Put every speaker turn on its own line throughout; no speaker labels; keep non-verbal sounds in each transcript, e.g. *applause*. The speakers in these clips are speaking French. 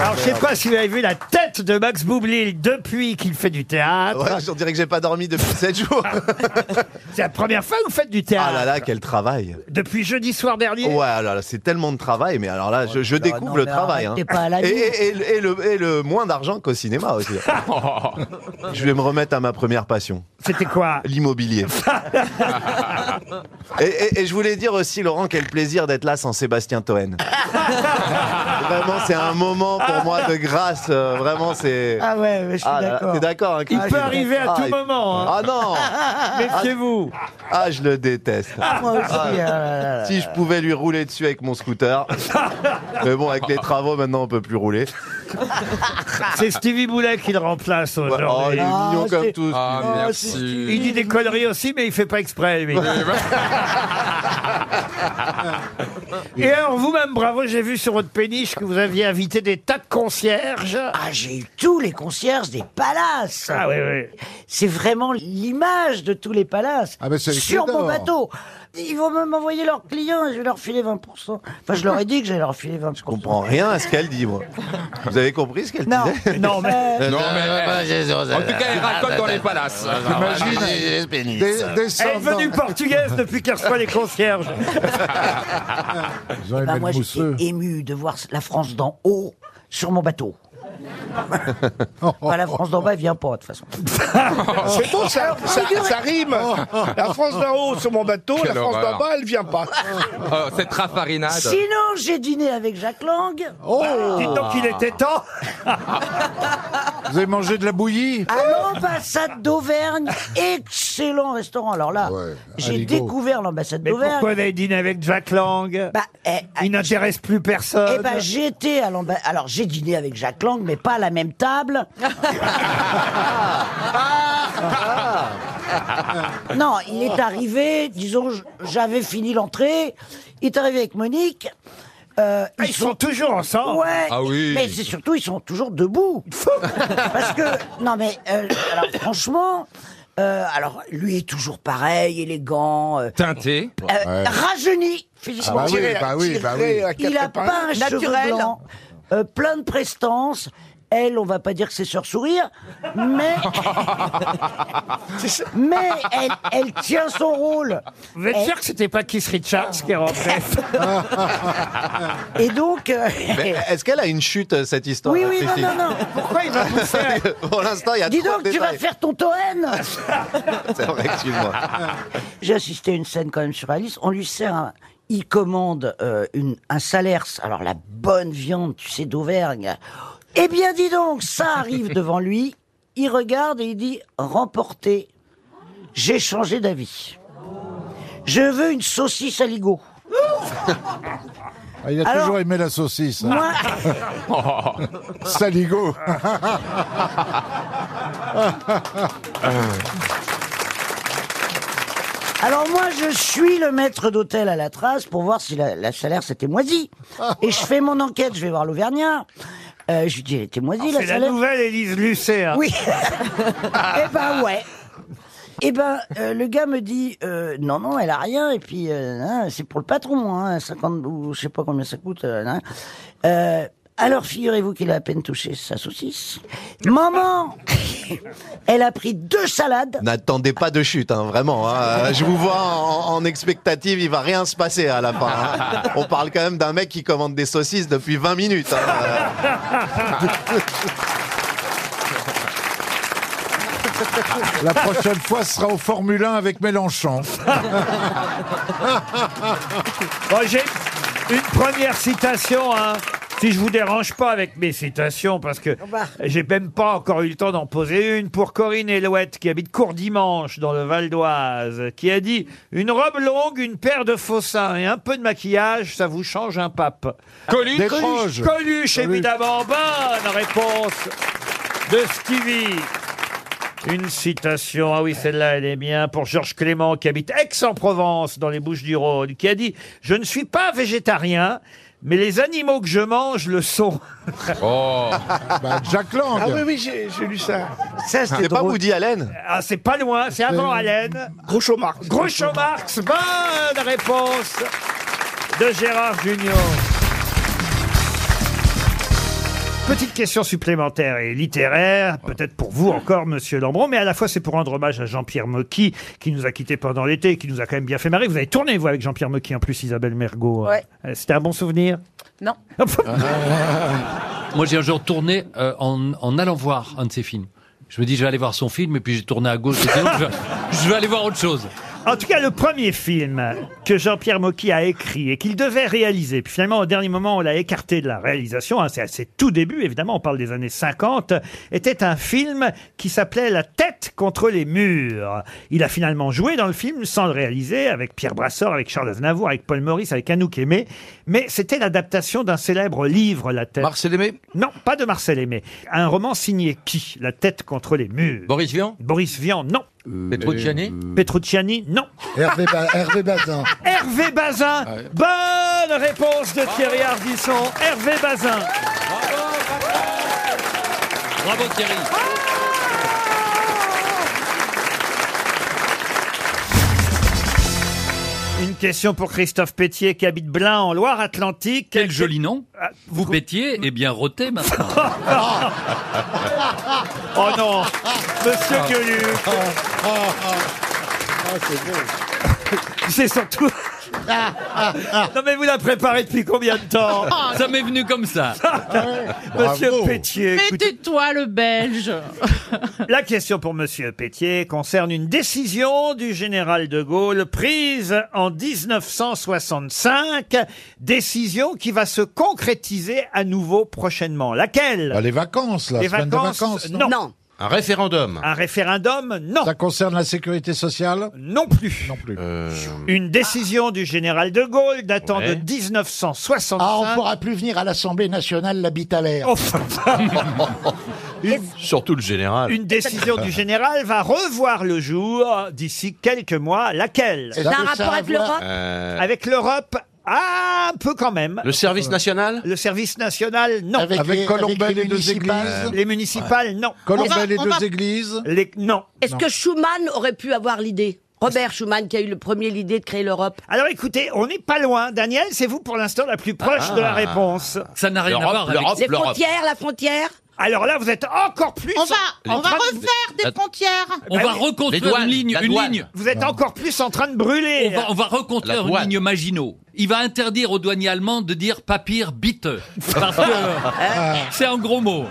Alors, je sais pas si vous avez vu la tête de Max Boublil depuis qu'il fait du théâtre.
Ouais, on dirait que j'ai pas dormi depuis 7
*laughs*
jours.
C'est la première fois que vous faites du théâtre.
Ah là là, quel travail.
Depuis jeudi soir dernier.
Ouais, ah là là, c'est tellement de travail, mais alors là, je, je
là,
découvre
Bah non,
le
mais
travail.
arrête, t'es
hein.
pas à la
et,
vie.
et- et le- et le, et le moins d'argent qu'au cinéma
*laughs*
aussi. je vais me remettre à ma première passion,
C'était quoi
*laughs*
*laughs*
l'immobilier. et, et- et je voulais dire aussi, Laurent, quel plaisir d'être là sans Sébastien Toen. vraiment, c'est un moment pour moi de grâce. euh, Vraiment, c'est.
Ah ouais, mais je suis
Ah là là,
d'accord.
T'es d'accord hein,
Il
Christine
peut arriver à
Ah,
tout
il-
moment. hein.
Ah
*laughs*
non
Méfiez-vous.
Ah, je le déteste. Ah,
Moi aussi. euh, là,
hein.
là, là.
*laughs* Si je pouvais lui rouler dessus avec
*laughs*
mon scooter. Mais bon, avec les travaux, maintenant, on peut plus rouler.
C'est Stevie Boulet qui le remplace
Ouais, Oh, il
aujourd'hui.
est
Ah,
mignon comme
c'est-
tous.
Ah,
Oh,
merci.
Il dit des conneries aussi, mais il fait pas exprès, lui. *laughs* Et alors, vous-même, bravo, j'ai vu sur votre péniche que vous aviez invité des tas de concierges.
Ah, j'ai eu tous les concierges des palaces.
Ah oui, oui.
C'est vraiment l'image de tous les palaces.
Ah, mais c'est les
Sur
clés
mon
d'or.
bateau. Ils vont même envoyer leurs clients et je vais leur filer 20%. Enfin, je leur ai dit que j'allais leur filer 20%. Je
Je comprends rien à ce qu'elle dit, moi. Vous avez compris ce
*laughs*
qu'elle
Non,
disait Euh,
Non, mais
*laughs*
Non, mais. En tout
Ah,
cas, il
bah,
raconte dans les palaces. bah,
Des,
elle est devenue portugaise depuis qu'elle reçoit les concierges.
Ils ont les
Bah,
mains
moi,
mousseux.
j'étais ému de voir la France d'en haut sur mon
*laughs*
bateau. Bah, la France d'en bas, elle vient pas, de toute
*laughs*
façon.
C'est bon, ça, ça, ça rime.
Oh.
La France d'en haut sur mon bateau,
Quelle
la France
horreur.
d'en bas, elle vient pas.
Oh, cette
Ah,
raffarinade.
Sinon, j'ai dîné avec Jacques Lang.
Oh
Dites donc, il était temps.
*laughs* Vous avez mangé de la bouillie
À Ah, l'ambassade d'Auvergne, excellent restaurant. Alors là,
Ouais,
j'ai
Aligo.
découvert l'ambassade
Mais
d'Auvergne.
pourquoi vous avez dîné avec Jack Lang
Bah, eh,
Il n'intéresse plus personne.
Eh ben, j'étais à l'ambassade. Alors, j'ai dîné avec Jacques Lang, mais pas à la
*laughs*
même table. *laughs* *laughs* non, il est arrivé, disons, j- j'avais fini l'entrée. Il est arrivé avec Monique. Euh,
Ah, ils sont toujours ensemble.
Ouais,
Ah oui.
mais c'est surtout, ils sont
*laughs*
toujours debout. Parce que, non mais, euh, alors franchement, euh, alors lui est toujours pareil, élégant, euh,
Teinté.
euh, rajeuni physiquement.
Ah bah oui,
Tiré à-
bah oui,
tiré
bah oui.
à quatre
Il a
copains.
pas un cheveu
Naturel.
blanc, euh, plein de prestance. Elle, on va pas dire que c'est sur sourire, mais mais elle, elle tient son rôle.
Vous êtes
Eh.
sûr que c'était pas Keith Richards qui est rentré
*laughs* Et donc, euh,
Mais Est-ce qu'elle a une chute, euh, cette histoire
oui, oui, non,
Christine
non, non.
Pourquoi il va vous
*laughs*
faire
Pour l'instant, il y a
Dis
trop
donc,
de
tu vas
détails.
faire ton Toen.
*laughs* C'est vrai, excuse-moi.
J'ai assisté à une scène quand même sur Alice. On lui sert un. Il commande euh, une, un salers, alors la bonne viande, tu sais, d'Auvergne. Eh bien, dis donc, ça arrive devant lui. Il regarde et il dit Remporté. J'ai changé d'avis. Je veux une saucisse aligot.
Ah, Il a
Alors-
toujours aimé la saucisse. hein.
Moi,
Saligo. *laughs*
alors moi, je suis le maître d'hôtel à la trace pour voir si la, la salers était moisie. Et je fais mon enquête, je vais voir l'Auvergnat. Euh, je lui dis, elle était moisie, la
Ah, C'est la
salers.
nouvelle Élise Lucet. hein.
Oui. *laughs* eh ben ouais. Eh ben, euh, le gars me dit, euh, non, non, elle a rien, et puis, euh, hein, c'est pour le patron, hein, 50, ou je sais pas combien ça coûte. euh, hein. Euh, alors, figurez-vous qu'il a à peine touché sa saucisse. Maman *laughs* Elle a pris deux salades.
N'attendez pas de chute, hein, vraiment. hein. Je vous vois en, en expectative, il va rien se passer à la fin. hein. On parle quand même d'un mec qui commande des saucisses depuis 20 minutes. hein.
*laughs*
*laughs*
La prochaine fois, ce sera au Formule 1 avec Mélenchon.
*laughs* Bon, j'ai une première citation. hein. Si je vous dérange pas avec mes citations, parce que
bah.
j'ai même pas encore eu le temps d'en poser une, pour Corinne Elouette, qui habite Courdimanche, dans le Val d'Oise, qui a dit « Une robe longue, une paire de faux seins et un peu de maquillage, ça vous change un pape. »
Coluche.
Des Coluche.
Coluche, Coluche, évidemment. Bonne réponse de Stevie. Une citation, ah oui, celle-là, elle est bien, pour Georges Clément, qui habite Aix-en-Provence, dans les Bouches-du-Rhône, qui a dit « Je ne suis pas végétarien, mais les animaux que je mange le sont.
Oh.
Bah, Jack Lang.
Ah oui, oui, j'ai j'ai lu ça.
Ça, c'était
C'est pas
drôle.
Woody Allen »
Ah, c'est pas loin, c'est avant Allen.
Groucho Marx.
Groucho Marx, bonne réponse de Gérard Junior. Petite question supplémentaire et littéraire, peut-être pour vous encore, monsieur Lambron, mais à la fois c'est pour rendre hommage à Jean-Pierre Mocky, qui nous a quittés pendant l'été et qui nous a quand même bien fait marrer. Vous avez tourné, vous, avec Jean-Pierre Mocky, en plus, Isabelle Mergot.
Ouais.
Euh, C'était un bon souvenir *laughs*
Non. *laughs*
Euh, Moi, j'ai un jour tourné euh, en, en allant voir un de ses films. Je me dis, je vais aller voir son film, et puis j'ai tourné à gauche. j'ai dit, non, je, vais, je vais aller voir autre chose.
En tout cas, le premier film que Jean-Pierre Mocky a écrit et qu'il devait réaliser, puis finalement, au dernier moment, on l'a écarté de la réalisation, hein, c'est à ses tout débuts, évidemment, on parle des années 50, était un film qui s'appelait La tête contre les murs. Il a finalement joué dans le film sans le réaliser, avec Pierre Brasseur, avec Charles Aznavour, avec Paul Maurice, avec Anouk Aimé, mais c'était l'adaptation d'un célèbre livre, La tête.
Marcel Aimé
non, pas de Marcel Aimé. Un roman signé qui La tête contre les murs.
Boris Vian
Boris Vian, non.
Petrucciani
Petrucciani, non.
Hervé,
*laughs*
Ba- Hervé Bazin.
Hervé Bazin.
Ah
Bonne réponse de Thierry Ardisson. Hervé Bazin.
Bravo Thierry.
Une question pour Christophe Pétier qui habite Blain en Loire-Atlantique. Ah,
Quel joli nom. Vous pétiez et bien roté maintenant.
Oh non, Monsieur Quenu. *laughs* C'est surtout. Non mais vous la préparez depuis combien de temps,
Ça m'est venu comme ça.
*laughs* Monsieur Pétier
Mais
écoutez.
tais-toi, le
*laughs*
Belge
La question pour Monsieur Pétier concerne une décision du général de Gaulle prise en 1965, décision qui va se concrétiser à nouveau prochainement.
Bah,
Laquelle
les vacances, la
Les
semaine
vacances,
de vacances.
non.
Un référendum.
Un référendum Non.
Ça concerne la sécurité sociale
Non plus.
Non plus.
Euh,
Une décision du général de Gaulle datant
Ouais.
de 1965.
Ah, on pourra plus venir à l'Assemblée nationale l'habit à l'air.
Oh, enfin,
*laughs*
Surtout le
Ah.
général.
une décision du général va revoir le jour d'ici quelques mois. Laquelle
Est-ce
T'as un
que ça
rapport
a
avec
à voir-
l'Europe
Ah.
Euh,
Avec l'Europe ah, un peu quand même.
Euh. Le service national
Le service national, non.
Avec,
Avec
les-
Colombel
avec les
et deux
municipales.
églises.
Les municipales, non.
Colombel
On va-
et
on
deux
va-
églises.
Les, non.
Est-ce que Schumann aurait pu avoir l'idée Robert Schumann qui a eu le premier l'idée de créer l'Europe.
Alors écoutez, on n'est pas loin. Daniel, c'est vous pour l'instant la plus proche
Ah.
de la réponse.
Ça n'a rien à voir avec...
Les frontières, la frontière
Alors là, vous êtes encore plus.
On
en-
va, on va
trains-
refaire des
la-
frontières
On va
oui.
reconstruire
Ah, Les douanes,
une ligne,
la
une
douane.
ligne.
Vous êtes encore plus en train de
On
brûler.
va, on va reconstruire
La
une
douane.
ligne Maginot. Il va interdire aux douaniers allemands de dire papier bitte. Parce
*laughs*
que
Ah.
euh, c'est un gros mot.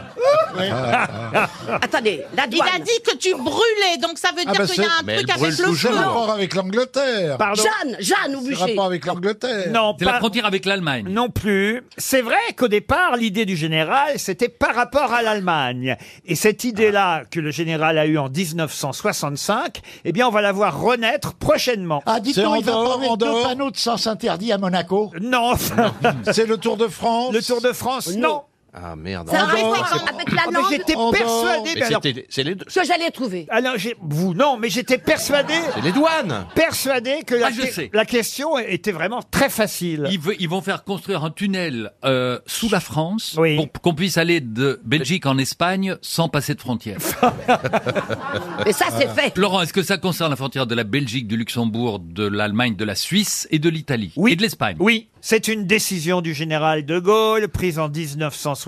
Attendez, la
Il
douane.
a dit que tu brûlais, donc ça veut dire
bah
qu'il y a
c'est-
un
Mais
truc
elle
avec
brûle
le
C'est
feu.
toujours.
le rapport avec l'angleterre.
Pardon.
Jeanne, Jeanne ou
C'est le
Bûcher.
rapport avec l'Angleterre.
Non,
C'est la
pas-
frontière avec l'Allemagne.
Non plus. C'est vrai qu'au départ, l'idée du général, c'était par rapport à l'Allemagne. Et cette
Ah.
idée-là que le général a eue en 1965, eh bien, on va la voir renaître prochainement.
Ah,
C'est en
dites-donc, il va
dehors,
pas
en
avec
dehors.
deux panneaux de sens interdit à Monaco *laughs*
Non, enfin,
C'est le Tour de France.
le Tour de France, non.
Ah merde.
Ça a un
Andorre,
rapport
c'est-
avec la
Ah, mais
langue
J'étais
Andorre.
persuadé.
Mais
mais alors-
c'était- C'est les, deux-
que j'allais trouver.
alors, j'ai- vous, non, mais j'étais persuadé,
c'est les douanes.
persuadé que la,
Ah, je
que-
sais.
la question était vraiment très facile.
Ils, veulent- ils vont faire construire un tunnel euh, sous la France
Oui.
pour qu'on puisse aller de Belgique en Espagne sans passer de frontière.
Mais ça, c'est fait.
Laurent, est-ce que ça concerne la frontière de la Belgique, du Luxembourg, de l'Allemagne, de la Suisse et de l'Italie
Oui.
Et de l'Espagne
Oui, c'est une décision du général de Gaulle prise en 1965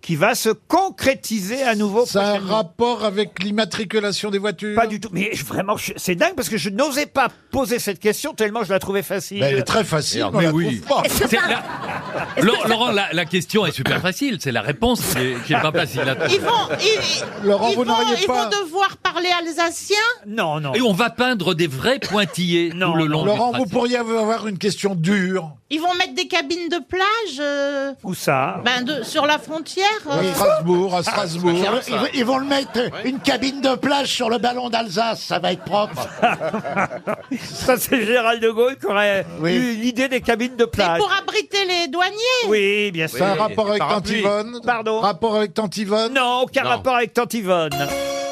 qui va se concrétiser à nouveau.
Ça a un
prochainement.
rapport avec l'immatriculation des voitures.
Pas du tout. Mais je- vraiment, je- c'est dingue parce que je n'osais pas poser cette question tellement je la trouvais facile.
Mais elle est très facile.
Merde,
on
mais
la
oui.
trouve pas.
*laughs*
Est-ce que
C'est
ça...
la- Laurent, Laurent, la, la question est super facile. C'est la réponse qui est, qui est pas facile. à trouver.
Ils vont, ils,
Laurent,
ils
vous
vont,
n'auriez
ils
pas-
vont devoir parler alsacien.
Non, non.
Et on va peindre des vrais pointillés
Non,
tout le long. du
Laurent, vous
tracé.
pourriez avoir une question dure.
Ils vont mettre des cabines de plage euh,
Où ça
ben de- sur la frontière.
À
euh.
Ah,
Strasbourg, à Strasbourg.
Ils vont- ils vont- Ils vont le mettre euh, une cabine de plage sur le ballon d'Alsace, ça va être propre.
*laughs* Ça, c'est le général de Gaulle qui aurait
Oui.
eu l'idée des cabines de
C'est
plage.
pour abriter les douaniers.
Oui, bien sûr.
Ça a un
Oui,
rapport
les
avec
parapluies.
Tantivonne.
Pardon
Rapport avec Tantivonne.
Non, aucun
Non.
rapport avec Tante Yvonne.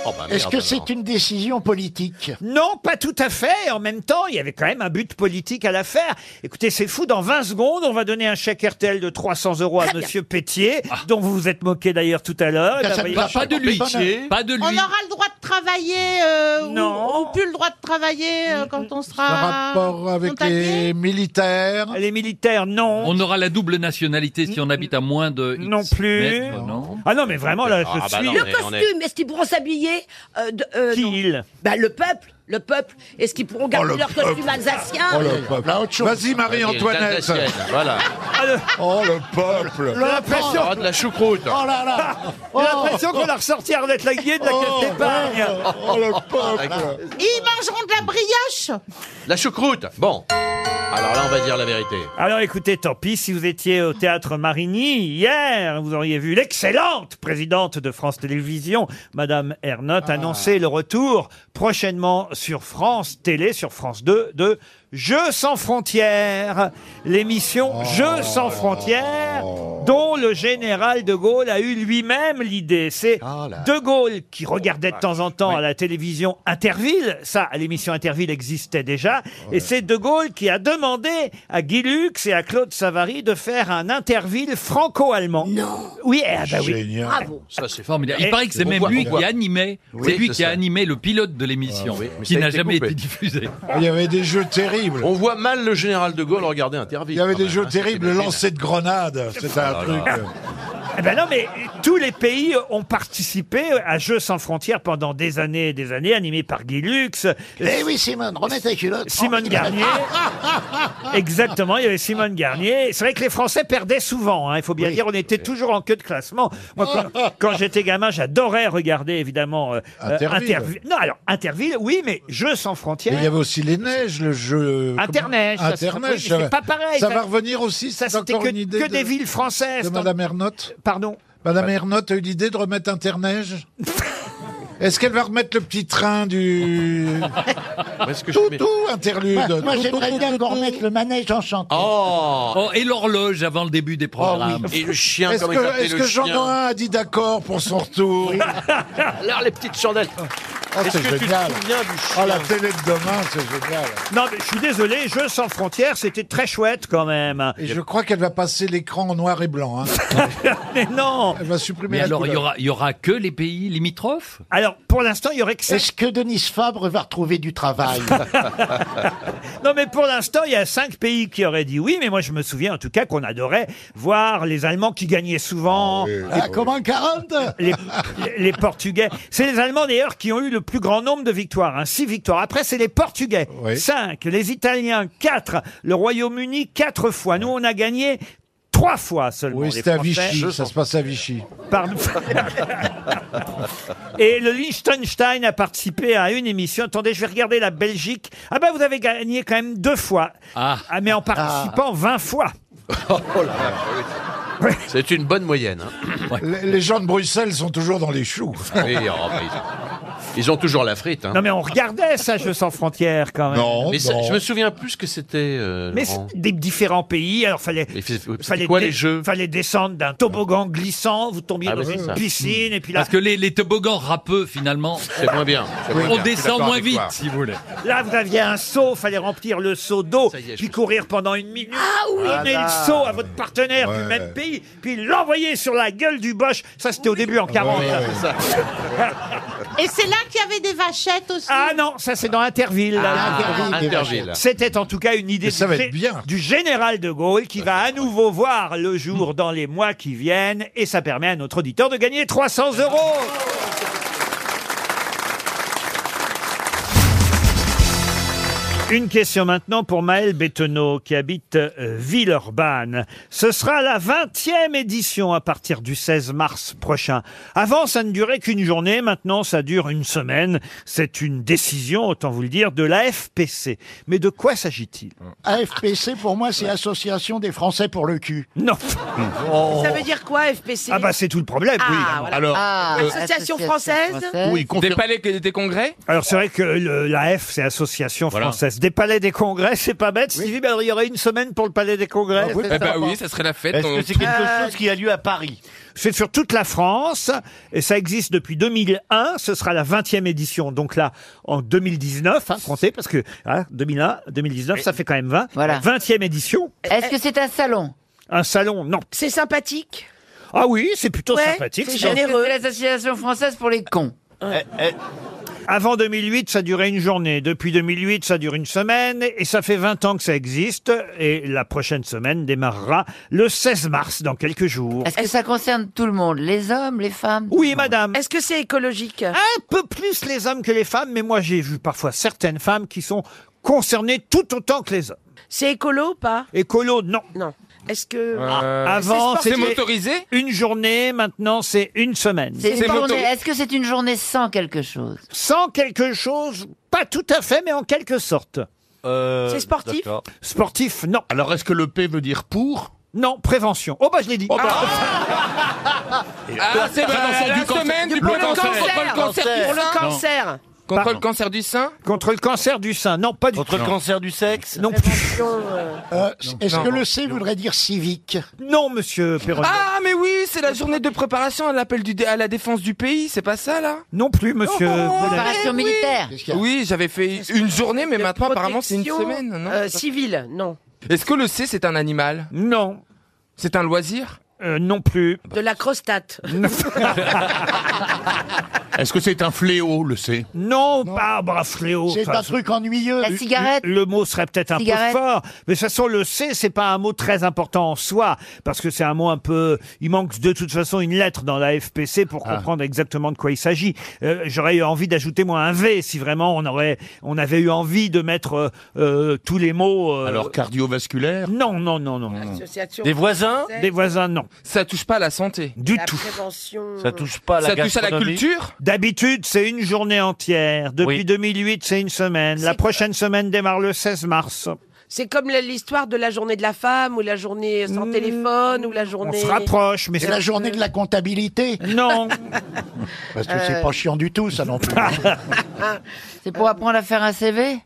Oh, bah,
Est-ce
merde,
que
alors.
c'est une décision politique
Non, pas tout à fait. En même temps, il y avait quand même un but politique à l'affaire. Écoutez, c'est fou. Dans 20 secondes, on va donner un chèque RTL de 300 euros à
Très bien.
Monsieur Pétier, dont vous vous êtes moqué d'ailleurs tout à l'heure. Eh ben,
Ça ne
voyez-
va
Pas de lui.
Bonne-
Pas de
On
lui.
aura le droit de
travailler euh, ou, ou plus le droit de travailler euh, quand on sera
rapport
Ah,
avec les militaires.
Ah, Les militaires, non.
On aura la double nationalité si on habite à moins de X
Non plus.
mètres, non.
Ah non, mais vraiment, là, je
Ah, bah
suis...
non,
Le costume, est-ce qu'ils pourront s'habiller euh, de- euh, non. Bah, Le peuple, le peuple. Est-ce qu'ils pourront garder
le
leur costume alsacien
Vas-y, Marie-Antoinette.
Voilà.
Oh, le peuple.
L'impression-
Oh, de la choucroute.
Oh là là
J'ai l'impression qu'on a ressorti Arlette Laguier de la
Oh.
caisse d'épargne.
Oh, le peuple.
Ils mangeront de la brioche
La choucroute. Bon. Alors là, on va dire la vérité.
Alors écoutez, tant pis, si vous étiez au théâtre Marigny hier, vous auriez vu l'excellente présidente de France Télévisions, Madame Ernotte, annoncer le retour prochainement sur France Télé, sur France 2, de Jeux sans frontières, l'émission Jeux sans frontières,
Oh.
dont le général de Gaulle a eu lui-même l'idée. C'est
Ah
De Gaulle qui regardait de temps en temps à la télévision Interville, ça, à l'émission Interville existait déjà, et c'est De Gaulle qui a demandé à Guy Lux et à Claude Savary de faire un Interville franco-allemand. Non Oui, eh ben oui.
Génial.
Bravo.
Ça, c'est
Formidable. Il
Et-
paraît que c'est
On
même
voit,
lui
on voit.
qui animait.
Oui,
c'est lui
c'est
qui a
ça.
animé le pilote de l'émission,
Ah oui, mais
qui
ça a
n'a
été
jamais
coupé.
été diffusé.
Il y avait des jeux terribles.
On voit mal le général de Gaulle regarder Interville.
Il y avait
quand
des
même,
jeux
hein,
terribles. Le
c'était
lancer de grenades, c'était un truc.
Ah
euh.
Eh ben non, mais tous les pays ont participé à Jeux sans frontières pendant des années et des années, animés par Guy Lux.
Eh oui, Simone, remets ta culotte. *laughs* Ah,
Simone *laughs* Garnier. Exactement, il y avait Simone Garnier. C'est vrai que les Français perdaient souvent, hein, il faut bien dire. On était toujours en queue de classement. Moi, quand, quand j'étais gamin, j'adorais regarder, évidemment, euh, euh,
Interville.
Intervi- Non, alors, Interville, oui, mais Jeux sans
Et il y
frontières. Ah.
avait aussi les neiges, le jeu.
Interneige, ça, c'est-
Internet.
oui, mais c'est pas pareil,
Ça
ça-
va revenir aussi.
Ça,
c'est
c'était
encore
que,
une idée
que
de-
des villes françaises.
de
Tant-
Madame Ernotte.
Pardon
Madame Ernotte a eu l'idée de remettre
*laughs*
Interneige. Est-ce qu'elle va remettre le petit train du
Où est-ce que je mets-
toutou interlude
Moi,
Toutou,
j'aimerais bien
toutou,
qu'on remette le manège
Ah.
enchanté.
Oh
Oh, et l'horloge avant le début des programmes.
Et le chien,
Est-ce
comment il
que,
appelait
est-ce
le
que jean
chien
Noël a dit d'accord pour son retour
*laughs* Alors, les petites chandelles.
Oh,
Est-ce
c'est
que tu
génial.
te souviens du
Oh,
chien
la télé de demain, c'est génial.
Non, mais je suis désolé, Jeux sans frontières, c'était très chouette quand même.
Et je crois qu'elle va passer l'écran en noir et blanc. hein.
*laughs* Mais non
Elle va supprimer
Mais
la
alors, il y
couleur.
aura, il y aura que les pays limitrophes
*laughs* Alors, pour l'instant, il y aurait que ça.
Est-ce que Denis Fabre va retrouver du
*laughs*
travail
Non, mais pour l'instant, il y a cinq pays qui auraient dit oui, mais moi, je me souviens en tout cas qu'on adorait voir les Allemands qui gagnaient souvent,
Ah, Comment 40
les, les- les Portugais. C'est les Allemands d'ailleurs qui ont eu le plus grand nombre de victoires, hein, six victoires. Après, c'est les Portugais,
Oui.
cinq, les Italiens, quatre, le Royaume-Uni, quatre fois. Nous, on a gagné trois fois seulement.
Oui,
les
c'était à
Français.
Vichy. Ça se passe à Vichy. *laughs*
Pardon. Et le Liechtenstein a participé à une émission. Attendez, je vais regarder la Belgique. Ah ben, vous avez gagné quand même deux fois.
Ah.
mais en participant
Ah.
20
*laughs*
fois.
Oh C'est une bonne moyenne. hein.
Les, les gens de Bruxelles sont toujours dans les choux.
Oui,
*laughs*
oh, mais ils- ils ont toujours la frite. hein.
Non, mais on regardait ça, Jeux sans frontières, quand même.
Non,
Mais ça-
non.
je me souviens plus ce que c'était. euh,
Mais
Laurent.
c'est des différents pays, alors fallait,
Et c'est- c'était
fallait,
quoi,
dé-
les jeux
fallait descendre d'un toboggan glissant, vous tombiez
Ah
dans
oui, c'est
une
ça.
piscine, et puis là,
Parce que les, les toboggans râpeux, finalement,
C'est moins bien. C'est moins
on
bien.
descend moins
avec
vite,
toi.
si vous voulez.
là vous aviez un seau, fallait remplir le seau d'eau,
Ça y est, je
puis
me
courir pendant une minute,
Ah
donner le seau à votre partenaire du
Ouais.
même pays, puis l'envoyer sur la gueule du boche, ça c'était au début en 40.
Ouais, ouais.
*laughs*
Et c'est là qu'il y avait des vachettes aussi.
Ah non, ça c'est dans Interville. là.
Ah, Interville.
C'était en tout cas une idée
Mais ça
du,
va être bien.
du général de Gaulle qui va à nouveau voir le jour dans les mois qui viennent et ça permet à notre auditeur de gagner 300 euros. Une question maintenant pour Maël Bétonneau qui habite euh, Villeurbanne. Ce sera la 20e édition à partir du 16 mars prochain. Avant, ça ne durait qu'une journée, maintenant ça dure une semaine. C'est une décision, autant vous le dire, de la FPC. Mais de quoi s'agit-il
AFPC, pour moi, c'est Association des Français pour le cul.
Non.
Ça veut dire quoi, FPC
Ah bah c'est tout le problème, oui.
Ah, voilà.
Alors,
euh,
Association française
oui,
Des palais que- des congrès
Alors c'est vrai que le- la F, c'est Association
Voilà.
française des palais des congrès, c'est pas bête. Stevie, mais alors, il y aurait une semaine pour le palais des congrès.
Ah oui,
Eh ben oui, ça serait la fête. on-
C'est sur toute la France et ça existe depuis 2001. Ce sera la 20e édition. Donc là, en 2019, hein, comptez, parce que hein, 2001, 2019, ça fait quand même 20.
Voilà.
20e édition.
Est-ce que c'est un salon
Un salon, non.
C'est sympathique
Ah oui, c'est plutôt
Ouais,
sympathique.
c'est
ça.
génial.
Eh, Est-ce que c'est l'association française pour les cons
Avant 2008, ça durait une journée. Depuis 2008, ça dure une semaine. Et ça fait 20 ans que ça existe. Et la prochaine semaine démarrera le 16 mars, dans quelques jours.
Est-ce que ça concerne tout le monde Les hommes, les femmes
Oui, madame.
Est-ce que c'est écologique
Un peu plus les hommes que les femmes, mais moi j'ai vu parfois certaines femmes qui sont concernées tout autant que les hommes.
C'est écolo ou pas
Écolo, non.
Non. Est-ce
Euh,
que.
Ah, Avant,
sportif
c'était Une journée, maintenant c'est une semaine.
C'est une journée- Est-ce que c'est une journée sans quelque chose
Sans quelque chose, pas tout à fait, mais en quelque sorte.
C'est sportif d'accord.
Sportif, non.
Alors est-ce que le P veut dire pour
Non, prévention. Oh bah je l'ai dit.
Ah, c'est vrai,
Prévention
la
du cancer.
semaine du
Le
pour le
cancer.
cancer. Contre le cancer du
Pour le
sein.
cancer.
Non. Contre
Pardon.
le cancer du sein
Contre le cancer du sein, non, pas du
Contre le
Non.
cancer du sexe
Non.
Euh, Est-ce que le C voudrait dire civique
Non, monsieur Perroni.
Ah, mais oui, c'est la journée de préparation à l'appel du dé- à la défense du pays, c'est pas ça là Oh,
Non plus, monsieur.
Eh
Préparation militaire.
Oui, j'avais fait une journée, mais maintenant apparemment c'est une semaine. non
Euh, civile, non.
Est-ce que le C c'est un animal
Non. Euh,
C'est un loisir Ah bah.
Non plus.
De la crostate.
Est-ce que c'est un fléau, le C
Non, pas bah, fléau.
C'est
Enfin,
un truc ennuyeux.
La cigarette
Le mot serait peut-être un
Cigarette.
peu fort, mais de toute façon, le C, c'est pas un mot très important en soi, parce que c'est un mot un peu. Il manque de toute façon une lettre dans la FPC pour
Ah.
comprendre exactement de quoi il s'agit. Euh, J'aurais eu envie d'ajouter moi un V si vraiment on aurait, on avait eu envie de mettre euh, euh, tous les mots. euh,
Alors cardiovasculaire
Non, non, non, non.
Association
Des voisins
française,
Des voisins, non.
Ça touche pas à la santé.
Du
La
tout.
prévention.
touche pas
Ça touche à la culture
D'habitude, c'est une journée entière. Depuis 2008, c'est une semaine. La prochaine semaine démarre le 16 mars.
C'est comme la- l'histoire de la journée de la femme ou la journée sans téléphone ou la journée.
Mmh. se rapproche, mais
C'est
c'est-
la journée de la comptabilité
*laughs*
Non.
Parce que c'est
Euh.
pas chiant du tout, ça non plus.
C'est pour apprendre à faire un CV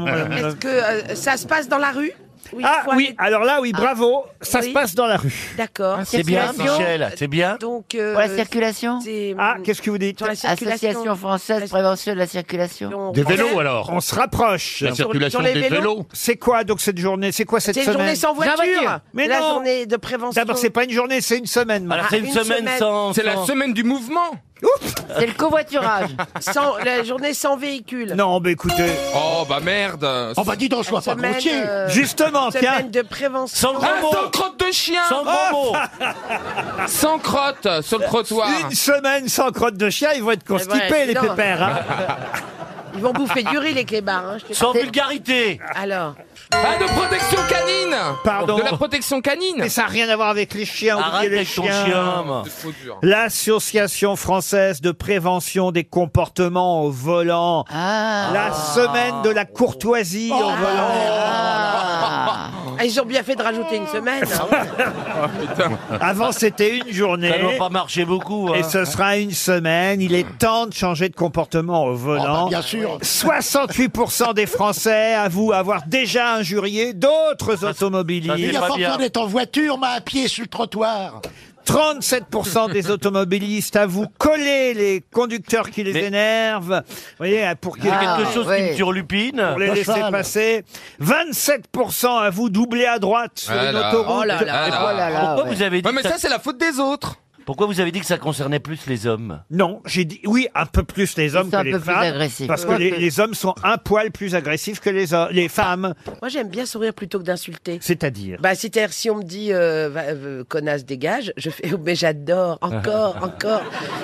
*laughs*
madame.
Est-ce que euh, ça se passe dans la rue Ou il
Ah
faut
oui,
aller-
alors là, oui, bravo. Ça
Oui.
se passe dans la rue.
D'accord.
C'est bien,
Circulation.
Michel, c'est bien
Donc. euh,
Pour la circulation
c'est- mm.
Ah, qu'est-ce que vous dites
Sur la circulation.
Association française prévention de la circulation.
on-
Des vélos, alors
On se rapproche.
La
sur
circulation
les
des
vélos
vélos
C'est quoi donc cette journée C'est quoi cette
C'est une
semaine
journée sans voiture.
Mais
la
non.
journée de prévention.
D'abord, c'est pas une journée, c'est une semaine. madame.
Ah,
C'est une, semaine, sans...
C'est la semaine du mouvement
C'est le covoiturage.
*laughs* Sans, la journée sans véhicule.
Non, mais écoutez,
Oh bah merde
Oh bah dis donc, sois pas
Semaine,
grossier
euh,
justement, tiens,
semaine de prévention.
Sans
Ah,
gros mots
sans crotte de chien
Sans gros mots
Sans crotte sur le trottoir
une semaine sans crotte de chien, ils vont être
vrai,
constipés, les
dis donc.
pépères. hein.
*laughs*
Ils vont bouffer du riz les clébards. hein, je te-
Sans vulgarité
Alors,
Ah, de protection canine
Pardon.
De la protection canine
Mais ça n'a rien à voir avec les chiens. oubliez
Arrête
les
avec ton
chiens.
chien moi.
C'est trop dur.
L'Association française de prévention des comportements au volant.
Ah.
La semaine de la courtoisie au volant.
Ah.
ah, ils ont bien fait de rajouter une semaine. hein.
Oh, Avant, c'était une journée.
Ça doit pas marcher beaucoup.
Et
hein.
ce sera une semaine. Il est temps de changer de comportement
Oh, bah,
au volant.
Ah, bah, Bien sûr
68% des Français avouent avoir déjà injurié d'autres
Il y
automobilistes.
a
pas
fort
bien.
peur d'être en voiture, mais à pied sur le trottoir
37% des automobilistes avouent coller les conducteurs qui les
Mais-
énervent. Vous voyez, pour qu'ils
Ah,
Quelque chose qui
ouais.
me turlupine.
pour les
le
laisser
cheval.
passer. 27% avouent doubler à droite sur
Ah
une
là.
autoroute.
Oh là là.
Ah,
Oh là là,
Pourquoi
ouais.
vous avez dit
Ouais, mais
que
ça
ça-
c'est la faute des autres
Pourquoi vous avez dit que ça concernait plus les hommes
Non, j'ai dit oui, un peu plus les hommes
sont
que
un
les
peu plus
femmes.
agressifs.
Parce que
Ouais.
les, les hommes sont un poil plus agressifs que les, ho- les femmes.
Moi, j'aime bien sourire plutôt que d'insulter.
C'est-à-dire.
Bah, c'est-à-dire, si on me dit, euh, va- euh, connasse, dégage, je fais, *laughs* oh, mais j'adore,
*laughs*
encore, encore.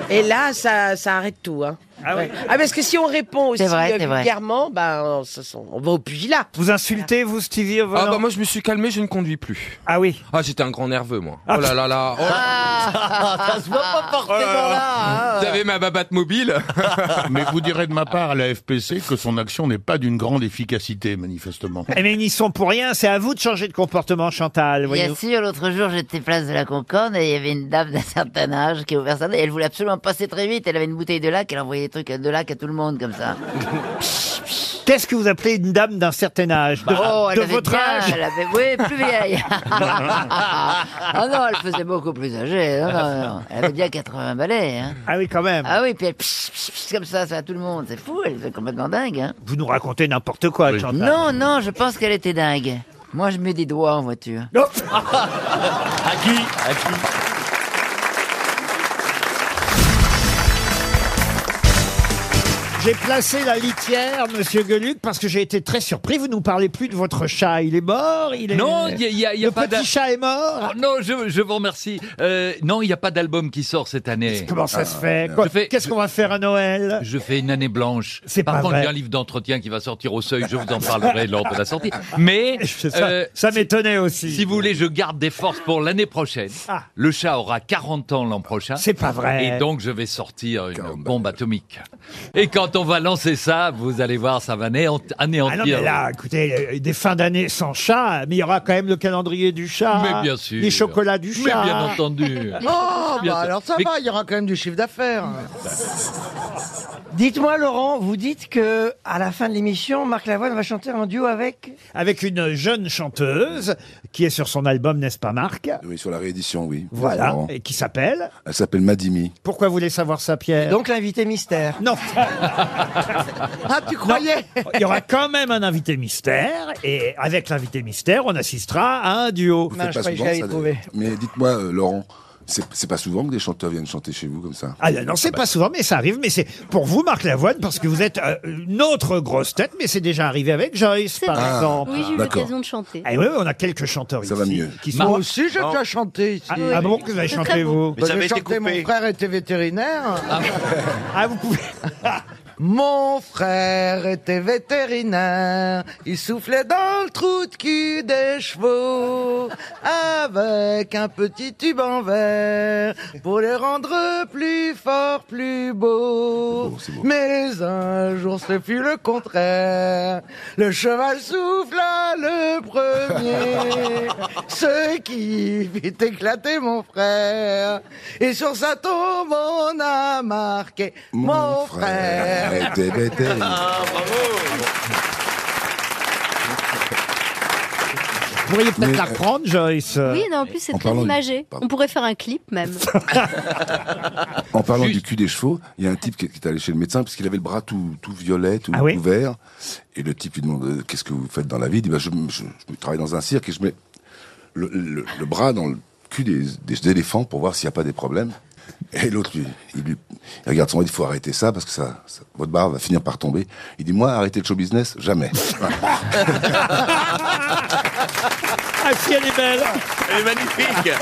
Et là, ça, ça arrête tout, hein.
Ah oui.
ah, parce que si on répond aussi
C'est vrai,
euh,
c'est vrai.
vulgairement, bah, on, se- on va au pugilat.
Vous insultez, vous, Stevie, au volant
Ah bah moi je me suis calmé, je ne conduis plus.
Ah oui. Ah.
Ah j'étais un grand nerveux moi. Oh là
*laughs*
là là oh,
Ah,
Ça se voit pas
Oh
forcément
hein.
là
Vous avez ma babatte mobile
Mais vous direz de ma part à la FPC que son action n'est pas d'une grande efficacité, *laughs* manifestement.
Eh, Mais ils n'y sont pour rien, c'est à vous de changer de comportement, Chantal.
Bien
voyez-vous.
sûr, l'autre jour, j'étais place de la Concorde et il y avait une dame d'un certain âge qui a ouvert sa et elle voulait absolument passer très vite. Elle avait une bouteille de lac, elle envoyait des trucs de lac à tout le monde
*laughs*
comme ça.
Qu'est-ce que vous appelez une dame d'un certain âge De,
oh,
Bah,
elle
de
avait
votre
bien-
âge
elle avait, Oui, plus
*laughs*
vieille. ah non, elle faisait beaucoup plus âgée. Non, non, non. Elle avait bien 80 balais. hein.
Ah oui, quand même.
Ah oui, puis elle pss, pss, pss, comme ça, ça à tout le monde. C'est fou, elle était complètement dingue. hein.
Vous nous racontez n'importe quoi,
Oui.
Chantal.
Non, non, je pense qu'elle était dingue. Moi, je mets des doigts en voiture.
Non.
À qui À qui
J'ai J'ai placé la litière, monsieur Gueluc, parce que j'ai été très surpris. Vous nous parlez plus de votre chat. Il est mort il est...
Non, il y a- il y a, il y a
Le
pas
petit
d'a-
chat est mort.
Oh, non, je, je vous remercie. Euh, non, il n'y a pas d'album qui sort cette année.
Comment ça se fait Quoi-
Ah, Je fais-
Qu'est-ce qu'on va faire à Noël
Je fais une année blanche.
C'est
Par
pas
contre,
vrai.
il y a un livre d'entretien qui va sortir au seuil. Je vous
*laughs*
en parlerai lors de la sortie. *laughs* Mais
ça- ça m'étonnait aussi. Ah.
Si vous voulez, je garde des forces pour l'année prochaine. Le chat aura 40 ans l'an prochain.
C'est pas vrai.
Et donc, je vais sortir une bombe atomique. Et quand on va lancer ça, vous allez voir, ça va anéant-
Ah
anéantir.
non, mais là, écoutez, euh, des fins d'année sans chat, mais il y aura quand même le calendrier du chat.
Mais bien sûr.
Les chocolats du
Mais
chat.
*laughs*
bien entendu.
Oh,
Bien
bah
sûr.
alors ça
Mais-
va, il y aura quand même du chiffre d'affaires. *laughs* Dites-moi, Laurent, vous dites que à la fin de l'émission, Marc Lavoine va chanter en duo avec.
Avec une jeune chanteuse qui est sur son album, n'est-ce pas, Marc
Oui, sur la réédition, oui.
Voilà.
Laurent.
Et qui s'appelle
Elle s'appelle Madimi.
Pourquoi vous voulez savoir ça, Pierre
Donc l'invité mystère.
Non.
ah, tu croyais
Il y aura quand même un invité mystère, et avec l'invité mystère, on assistera à un duo.
Vous faites pas souvent, ça, d'ailleurs. Mais dites-moi, euh, Laurent, c'est c'est pas souvent que des chanteurs viennent chanter chez vous comme ça bah.
Ah non, non, c'est pas souvent, mais ça arrive. Mais c'est pour vous, Marc Lavoine, parce que vous êtes euh, une autre grosse tête, mais c'est déjà arrivé avec Joyce, par
Ah,
vrai.
exemple.
Oui, j'ai eu Ah, D'accord. l'occasion
de chanter.
Ah oui, oui, on a quelques chanteurs ici. Ça va mieux. Qui sont...
Moi aussi, j'ai déjà chanté ici.
Ah, ah bon, que vous avez
C'est
chanté,
très
vous
beau. Bah, J'ai chanté, mon frère était vétérinaire. *laughs*
Ah, vous pouvez...
Mon frère était vétérinaire, il soufflait dans le trou de cul des chevaux avec un petit tube en verre pour les rendre plus forts, plus beaux. Mais un jour ce fut le contraire, le cheval souffla le premier, ce qui fit éclater mon frère. Et sur sa tombe on a marqué mon frère.
Ah,
Elle était vétérinaire.
Vous pourriez peut-être
Mais,
la
euh,
reprendre, Joyce.
Oui, non, en plus, c'est
En
très
parlant-
imagé.
pardon.
On pourrait faire un clip,
*laughs*
même.
En parlant du cul des chevaux, il y a un type qui qui est allé chez le médecin parce qu'il avait le bras tout, tout violet, tout, tout vert. Et le type lui demande euh, Qu'est-ce que vous faites dans la vie Il dit bah, je, je- je travaille dans un cirque et je mets le, le- le bras dans le cul des, des éléphants pour voir s'il n'y a pas des problèmes. Et l'autre, lui, il, lui, il regarde son bras, il dit faut arrêter ça parce que ça, ça- votre barre va finir par tomber. Il dit moi arrêter le show business jamais.
Ah si, elle est belle
Elle est magnifique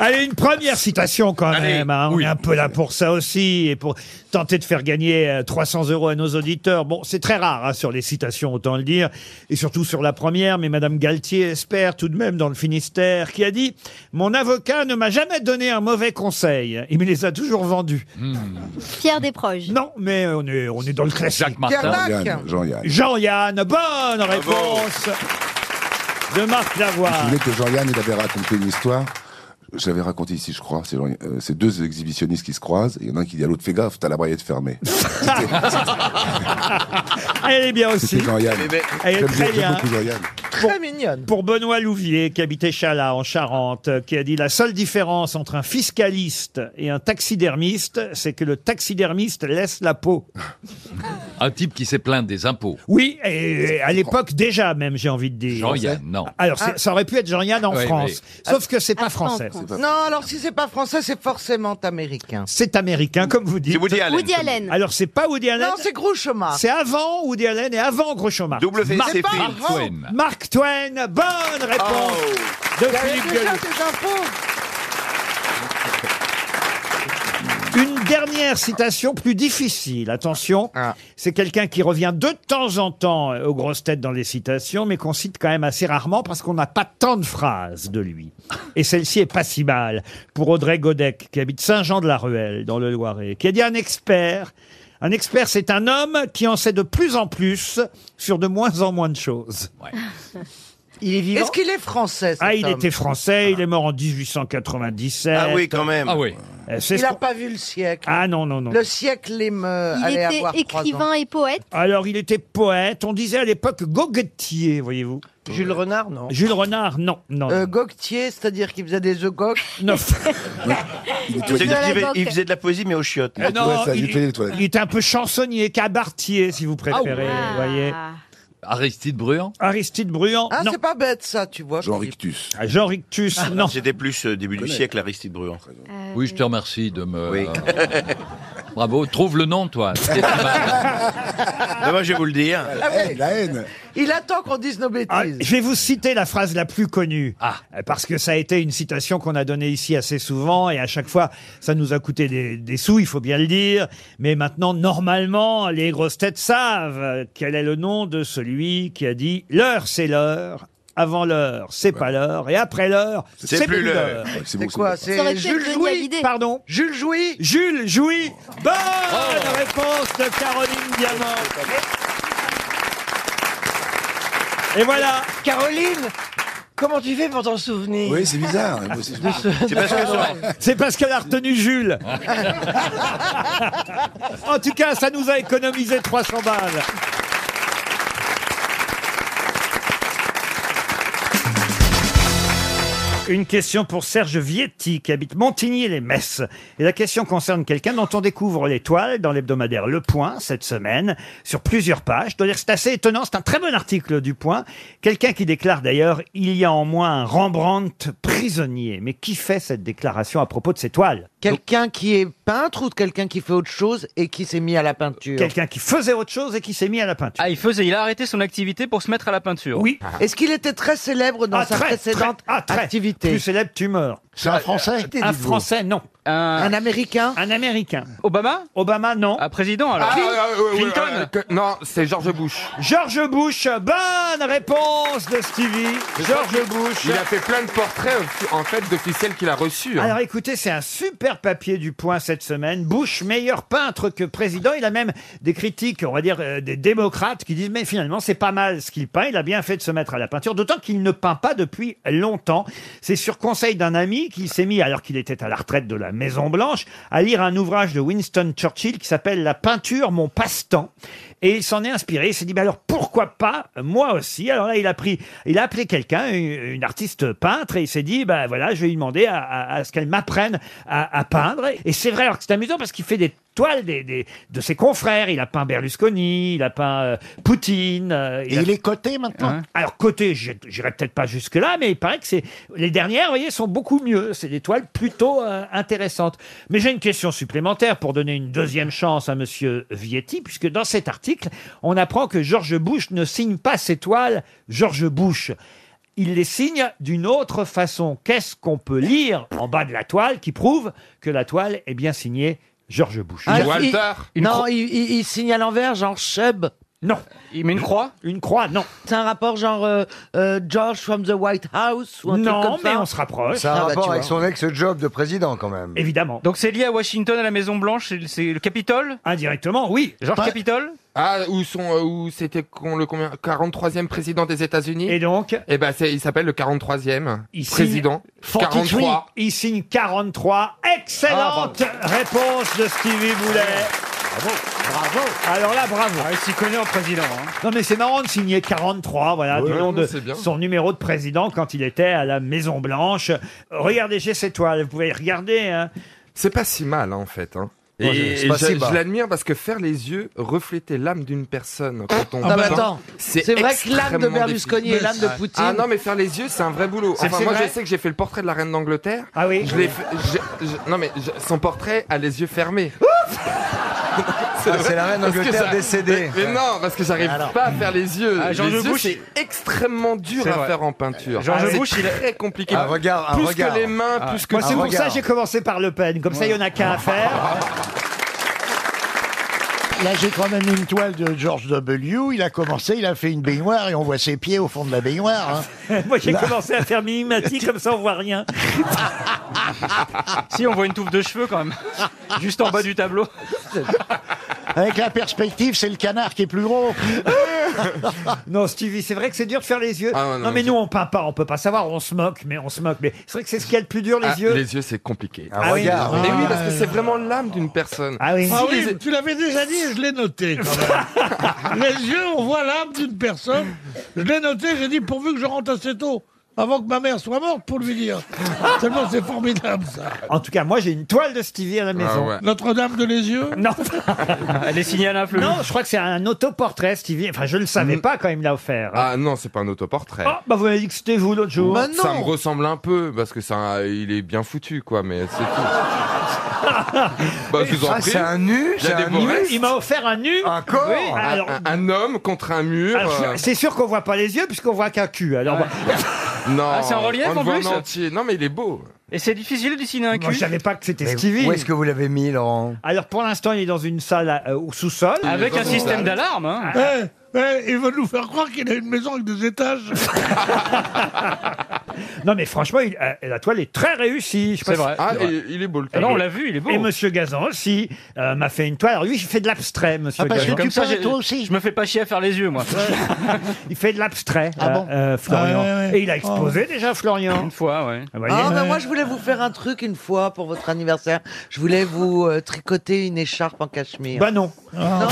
Allez, une première citation quand même. hein. On est un peu là pour ça aussi et pour tenter de faire gagner euh, 300 euros à nos auditeurs. Bon, c'est très rare hein, sur les citations, autant le dire, et surtout sur la première. Mais Madame Galtier espère tout de même dans le Finistère qui a dit Mon avocat ne m'a jamais donné un mauvais conseil. Il me les a toujours vendus. *laughs*
Pierre Desproges.
Non, mais on est, on est dans le classique.
Martin. Pierre Dac.
Jean-Yann, Jean-Yann.
Jean-Yann, bonne réponse de
*laughs*
Marc Lavoie.
Vous voulez que Jean-Yann, il avait raconté une histoire. Je l'avais raconté ici, je crois. C'est Jean- euh, c'est deux exhibitionnistes qui se croisent. et Il y en a un qui dit à l'autre, fais gaffe, t'as la braillette fermée.
Elle est bien aussi.
C'était Jean-Yann.
Eh Elle est
J'aime
très
beaucoup,
bien.
beaucoup Jean-Yann.
Très mignonne. Pour Benoît Louvier, qui habitait Chalat, en Charente, euh, qui a dit La seule différence entre un fiscaliste et un taxidermiste, c'est que le taxidermiste laisse la peau.
Un type qui s'est plaint des impôts.
Oui, et à l'époque déjà, même, j'ai envie de dire.
Jean-Yann, non.
Alors,
Ah.
c'est- ça aurait pu être Jean-Yann en
Oui,
France. Sauf que c'est pas français.
Non, alors si c'est pas français, c'est forcément américain.
C'est américain, comme vous dites.
Woody Allen. Woody Allen.
Alors, c'est pas Woody Allen.
Non, c'est Groucho Marx.
C'est avant Woody Allen et avant Groucho Marx.
WC
Mark-
Fields.
Mark
Mark
Twain.
Twain.
Mark Twain. Bonne réponse de
Il y avait
Philippe
déjà
Gueluc.
des infos.
Une dernière citation plus difficile, attention.
Ah.
C'est quelqu'un qui revient de temps en temps euh, aux grosses têtes dans les citations, mais qu'on cite quand même assez rarement parce qu'on n'a pas tant de phrases de lui. Et celle-ci est pas si mal pour Audrey Godec, qui habite Saint-Jean-de-la-Ruelle, dans le Loiret, qui a dit un expert. Un expert, c'est un homme qui en sait de plus en plus sur de moins en moins de choses.
Il est vivant. Est-ce qu'il est français cet
Ah, il
homme
était français, il est mort en 1897.
Ah oui, quand même.
Ah oui.
Euh, c'est
Il
ce
n'a
qu'on-
pas vu le siècle.
Ah non, non, non.
Le siècle est me.
Il
allait
était
avoir trois
écrivain
ans.
et poète.
Alors, il était poète. On disait à l'époque goguettier, voyez-vous.
Jules Renard, non.
Jules Renard, non. non.
Euh, Goctier, c'est-à-dire qu'il faisait des œufs gocs.
*laughs* Non.
Il
faisait- il faisait- il
faisait de la poésie, mais aux chiottes.
Euh, non, il, il était un peu chansonnier, cabaretier, si vous préférez.
Ah ouais.
voyez.
Aristide Bruand
Aristide Bruand.
Ah,
non.
c'est pas bête ça, tu vois.
Jean
Rictus.
Ah, Jean Rictus,
Ah,
non.
C'était plus euh, début du
Connais.
siècle, Aristide Bruand.
*laughs*
Oui, je te remercie de me. Bravo, trouve le nom, toi.
*laughs* Moi, je vais vous le dire.
Ah,
La haine,
la haine.
Il attend qu'on dise nos
Ah,
bêtises.
je vais vous citer la phrase la plus connue,
Ah.
Euh, parce que ça a été une citation qu'on a donnée ici assez souvent, et à chaque fois, ça nous a coûté des, des sous, il faut bien le dire. Mais maintenant, normalement, les grosses têtes savent euh, quel est le nom de celui qui a dit « l'heure, c'est l'heure ». Avant l'heure, c'est pas l'heure, et après l'heure,
C'est
c'est
plus
plus
l'heure.
l'heure.
Ouais, c'est bon, C'est quoi, c'est bon. c'est Ça aurait pu Jules être Johnny Jouy Hallyday.
Pardon
Jules Jouy
Jules Jouy Bonne réponse de Caroline Diamant. Et voilà.
Caroline, comment tu fais pour t'en souvenir
Oui, c'est bizarre. Moi
*laughs*
aussi, je-
C'est parce que sur-
C'est parce qu'elle a retenu Jules. en tout cas, ça nous a économisé 300 balles. Une question pour Serge Vietti, qui habite Montigny-les-Messes. Et la question concerne quelqu'un dont on découvre l'étoile dans l'hebdomadaire Le Point cette semaine, sur plusieurs pages. Je dois dire que c'est assez étonnant, c'est un très bon article du Point. Quelqu'un qui déclare d'ailleurs « Il y a en moi un Rembrandt prisonnier ». Mais qui fait cette déclaration à propos de cette toile
Quelqu'un qui est peintre ou quelqu'un qui fait autre chose et qui s'est mis à la peinture
Quelqu'un qui faisait autre chose et qui s'est mis à la peinture.
Ah, il faisait, il a arrêté son activité pour se mettre à la peinture. Ah.
Oui.
Est-ce qu'il était très célèbre dans
Ah,
sa
très,
précédente
très, ah, très.
activité Euh,
Plus célèbre, tu meurs.
C'est un Français
Un Français, non. Un,
Américain
Un Américain.
Obama
Obama, non.
Un président, alors. Clinton
Non, c'est George Bush. George Bush, bonne réponse de Stevie. George Bush.
Il a fait plein de portraits, en fait, d'officiels qu'il a reçus. hein.
Alors écoutez, c'est un super papier du point cette semaine. Bush, meilleur peintre que président. Il a même des critiques, on va dire, euh, des démocrates qui disent, mais finalement, c'est pas mal ce qu'il peint. Il a bien fait de se mettre à la peinture, d'autant qu'il ne peint pas depuis longtemps. C'est sur conseil d'un ami qu'il s'est mis, alors qu'il était à la retraite de la Maison Blanche, à lire un ouvrage de Winston Churchill qui s'appelle La peinture, mon passe-temps. Et il s'en est inspiré. Il s'est dit, bah alors pourquoi pas moi aussi Alors là, il a pris, il a appelé quelqu'un, une, une artiste peintre, et il s'est dit, bah voilà, je vais lui demander à, à- à ce qu'elle m'apprenne à, à peindre. Et c'est vrai, alors que c'est amusant parce qu'il fait des toiles des, des- de ses confrères. Il a peint Berlusconi, il a peint euh, Poutine. et il est coté maintenant Alors coté, je- j'irai peut-être pas jusque-là, mais il paraît que c'est les dernières, vous voyez, sont beaucoup mieux. C'est des toiles plutôt euh, intéressantes. Mais j'ai une question supplémentaire pour donner une deuxième chance à Monsieur Vietti, puisque dans cet article, on apprend que George Bush ne signe pas ses toiles George Bush. Il les signe d'une autre façon. Qu'est-ce qu'on peut lire en bas de la toile qui prouve que la toile est bien signée George Bush
Ah, il- Non, il, il- il signe à l'envers, genre Chubb.
Non.
Il met une croix
Une croix, non.
C'est un rapport genre euh, euh, George from the White House ou un
Non,
truc comme ça
mais on se rapproche.
Ah,
Ça
bah,
a un rapport avec son ex-job de président, quand même.
Évidemment.
Donc c'est lié à Washington, à la Maison Blanche, c'est- c'est le Capitole
Indirectement, oui.
George Capitole
Ah, où sont, euh, où c'était con- le combien 43e président des États-Unis.
Et donc
Eh ben, c'est- il s'appelle le 43e
Ici,
président.
43.
43.
Il signe 43.
Ah,
Excellente réponse de Stevie Boulet. Bravo, bravo. Alors là, bravo.
Ah, il s'y connaît en président. hein.
Non mais c'est marrant de signer 43, voilà,
Ouais,
du nom
non,
de
c'est bien.
son numéro de président quand il était à la Maison Blanche. Regardez chez cette toile, vous pouvez y regarder. hein.
C'est pas si mal, hein, en fait. hein.
Ouais,
Et
c'est pas
je,
si
je
bas.
l'admire parce que faire les yeux, refléter l'âme d'une personne quand on
Ah, mais
peint,
attends, c'est vrai que l'âme de
extrêmement
Berlusconi
difficile.
et l'âme de
Ouais.
Poutine-
Ah non, mais faire les yeux, c'est un vrai boulot.
C'est-
Enfin,
c'est
moi,
vrai
je sais que j'ai fait le portrait de la reine d'Angleterre.
Ah oui.
Je l'ai fait- je- je- non mais je- son portrait a les yeux fermés. *laughs*
Ah, c'est la reine
Parce que
d'Angleterre
ça-
décédée.
Mais, mais non, parce que j'arrive pas à faire les yeux.
Ah,
les
George
yeux,
Bush-
c'est extrêmement dur
C'est
à
vrai.
faire en peinture.
George
Ah, c'est
Bush, il a-
très compliqué.
Un regard, un
plus
regard.
que les mains,
Ah.
plus que
Moi c'est
tout.
pour ça que j'ai commencé par Le Pen, comme ça il y en a *laughs* qu'un à faire.
Là, j'ai quand même une toile de George W. Il a commencé, il a fait une baignoire et on voit ses pieds au fond de la baignoire. hein.
*laughs* Moi j'ai
Là.
commencé à faire mimimati, comme ça on voit rien.
si, on voit une touffe de cheveux quand même, juste en bas du tableau.
*laughs* Avec la perspective, c'est le canard qui est plus gros.
non, Stevie, c'est vrai que c'est dur de faire les yeux.
Ah ouais,
non,
non,
mais
mais
nous, on peint pas, on peut pas savoir, on se moque, mais on se moque. Mais c'est vrai que c'est ce qu'il y a de plus dur, les
Ah,
yeux.
Les yeux, c'est compliqué.
Ah oui,
Regarde.
non.
Mais oui,
Ah,
parce que
ouais.
c'est vraiment l'âme d'une personne.
Ah oui.
Si
Ah
les-
oui, tu l'avais déjà dit et je l'ai noté quand même. les yeux, on voit l'âme d'une personne. Je l'ai noté, j'ai dit pourvu que je rentre assez tôt, avant que ma mère soit morte pour lui dire. Tellement c'est formidable ça.
En tout cas, moi, j'ai une toile de Stevie à la maison.
ouais.
Notre-Dame de les yeux
Non.
*laughs* Elle est signée à l'influence.
Non, je crois que c'est un autoportrait, Stevie. Enfin, je ne le savais pas quand il me l'a offert.
Ah non, c'est pas un autoportrait.
Ah, bah vous m'avez dit que Bah c'était vous l'autre jour. *laughs*
Ça me ressemble un peu parce que ça, il est bien foutu, quoi. Mais c'est tout. Bah, je vous en
Ah,
prie.
c'est un nu,
Il y a
c'est
des
un
beaux
nu.
restes.
Il m'a offert un nu. Un Ah, corps.
Oui, un- Ah,
Alors-
un, un homme contre un mur.
Alors,
euh,
C'est sûr qu'on voit pas les yeux puisqu'on voit qu'un cul. Alors, bah-
Non.
Ah, c'est en relief,
on le
en
voit
plus
entier. Non, mais il est beau.
Et c'est difficile de dessiner un cul.
Moi, je savais pas que c'était
Mais
Stevie.
où est-ce
que vous l'avez mis, Laurent Alors, pour l'instant, il est dans une salle euh, au sous-sol. Ah.
Avec un système d'alarme. hein.
Eh, eh, il veut nous faire croire qu'il a une maison avec des étages.
Non, mais franchement, il- euh, la toile est très réussie. Je sais pas
C'est
si-
vrai. Ah, et- il est beau, le
Et-
tableau. Non, on l'a vu, il est beau.
Et Monsieur Gazan aussi euh, m'a fait une toile. Alors lui, il fait de l'abstrait, Monsieur
parce
Gazan.
que comme ça, j'ai- je me fais pas chier à faire les
*laughs*
yeux, moi.
Il fait de l'abstrait,
Ah
euh,
bon
euh, Florian.
Ouais, ouais, ouais.
Et il a exposé
Oh.
déjà, Florian.
Une fois, ouais.
Ah, bah,
Ah,
il-
bah, moi, je voulais vous faire un truc une fois pour votre anniversaire. Je voulais vous euh, tricoter une écharpe en cachemire.
Bah non.
Ah,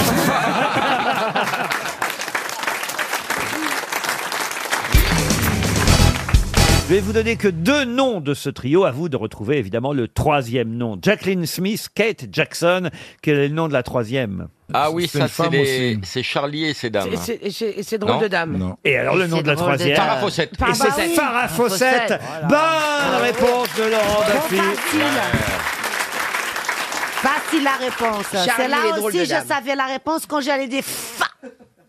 Je vais vous donner que deux noms de ce trio. À vous de retrouver évidemment le troisième nom. Jacqueline Smith, Kate Jackson. Quel est le nom de la troisième
Ah oui,
C'est
ça
une
c'est
femme
les... c'est Charlie et ses dames.
Et c'est- et c'est et c'est drôle
Non,
de dame.
non.
Et alors le nom de la troisième
Farah Fawcett.
Et c'est
Farah-
Farah Fawcett.
Fawcett,
Bonne réponse de Laurent Baffy.
Facile la réponse.
Charlie,
C'est là
les drôles
aussi,
de
je
dames.
savais la réponse quand j'allais dire fa.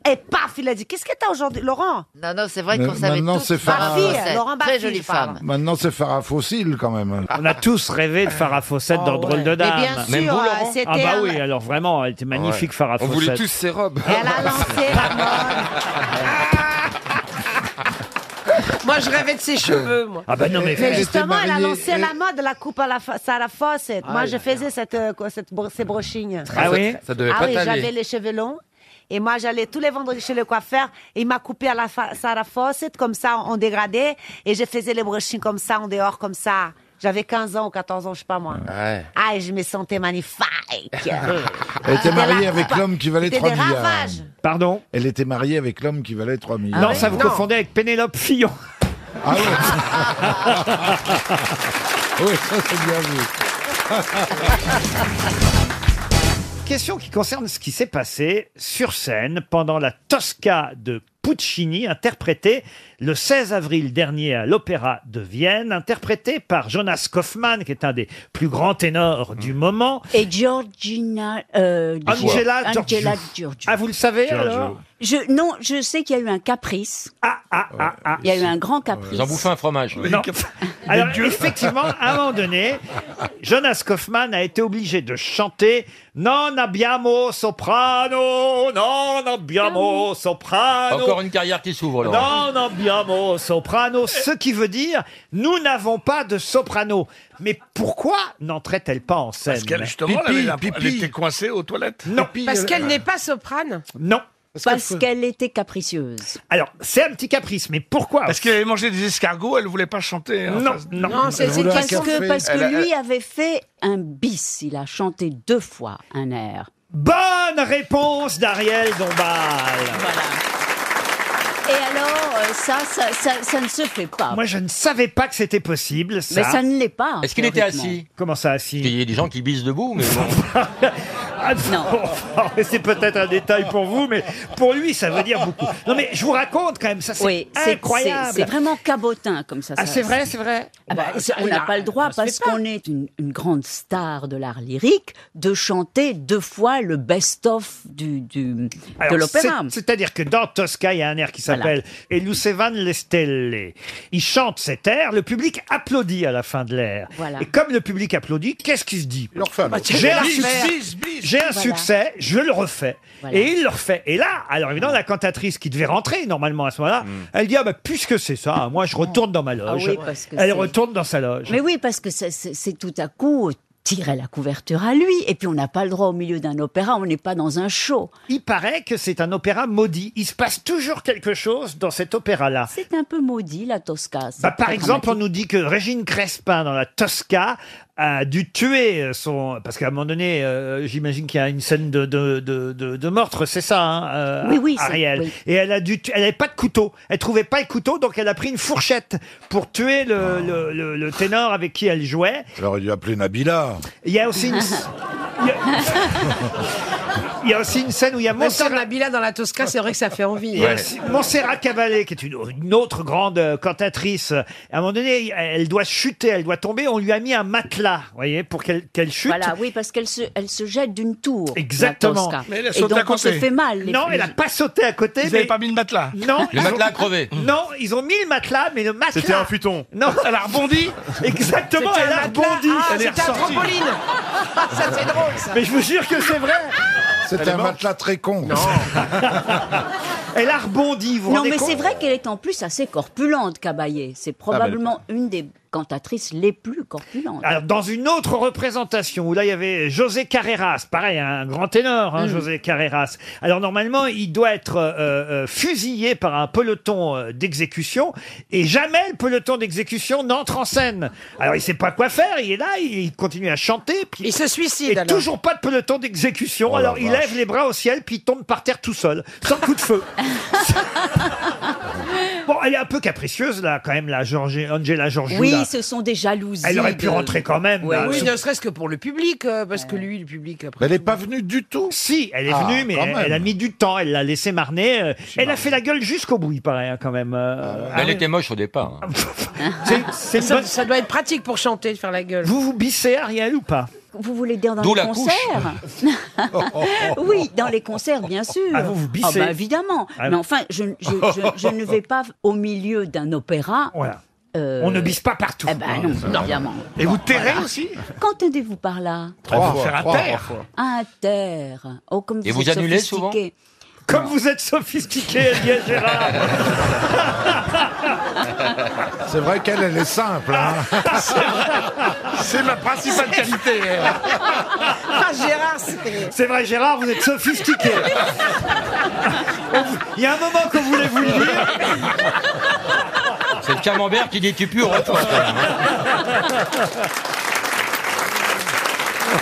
Et paf, il a dit Qu'est-ce que t'as aujourd'hui, Laurent
Non, non, c'est vrai
Mais
qu'on savait
maintenant,
tous.
c'est
Ma
Farah
fille,
Fawcett.
Laurent
Très
Baffy,
jolie
je parle.
femme.
Maintenant, c'est Farah Fossile quand même.
On a tous rêvé de Farah Fawcett
Ah
dans Drôle de Dame.
Mais bien sûr, Même vous, Laurent euh, c'était
Ah bah
un-
oui, alors vraiment, elle était magnifique,
Ouais.
Farah
On
Fawcett.
voulait tous
*laughs*
ses robes.
Elle a lancé la mode.
Moi, je rêvais de ses cheveux, moi.
Ah bah non, mais-
Mais
Elle
justement,
était
elle a
mariée,
lancé
elle-
la mode, la coupe à la fa- Sarah Fawcett.
Ah
Moi,
oui,
je faisais cette, euh, quoi, cette bro- ces brochignes.
Ah Ah, oui ça- ça devait
Ah
pas
oui,
t'aller.
j'avais les cheveux longs. Et moi, j'allais tous les vendredis chez le coiffeur. Et il m'a coupé à la fa- Sarah Fawcett, comme ça, en dégradé. Et je faisais les brochignes comme ça, en dehors, comme ça. J'avais 15 ans ou 14 ans, je sais pas moi.
Ouais.
Ah, et je me sentais magnifique.
Ah,
Elle était
C'était
mariée
la
avec
coupe à-
l'homme qui valait
C'était
3
des
milliards.
ravages.
Pardon
Elle était mariée avec l'homme qui valait 3 milliards.
non, ça vous confondez avec Pénélope Fillon.
Ah
*laughs*
oui Oui, ça c'est bien vu.
Question qui concerne ce qui s'est passé sur scène pendant la Tosca de Puccini, interprétée le 16 avril dernier à l'Opéra de Vienne, interprétée par Jonas Kaufmann, qui est un des plus grands ténors du
Mm.
moment.
Et Georgina. euh,
Angela
Angela
Giorgio.
Giorgio.
Ah, vous le savez
Giorgio.
alors
Je, non, je sais qu'il y a eu un caprice.
Ah, ah, ah, ah.
Il y a eu un grand caprice.
Ils ont bouffé un fromage.
Non. Alors, effectivement, à un moment donné, Jonas Kaufmann a été obligé de chanter Non abbiamo soprano, non abbiamo soprano.
Encore une carrière qui s'ouvre là.
Non, non, abbiamo soprano, ce qui veut dire nous n'avons pas de soprano. Mais pourquoi n'entrait-elle pas en scène
Parce qu'elle, justement, elle, avait la- elle était coincée aux toilettes.
Non.
Parce qu'elle
euh,
n'est pas soprane.
Non.
Parce qu'elle était capricieuse.
Alors, c'est un petit caprice, mais pourquoi
Parce qu'elle avait mangé des escargots, elle voulait pas chanter. hein.
Non,
non.
parce que, parce que lui avait fait un bis. Il a chanté deux fois un air.
Bonne réponse d'Ariel Dombal.
Et alors, euh, ça, ça, ça, ça ne se fait pas.
Moi, je ne savais pas que c'était possible. Ça.
Mais ça ne l'est pas.
Est-ce qu'il était
théoriquement.
assis
Comment ça assis
Il y a des gens qui bisent debout, mais bon.
Ah, *laughs* non. c'est peut-être un détail pour vous, mais pour lui, ça veut dire beaucoup. Non, mais je vous raconte quand même, ça c'est
Oui, c'est
incroyable.
c'est- C'est vraiment cabotin comme ça.
Ah,
ça-
c'est vrai, c'est vrai.
Ah bah,
Bah,
c'est- on
on
n'a
a-
pas le droit,
on se fait
parce
pas.
qu'on est une, une grande star de l'art lyrique, de chanter deux fois le best-of du, du- de
Alors,
l'opéra.
c'est- C'est-à-dire que dans Tosca, il y a un air qui s'appelle Elusevan le Stelle. Il chante cet air, le public applaudit à la fin de l'air.
Voilà.
Et comme le public applaudit, qu'est-ce qu'il se dit
Bah, tiens,
J'ai un
bis,
succès,
bis, bis.
j'ai un
Voilà.
succès, je le refais.
Voilà.
Et il le refait. Et là, alors évidemment, la cantatrice qui devait rentrer normalement à ce moment-là, elle dit ah bah, puisque c'est ça, moi je retourne dans ma loge.
Ah oui, parce que
elle
c'est-
retourne dans sa loge.
Mais oui, parce que c'est- c'est c'est tout à coup tirer la couverture à lui, et puis on n'a pas le droit au milieu d'un opéra, on n'est pas dans un show.
Il paraît que c'est un opéra maudit. Il se passe toujours quelque chose dans cet opéra-là.
C'est un peu maudit la Tosca. c'est
Bah, par
très
exemple, on
dramatique.
nous dit que Régine Crespin, dans la Tosca, a dû tuer euh, son... Parce qu'à un moment donné, euh, j'imagine qu'il y a une scène de, de, de, de- de meurtre, c'est ça, hein, euh,
Oui, oui, c'est-
Ariel.
oui.
Et elle a dû... tu- Elle n'avait pas de couteau. Elle trouvait pas le couteau, donc elle a pris une fourchette pour tuer le, le- le- le ténor avec qui elle jouait.
*laughs*
J'aurais dû appeler Nabila.
Il y a aussi une... il y a- Il y a aussi une scène où il y a
Même si on
Montserrat.
a Bila dans la Tosca, c'est vrai que ça fait envie.
Il y a aussi Montserrat Caballé, qui est une, une autre grande euh, cantatrice, à un moment donné, elle doit chuter, elle doit tomber. On lui a mis un matelas, vous voyez, pour qu'elle qu'elle chute.
Voilà, oui, parce qu'elle se, elle se jette d'une tour.
*laughs*
la
Exactement.
Tosca. Et donc on se fait mal. les
non, elle n'a
filles.
pas sauté à côté.
Vous
mais...
avez pas
mis le matelas. Non. ils
Le
ont-
matelas a crevé.
Non, ils ont mis le matelas, mais le matelas.
C'était un futon.
Non, elle a
*laughs*
rebondi. Exactement,
C'était
elle
un
a
matelas.
rebondi.
Ah,
Elle est
c'était un
ressortie.
trampoline.
Ah,
ça, c'est drôle, ça.
Mais je vous jure que c'est vrai.
C'est
Elle est
un
morte.
matelas très con.
*laughs*
Elle a rebondi, vous vous
Non,
rendez
mais
compte Ah,
c'est vrai qu'elle est en plus assez corpulente, Caballé. C'est probablement une des cantatrices les plus corpulentes.
Alors, dans une autre représentation où là il y avait José Carreras, pareil, un grand ténor, hein,
Mm.
José Carreras. Alors normalement, il doit être euh, euh, fusillé par un peloton euh, d'exécution et jamais le peloton d'exécution n'entre en scène. Alors il sait pas quoi faire, il est là, il continue à chanter, puis il se suicide. Et toujours pas de peloton d'exécution.
Oh la
alors il
vache.
lève les bras au ciel puis il tombe par terre tout seul, sans coup de *laughs* feu. bon, elle est un peu capricieuse là, quand même, la Georgie, Angela Georgiou.
Oui,
là.
ce sont des jalousies.
Elle aurait pu
de-
rentrer quand même.
Ouais.
là,
Oui,
sous-
ne serait-ce que pour le public, euh, parce que lui, le public, après.
elle n'est pas venue du tout. Si, elle est
Ah,
venue, mais
quand
elle,
même.
elle a mis du temps. Elle l'a laissé marner. euh, Elle a fait la gueule jusqu'au bout, il paraît, hein, quand même. euh,
Mais elle était moche au départ. hein.
c'est- c'est une
Ça,
bonne-
ça doit être pratique pour chanter, de faire la gueule.
Vous vous bissez Ariel ou
*laughs*
pas
Vous voulez dire dans
D'où
les
la
concerts *laughs* Oui, dans les concerts, bien sûr.
Ah, vous vous bissez
bah, Évidemment.
Ah.
Mais enfin, je, je- je- je ne vais pas au milieu d'un opéra.
Voilà. On ne bisse pas partout. Ah,
Eh ben
Ah,
non, évidemment.
Et vous
terrez aussi Qu'entendez-vous par là
Trois
fois,
faire à
trois
terre.
À terre. Oh, comme vous
Et vous
êtes
annulez souvent
sophistiqué.
Comme vous êtes sophistiqué, Eliel Gérard.
C'est vrai qu'elle, elle est
*laughs*
simple. hein.
C'est ma principale qualité.
*laughs* Ah, Gérard, c'est.
C'est vrai, Gérard, vous êtes sophistiqué. On vous- Il y a un moment qu'on voulait vous le dire.
C'est le camembert qui dit tu pues au retour. quand même,
Ah,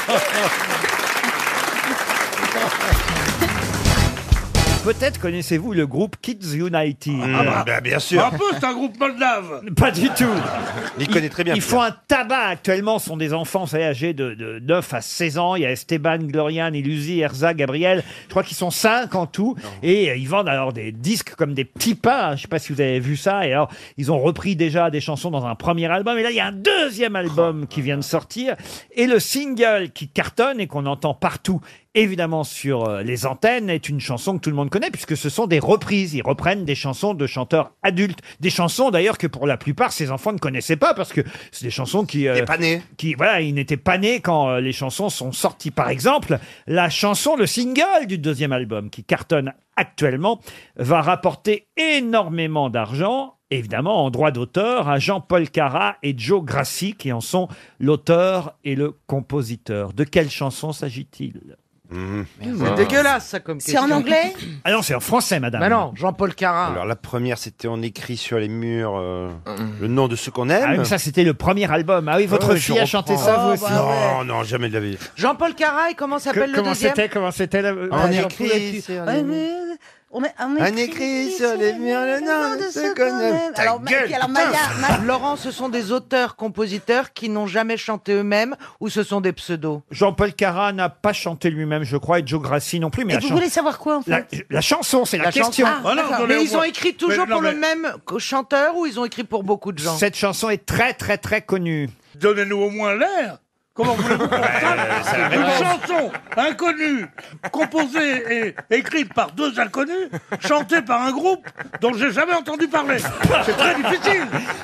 bah,
hein.
Peut-être connaissez-vous le groupe Kids United.
Ah bah,
bien
Un peu, c'est un groupe moldave.
Pas du tout.
Il connaît très bien,
Ils
Pierre.
font un tabac actuellement. Ce sont des enfants, vous savez, âgés de, de 9 à 16 ans. Il y a Esteban, Glorian, Ilusi, Erza, Gabriel. Je crois qu'ils sont 5 en tout. Et euh, ils vendent alors des disques comme des petits pains. Je sais pas si vous avez vu ça. Et alors, ils ont repris déjà des chansons dans un premier album. Et là, il y a un deuxième album qui vient de sortir. Et le single qui cartonne et qu'on entend partout. Évidemment, sur euh, les antennes, est une chanson que tout le monde connaît, puisque ce sont des reprises. Ils reprennent des chansons de chanteurs adultes. Des chansons, d'ailleurs, que pour la plupart, ces enfants ne connaissaient pas, parce que c'est des chansons qui. euh, Qui, voilà, ils n'étaient pas nés quand euh, les chansons sont sorties. Par exemple, la chanson, le single du deuxième album, qui cartonne actuellement, va rapporter énormément d'argent. Évidemment, en droit d'auteur, à Jean-Paul Cara et Joe Grassi, qui en sont l'auteur et le compositeur. De quelle chanson s'agit-il
Ah.
C'est dégueulasse, ça, comme question.
Ah non, c'est en français, madame.
Bah non, Jean-Paul Cara.
Alors la première, c'était on écrit sur les murs euh, le nom de ce qu'on aime.
Ah oui, mais ça, c'était le premier album. Ah oui, votre
Ah oui, je
fille a
reprends.
chanté
Oh,
ça, vous aussi.
Non, non, jamais de la vie.
Jean-Paul Cara, et comment bah s'appelle le
comment
deuxième
c'était Comment c'était la...
On
j'en
écrit
pouvais plus.
sur
Ouais,
les-
mais-
On, est- on
On écrit sur les murs le nom de ce qu'on aime. Ta
Alors,
gueule, putain.
Laurent, ce sont des auteurs-compositeurs qui n'ont jamais chanté eux-mêmes ou ce sont des pseudos
Jean-Paul Cara n'a pas chanté lui-même, je crois, et Joe Grassi non plus. Mais
Et
la
vous
chan-
voulez savoir quoi, en fait
la, la chanson, c'est la,
chanson.
question.
Ah, d'accord. mais ils ont écrit toujours pour le même co- chanteur ou ils ont écrit pour beaucoup de gens
Cette chanson est très, très, très connue.
Donnez-nous au moins l'air. Comment voulez-vous qu'on sache Une chanson inconnue, composée et écrite par deux inconnus, chantée par un groupe dont j'ai jamais entendu parler. C'est très difficile.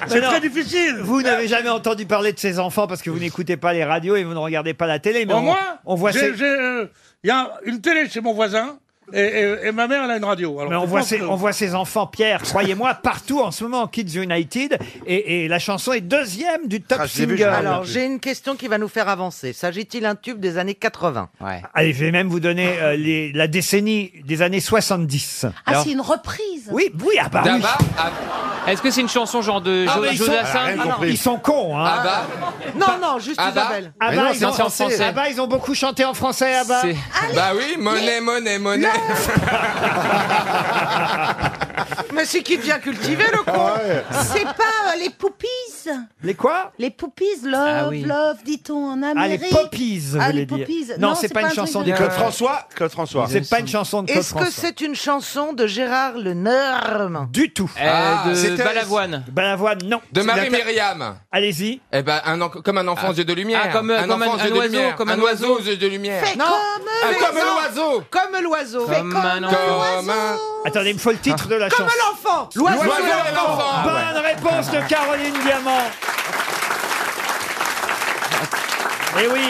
C'est
ah, non.
très difficile.
Vous n'avez jamais entendu parler de ces enfants parce que vous n'écoutez pas les radios et vous ne regardez pas la télé. Mais
Au
on,
moins,
on voit ces...
j'ai- j'ai, euh, Il y a une télé chez mon voisin et, et- et ma mère, elle a une radio. Alors,
Mais on
je
voit,
pense
ces,
que-
on voit ces enfants, Pierre, croyez-moi, partout en ce moment, Kids United, et, et la chanson est deuxième du
Ah,
top single.
Alors, j'ai une question qui va nous faire avancer. S'agit-il d'un tube des années 80
Allez, je vais même vous donner euh, les- la décennie des années 70.
Ah,
Alors-
une reprise.
Oui, oui, ah bah oui.
Est-ce que c'est une chanson genre de
Ah,
Jo-
mais ils, sont...
Jodassin
Ah, non, ils sont cons, hein.
Ah bah.
Non, non, juste
Ah bah.
Isabelle.
Ah
Mais
bah,
non,
ils
c'est
ont...
en français.
Ah bah, ils ont beaucoup chanté en français, ah bah.
Bah oui, monnaie, monnaie, monnaie. *laughs*
Mais c'est qui devient cultivé, le con
C'est pas euh, les Poopies
Ah Les quoi
Les Poppies, love,
Ah oui.
love, dit-on en
Ah, les
Amérique.
Poppies, vous
Ah,
voulez
les
dire.
Poppies.
Non, c'est pas une
un truc
chanson
de-
des Claude
François Claude François.
C'est pas une chanson de Claude
Est-ce que
François.
c'est une chanson de Gérard Lenormand
Du tout.
Eh,
Ah, de c'était- Balavoine.
Balavoine, non.
De
C'est
Marie
la-
Myriam.
Allez-y.
Eh ben, un en- comme un enfant
Ah.
aux yeux de lumière.
Ah, comme, euh, comme un-
enfant aux
un
yeux de
oiseau,
lumière.
comme un
oiseau aux
oiseau.
yeux de lumière.
Fais
Non. Ah, comme
l'oiseau.
l'oiseau.
Comme l'oiseau.
Fais Comme comme un l'oiseau.
Attendez, il me faut le titre de la
Comme
chanson.
l'enfant.
L'oiseau
L'oiseau
et
et l'enfant.
l'enfant.
Ah,
Bonne réponse de Caroline Diamant. Eh oui.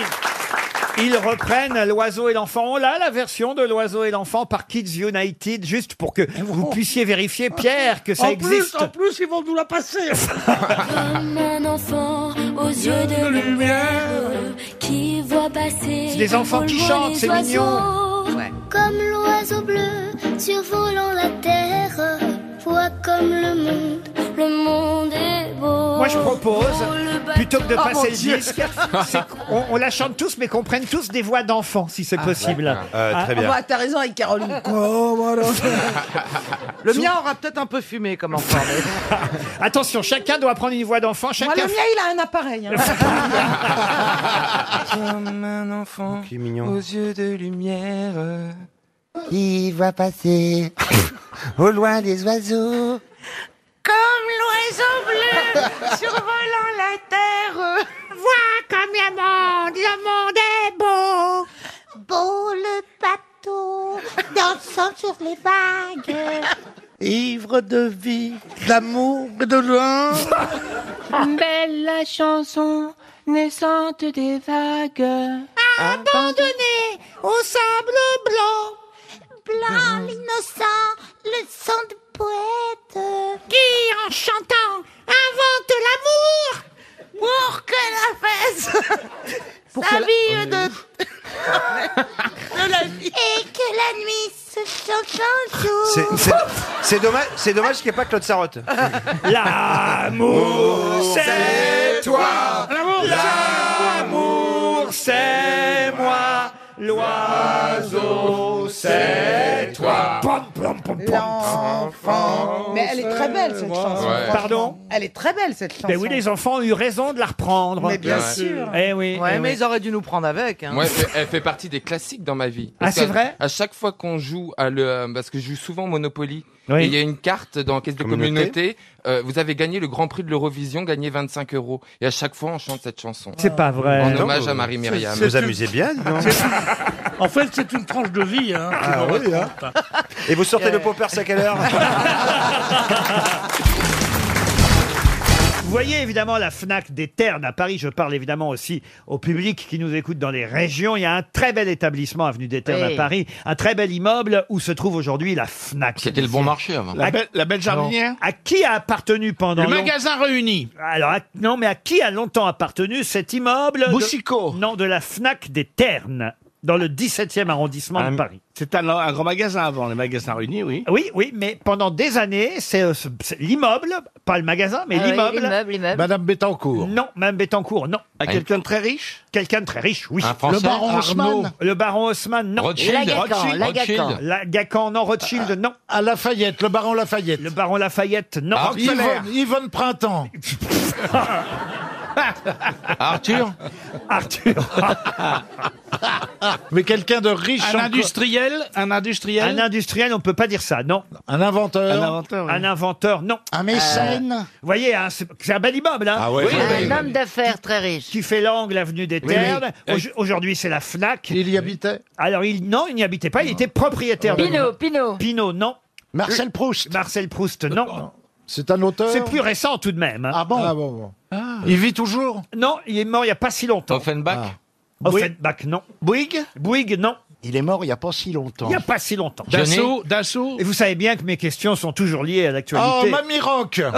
Ils reprennent l'oiseau et l'enfant. On l'a, la version de l'oiseau et l'enfant par Kids United, juste pour que vous puissiez vérifier, Pierre, que ça
Oh. en plus,
existe.
En plus, ils vont nous la
*laughs*
passer.
Comme un enfant aux yeux de lumière qui voit passer.
C'est des enfants qui
au loin
chantent,
les
c'est mignon.
oiseaux. Comme l'oiseau bleu survolant la terre, voit comme le monde, le monde est beau.
Moi, je propose, plutôt que de
Oh, mon
passer
Dieu.
le disque, *laughs* c'est qu'on- on la chante tous, mais qu'on prenne tous des voix d'enfants, si c'est possible.
Euh, très
Ah,
bien.
Bah, t'as raison avec Caroline. Comme l'enfant. Le mien aura peut-être un peu fumé comme enfant. mais-
*laughs* Attention, chacun doit prendre une voix d'enfant. Chacun.
Moi, le mien, il a un appareil. hein.
Comme un enfant
Qui est mignon.
aux yeux de lumière.
Qui voit
*laughs*
passer au loin des oiseaux.
Comme l'oiseau
*laughs*
bleu survolant la terre, vois comme le monde, le monde est beau. Beau le bateau, dansant sur les vagues.
Ivre de vie, d'amour et de loin.
*laughs* Belle la chanson, naissante des vagues. Abandonnée au sable blanc. Blanc l'innocent, le sang de poète. Qui, en chantant, invente l'amour pour que la *laughs* fesse sa vie de... *laughs* de la vie. Oh, Et que la nuit se change en jour.
C'est- c'est- C'est dommage, c'est dommage qu'il n'y ait pas Claude Sarotte.
L'amour, c'est toi.
L'amour,
L'amour, c'est moi. L'oiseau, c'est toi. Pom, pom, pom, pom.
Mais elle est très belle cette chanson.
Ouais.
franchement.
Pardon
Elle est très belle cette chanson.
Ben oui, les enfants ont eu raison de la reprendre.
Mais bien Ouais. sûr.
Eh oui.
Ouais,
eh
mais
oui.
ils auraient dû nous prendre avec. hein.
Moi, elle fait, elle fait partie des classiques dans ma vie.
Ah,
Parce
c'est
que
vrai
À chaque fois qu'on joue à le, euh, parce que je joue souvent au Monopoly.
Oui.
Et il y a une carte dans la caisse de
Communauté.
communauté. euh, vous avez gagné le Grand Prix de l'Eurovision, gagné 25 euros. Et à chaque fois, on chante cette chanson.
C'est pas vrai.
En hommage à Marie Myriam.
Vous amusez bien, dis donc.
En fait, c'est une tranche de vie. Hein,
Ah
qui nous
oui, hein.
raconte.
Et vous sortez le
Euh.
poppers à quelle heure
Vous voyez évidemment la FNAC des Ternes à Paris. Je parle évidemment aussi au public qui nous écoute dans les régions. Il y a un très bel établissement avenue des Ternes
Oui.
à Paris, un très bel immeuble où se trouve aujourd'hui la FNAC. C'était
le bon marché avant. La belle- la belle jardinière
À qui a appartenu pendant
Le
long-
magasin
réuni. Alors à- non, mais à qui a longtemps appartenu cet immeuble de- Non, de la FNAC des Ternes dans le 17e arrondissement de Paris.
C'est un, un grand magasin avant, les magasins réunis, oui.
Oui, oui, mais pendant des années, c'est euh, ce- c'est l'immeuble, pas le magasin, mais
Ah oui,
l'immeuble.
l'immeuble, l'immeuble. Madame
Bettencourt. Ah, Non, Madame Bettencourt, non.
À quelqu'un de très riche
Quelqu'un de très riche, oui.
Un Français Le baron Arnaud. Haussmann
Le baron Haussmann, non.
Rothschild. Lagacan, Rothschild. Lagacan. Rothschild.
Lagacan, non. Rothschild, non. Ah, À Lafayette, le baron Lafayette. Le baron Lafayette, non.
Ah, Rockefeller.
Yvonne- Yvonne Printemps.
*laughs* Arthur *laughs*
Arthur Mais quelqu'un de riche.
Un industriel Un industriel
Un industriel, on ne peut pas dire ça, non. Un inventeur.
Un inventeur, oui.
Un inventeur, non. Un
mécène. Ah
Vous voyez, hein, c'est c'est un bel immeuble. Hein.
ouais, Oui,
un
ouais,
immeuble
Homme d'affaires très riche.
qui fait l'angle avenue des
Oui,
Ternes.
oui.
Au- Aujourd'hui, c'est la Fnac. Il y habitait Alors, il, non, il n'y habitait pas. Il était propriétaire.
Pinault,
Pinot. Pinot, non. Marcel Proust. Marcel Proust, non.
C'est un auteur.
C'est plus récent tout de même. hein.
Ah bon, Ah. Il vit toujours Ah.
Non, il est mort il n'y a pas si longtemps.
Offenbach
Offenbach, non. Bouygues Bouygues, non.
Il est mort il n'y a pas si longtemps.
Il n'y a pas si longtemps.
Dassault,
Dassaut. Et vous savez bien que mes questions sont toujours liées à l'actualité. Ah,
Oh,
*laughs*
Mamie Rock *laughs*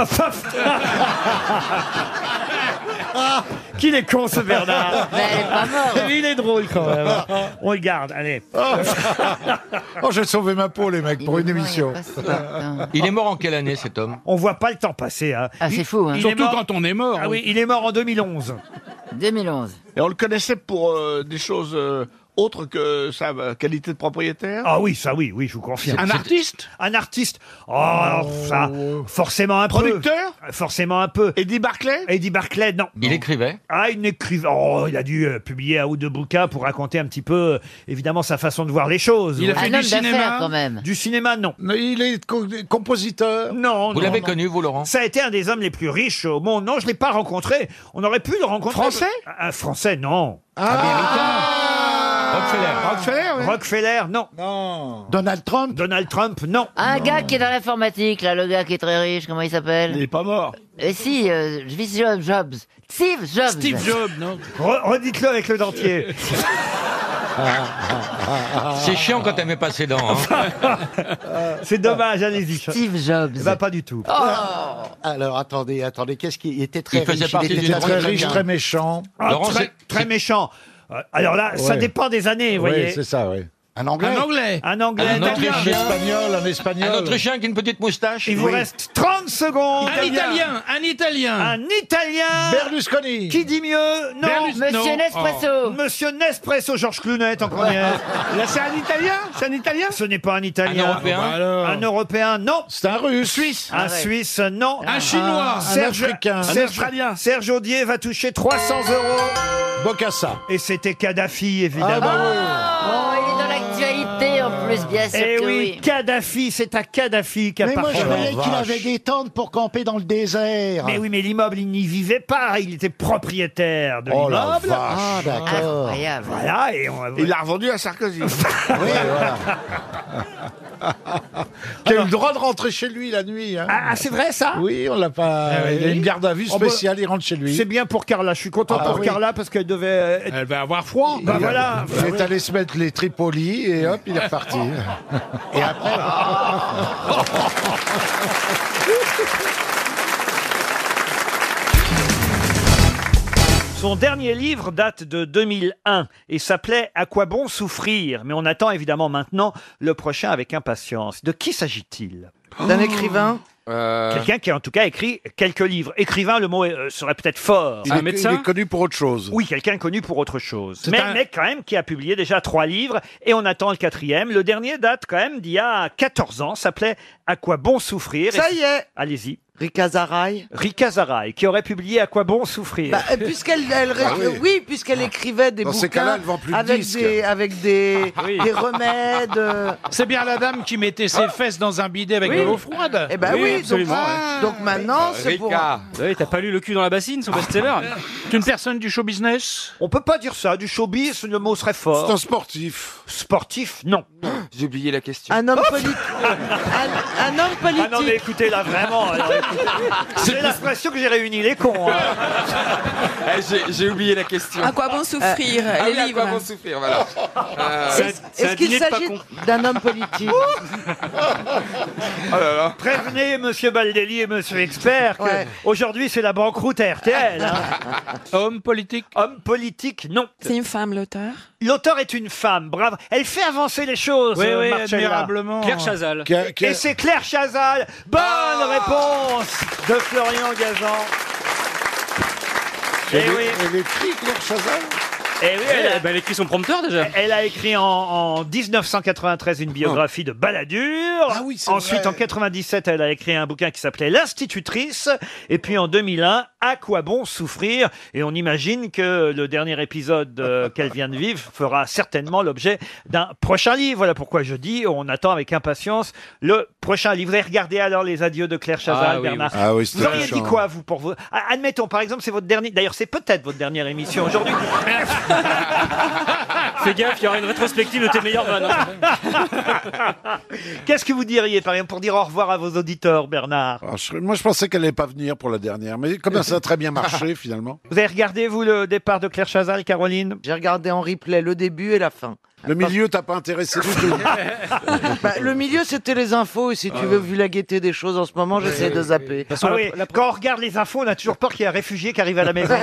Qu'il est con ce Bernard
Mais elle est pas morte.
Il est drôle quand
*laughs*
même. On le garde, allez.
Oh, j'ai sauvé ma peau, les mecs, pour une émission.
Il est mort en quelle année cet homme
On voit pas le temps passer. hein.
Ah, c'est
Il-
fou, hein.
il est
Surtout
mort-
quand on est mort,
Ah oui,
oui.
il est mort en 2011.
2011.
Et on le connaissait pour euh, des choses euh,
autre que sa euh, qualité de propriétaire
Ah oui, ça oui, oui, je vous confirme.
Un
C'est-
artiste
Un artiste Oh, ça, forcément un
Producteur
peu. Forcément un peu.
Eddie Barclay
Eddie Barclay, non.
Il écrivait
Ah, il n'écrivait. Oh, il a dû euh, publier un ou deux bouquins pour raconter un petit peu, euh, évidemment, sa façon de voir les choses.
Il a fait Un du homme d'affaires, cinéma quand
même. Du cinéma, non. il est compositeur. Non.
Vous
non,
l'avez
non.
connu, vous, Laurent
Ça a été un des hommes les plus riches au monde. Non, je l'ai pas rencontré. On aurait pu le rencontrer. Français Un Français, non. Rockefeller. Rockefeller, non. Non. Donald Trump. Donald Trump, non.
Un gars qui est dans l'informatique, là, le gars qui est très riche, comment il s'appelle Il est pas mort. Et si, euh, Steve Jobs, Jobs. Steve Jobs.
non. Redites-le avec le dentier.
*laughs*
C'est chiant quand elle met pas ses dents.
hein.
*laughs* C'est dommage, allez-y.
Steve Jobs. Oh,
Bah, pas du tout. Oh.
Alors attendez, attendez, qu'est-ce qu'il il était très
Il faisait
riche,
partie
il
d'une
était
grande
très riche,
famille.
très méchant.
Ah, très, très méchant. Euh, Alors là, ça
Ouais.
dépend des années, vous voyez.
ça, oui. Un
Anglais. Un Anglais.
Un Italien.
Un Espagnol,
un Espagnol.
Un Autrichien qui a une petite moustache.
Il vous reste 30 secondes.
Un Italien,
un Italien. Un Italien. Berlusconi. Qui dit mieux Non.
Berlus- Monsieur non. Oh. Nespresso.
Monsieur Nespresso, Georges Clunet, en premier. *laughs* Là, c'est un Italien C'est un Italien Ce n'est pas un Italien.
Un Européen Ah, bah
Un Européen, non. C'est un Russe. Suisse. Un
Ah ouais.
Suisse, non. Ah.
Un Chinois. Un
Serge,
Africain. Un
Serge-
Australien.
Serge Audier va toucher 300 euros. Bocassa. Et c'était Kadhafi, évidemment.
Ah, bah oui. Oh, il est dans l'actualité, en plus, bien sûr
Eh
que
oui,
oui.
Kadhafi, c'est à Kadhafi qu'a
Mais moi
parlé.
je voyais qu'il avait des tentes pour camper dans le désert.
Mais oui, mais l'immeuble, il n'y vivait pas. Il était propriétaire de
Oh la
l'immeuble.
vache. Ah, d'accord.
Incroyable.
Voilà, et on-
Il l'a revendu à
*laughs*
Sarkozy.
*laughs*
Qui a eu le droit de rentrer chez lui la nuit. hein.
Ah, c'est vrai, ça
Oui, on l'a pas.
Ah oui.
Il a une garde à vue
Oh, bah,
spéciale, il rentre chez lui.
C'est bien pour Carla. Je suis content
Ah,
pour
oui. Ah,
Carla parce qu'elle devait. Elle va avoir froid. Bah voilà.
Il est allé se mettre les tripolis et hop, il
*laughs*
est reparti. et après.
Son dernier livre date de 2001 et s'appelait À quoi bon souffrir Mais on attend évidemment maintenant le prochain avec impatience. De qui s'agit-il
D'un écrivain
Euh,
Hein.
Quelqu'un qui a en tout cas écrit quelques livres. Écrivain, le mot euh, serait peut-être fort.
Il est- il est
connu pour autre chose. Oui, quelqu'un connu pour autre chose.
C'est
Mais
un-
mec quand même qui a publié déjà trois livres et on attend le quatrième. Le dernier date quand même d'il y a 14 ans, s'appelait À quoi bon souffrir
Ça y est.
Allez-y.
Rika Zaraï.
Rika Zaraï, qui aurait publié À quoi bon souffrir
Bah, euh, puisqu'elle elle ré-
Ah oui.
euh, oui, puisqu'elle écrivait des
Dans ces cas-là,
bouquins
elle vend plus de
avec
disques.
des avec
Ah
des,
*laughs* oui.
des remèdes. euh,
Ah,
Ah.
C'est bien la dame qui mettait ses fesses dans un bidet avec
Oui.
de l'eau froide.
Eh ben oui, donc,
absolument, ouais.
donc
Ah,
maintenant
bah,
c'est pour Ah.
Oui, t'as pas lu le cul dans la bassine, son best-seller C'est une personne du show business
On peut pas dire ça, du showbiz, le mot serait fort.
C'est un sportif.
Sportif, non.
J'ai oublié la question.
un homme
*laughs*
politique. un, un homme politique.
Ah non, mais écoutez, là, vraiment.
*laughs*
alors, écoutez, J'ai l'impression que j'ai réuni les cons. hein.
J'ai oublié la question.
À quoi bon souffrir,
Ah
les
oui, à
livres.
quoi bon souffrir,
*laughs*
voilà. Euh,
Est-ce est-ce qu'il s'agit d'un homme politique
Prévenez Monsieur Baldelli et Monsieur Expert que aujourd'hui c'est la banqueroute à RTL. Homme politique Homme politique, non.
C'est une femme, l'auteur
L'auteur est une femme, brave. Elle fait avancer les choses,
Oui,
euh,
oui,
Marcella.
admirablement. Claire Chazal. Claire- Claire-
Et c'est Claire Chazal. Bonne
Ah.
réponse de Florian Gazan. Eh oui.
Elle écrit Claire Chazal
Eh oui, elle a-
ben, elle écrit son prompteur déjà.
Elle a écrit en, en 1993 une biographie de Balladur.
Ah
Ensuite, en 97, elle a écrit un bouquin qui s'appelait L'institutrice. Et puis en 2001, À quoi bon souffrir Et on imagine que le dernier épisode euh, qu'elle vient de vivre fera certainement l'objet d'un prochain livre. Voilà pourquoi je dis, on attend avec impatience le prochain livre. Vous avez regardé alors les adieux de Claire Chazal,
Ah oui,
Bernard.
oui. Ah oui,
vous
c'était
auriez dit
méchant.
quoi vous pour vous Ah, Admettons, par exemple, c'est votre dernier. D'ailleurs, c'est peut-être votre dernière émission aujourd'hui.
Fais gaffe, il y aura une rétrospective de tes meilleurs vannes.
Qu'est-ce que vous diriez, par exemple, pour dire au revoir à vos auditeurs, Bernard
Alors, je- moi, je pensais qu'elle n'allait pas venir pour la dernière, mais comme ça a très
*laughs*
bien marché, finalement.
*laughs* Vous avez regardé, vous, le départ de Claire Chazal, Caroline
J'ai regardé en replay le début et la fin.
Le milieu, t'as pas intéressé du tout.
*laughs*
Ah
Bah, le milieu, c'était les infos. Et si tu veux, vu la gaieté des choses en ce moment, j'essaie de zapper.
Ah oui, Quand on regarde les infos, on a toujours peur qu'il y ait un réfugié qui arrive à la maison.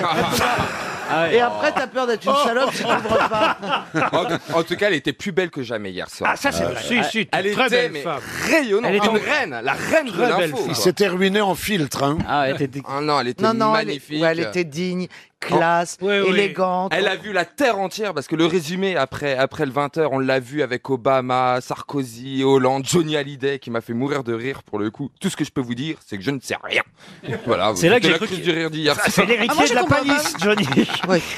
Et *laughs* après, t'as peur d'être une salope
*laughs*
si t'ouvres pas.
en, en tout cas, elle était plus belle que jamais hier soir.
Ah, ça,
Euh,
c'est vrai.
Si, si,
elle
très
était,
belle
mais
femme.
rayonnante.
Elle était en-
une reine, la reine de
Très belle
l'info.
fille. Il
quoi.
s'était ruiné en filtre. Hein.
Ah, non, elle était
Non, non, elle,
magnifique.
Oh, ouais, elle était digne. classe,
Oh.
élégante.
Elle a vu la terre entière parce que le résumé après après le 20h, on l'a vu avec Obama, Sarkozy, Hollande, Johnny Hallyday qui m'a fait mourir de rire pour le coup. Tout ce que je peux vous dire, c'est que je ne sais
*laughs*
rien. Voilà,
C'est là que
c'était
j'ai
la
cru
crise
qu'il-
du rire d'hier.
Ah, c'est l'héritier
Ah, moi, je
de la
comprends pas.
palisse, *laughs* Johnny.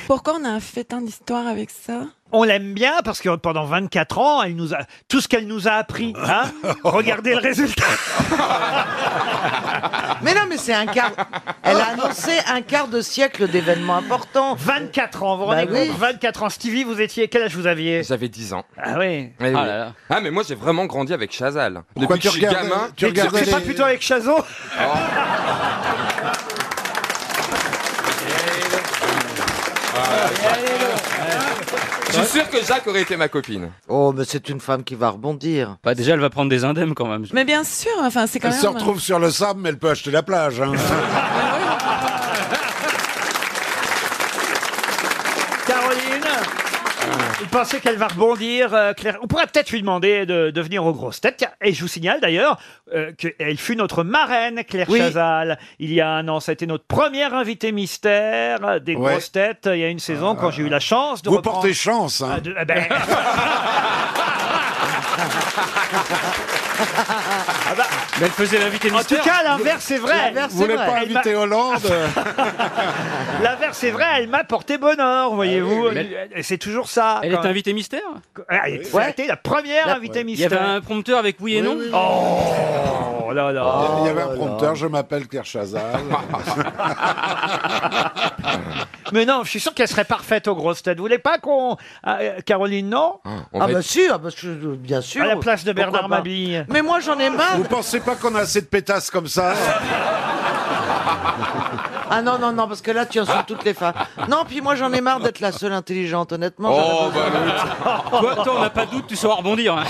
Pourquoi on a un fétin d'histoire avec ça
On l'aime bien parce que pendant 24 ans, elle nous a tout ce qu'elle nous a appris. hein.
*laughs*
Regardez le résultat. Ah.
*laughs*
Mais non, mais c'est un
*laughs*
quart. Elle a annoncé un quart de siècle d'événements importants.
24 ans, vous vous
bah
rendez compte 24 ans, Stevie, vous étiez quel âge vous aviez
J'avais 10 ans.
Ah oui.
Eh oui. Ah, mais moi j'ai vraiment grandi avec Chazal.
Pourquoi
Depuis que je
tu
suis
regardais-
gamin,
tu
depuis que je
regardais
suis
les- avec Chazon
Je suis sûr que Jacques aurait été ma copine.
Oh, mais c'est une femme qui va rebondir.
Bah déjà, elle va prendre des indemnes quand même.
Mais bien sûr, enfin, c'est quand
Elle
même.
*laughs*
se retrouve sur le sable, Ah, mais elle peut acheter la plage. hein.
Caroline Vous pensez qu'elle va rebondir, euh, Claire On pourrait peut-être lui demander de, de venir aux grosses têtes. Tiens, Et je vous signale d'ailleurs euh, qu'elle fut notre marraine, Claire Chazal, il y a un an. C'était notre première invitée mystère euh, des
Ouais.
grosses têtes euh, il y a une saison quand j'ai eu la chance de
Vous
reprendre-
portez chance. hein.
Ah, de- ah
*laughs*
ben-
Mais elle faisait l'invité
ah. En tout
mystère.
cas, l'inverse est vrai.
Vous voulez pas
Elle m'a-
inviter Hollande
*laughs*
*laughs*
L'inverse est vrai, elle m'a porté bonheur, voyez-vous.
Ah mais elle-
Et C'est toujours ça.
Elle
quand-
est invitée mystère
Elle est ça a été la première invitée
Il y
mystère.
avait un prompteur avec oui et non
Oh là
Ah
là.
Il y avait un prompteur, je m'appelle Claire Chazal.
Mais non, je suis sûr qu'elle serait parfaite aux grosses têtes. Vous voulez pas qu'on. Ah, euh, Caroline, non
Ah, bah si, ah bah si, bien sûr.
À la place de
Pourquoi
Bernard
pas.
Mabille.
Mais moi, j'en ai marre.
Vous pensez pas qu'on a assez de pétasses comme
*laughs*
ça
Ah non, non, non, parce que là, tu insultes toutes les femmes. Non, puis moi, j'en ai marre d'être la seule intelligente, honnêtement.
Oh,
j'en
Oh,
ai
bah,
besoin.
bah,
toi, toi, on n'a pas de doute, tu sauras rebondir. hein.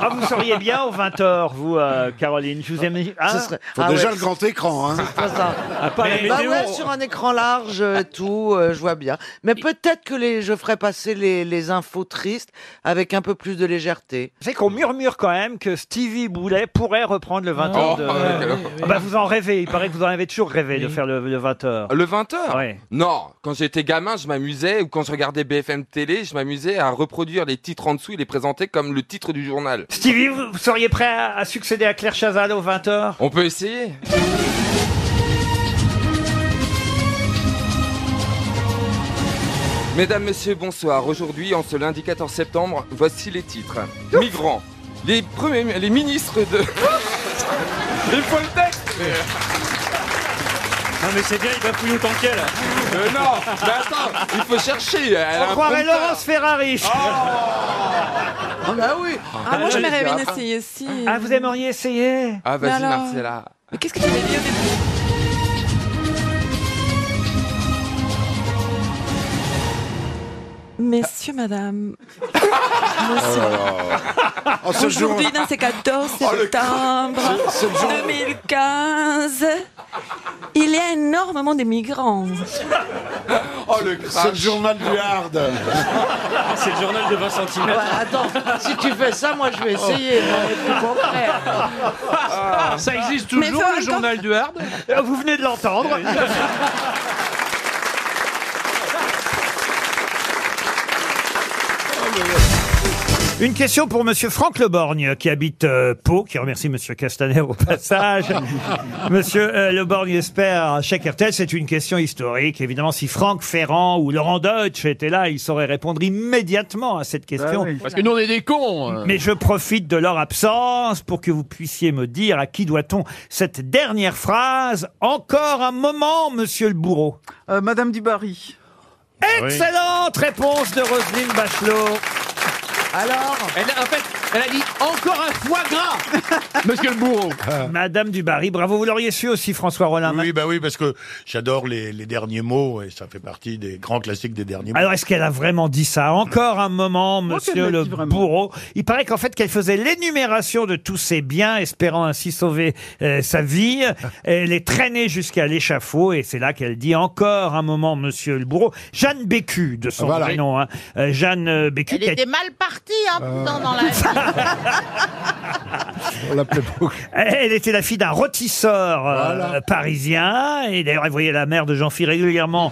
Ah, vous seriez bien aux 20h, vous, euh, Caroline. Je vous aime. hein
Ce serait- Faut Ah déjà ouais. le grand
écran. Hein.
C'est ça.
Ah, pas la
bah
météo.
ouais, sur un écran large, euh, tout, euh, je vois bien. Mais peut-être que les, je ferai passer les, les infos tristes avec un peu plus de légèreté.
Vous savez qu'on murmure quand même que Stevie Boulet pourrait reprendre le 20h
Oh,
de...
ouais, ouais, ouais.
Ah bah vous en rêvez, il paraît que vous en avez toujours rêvé de faire le, 20h.
Le 20h
Ouais.
Non, quand j'étais gamin, je m'amusais, ou quand je regardais BFM Télé, je m'amusais à reproduire les titres en dessous et les présenter comme le titre du journal.
Stevie, vous, vous seriez prêt à, à succéder à Claire Chazal au 20h
On peut essayer Mesdames, Messieurs, bonsoir. Aujourd'hui, en ce lundi 14 septembre, voici les titres. Migrants. Les premiers, les ministres
*laughs*
de... Il faut le texte
Non, mais c'est bien,
Ah,
il va plus autant qu'elle.
Euh, Non, mais attends, il faut chercher. elle a
On
un
croirait
prompteur.
Laurence Ferrari
Ah bah oui
Ah, moi, je me rêvais d'essayer si.
Ah, vous aimeriez essayer
Ah,
Mais
vas-y,
alors
Marcella.
Mais qu'est-ce que tu veux dire Messieurs, madame.
Ah,
En ce jour,
Aujourd'hui, dans ces 14
Oh,
septembre 2015, il y a énormément de migrants.
Oh, le
c'est le journal du Hard.
C'est le journal de 20 cm.
Ouais, attends, si tu fais ça, moi, je vais essayer. moi, mais tout le contraire.
Ça existe
Mais
toujours,
ça va
le
encore
journal du Hard
Vous venez de l'entendre. Une question pour Monsieur Franck Leborgne qui habite euh, Pau, qui remercie Monsieur Castaner au passage. Monsieur euh, Leborgne espère un chèque RTL, c'est une question historique. Évidemment, si Franck Ferrand ou Laurent Deutsch étaient là, ils sauraient répondre immédiatement à cette question.
Bah Parce que nous, on est des cons. euh.
Mais je profite de leur absence pour que vous puissiez me dire à qui doit-on cette dernière phrase. Encore un moment, monsieur le bourreau.
Euh, Madame Dubarry.
Ah
Excellente réponse de Roselyne Bachelot.
Alors
Elle a- en fait, elle a dit encore un foie gras
Monsieur le bourreau. Madame Dubarry, bravo, vous l'auriez su aussi, François Rollin.
Ah.
hein.
Oui, bah oui, parce que j'adore les, les derniers mots et ça fait partie des grands classiques des derniers mots.
Alors, est-ce qu'elle a vraiment dit ça Encore un moment,
qu'elle
monsieur
l'a
le
dit vraiment.
bourreau. Il paraît qu'en fait, qu'elle faisait l'énumération de tous ses biens, espérant ainsi sauver euh, sa vie. Elle est traînée jusqu'à l'échafaud et c'est là qu'elle dit encore un moment, monsieur le bourreau. Jeanne Bécu, de son
Voilà.
prénom. hein. Euh, Jeanne euh,
*laughs*
Bécu.
Elle
qui a-
était mal partie, hein, putain, dans la vie.
Elle était la fille d'un rôtisseur euh, parisien. Et d'ailleurs, elle voyait la mère de Jean-Phi régulièrement.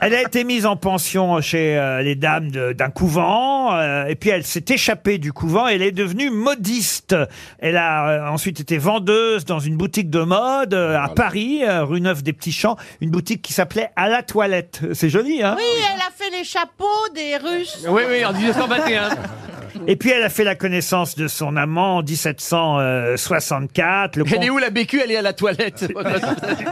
elle a été mise en pension chez euh, les dames de- d'un couvent. euh, et puis, elle s'est échappée du couvent. Elle est devenue modiste. Elle a euh, ensuite été vendeuse dans une boutique de mode euh, à Paris, euh, rue Neuve des Petits Champs. Une boutique qui s'appelait À la Toilette. C'est joli, hein
Euh.
Oui, elle a fait les chapeaux des Russes.
Ah
Oui, oui, en 1921. Et puis elle a fait la connaissance de son amant en 1764. Le
Elle est
comte-
où la bécu Elle est à la *laughs* toilette.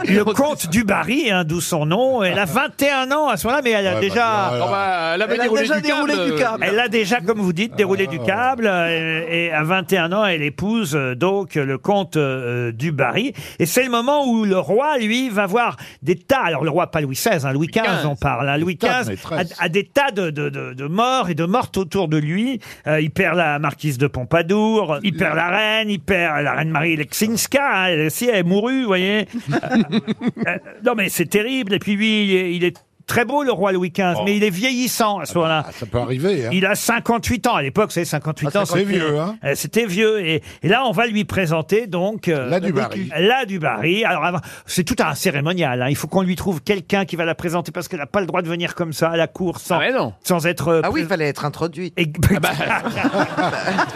le comte du Barry, hein, d'où son nom. Elle a 21 ans à ce moment-là, mais elle a
Ouais,
déjà.
bah, voilà. Oh, bah, elle avait Elle a déroulé déjà du déroulé câble. du câble.
Elle a déjà, comme vous dites,
Ah,
déroulé du câble. euh, Et, à 21 ans, elle épouse euh, donc le comte euh, du Barry. Et c'est le moment où le roi, lui, va voir des tas. Alors le roi, pas Louis XVI, hein, Louis XV, on parle. hein, Louis
tas de
XV
maîtresses.
a, a des tas de, de, de- de morts et de mortes autour de lui. Euh, il perd la marquise de Pompadour, il perd la reine, il perd la reine Marie Lexinska. hein, elle aussi, elle est mourue, vous voyez. Euh, non, mais c'est terrible. Et puis lui, il est, il est très beau, le roi Louis
Oh.
XV, mais il est vieillissant
Ah bah,
à ce moment-là. ça peut arriver. Il a 58 ans. À l'époque, c'est 58
hein. Ah,
ans.
c'est
c'était-
vieux, hein.
euh, C'était vieux. Et, et là, on va lui présenter donc... euh,
La Dubarry.
La Dubarry. Alors, avant- c'est tout un cérémonial. hein. Il faut qu'on lui trouve quelqu'un qui va la présenter parce qu'elle n'a pas le droit de venir comme ça à la cour sans, sans être... euh,
Ah oui, il
fallait être introduite.
Ah bah.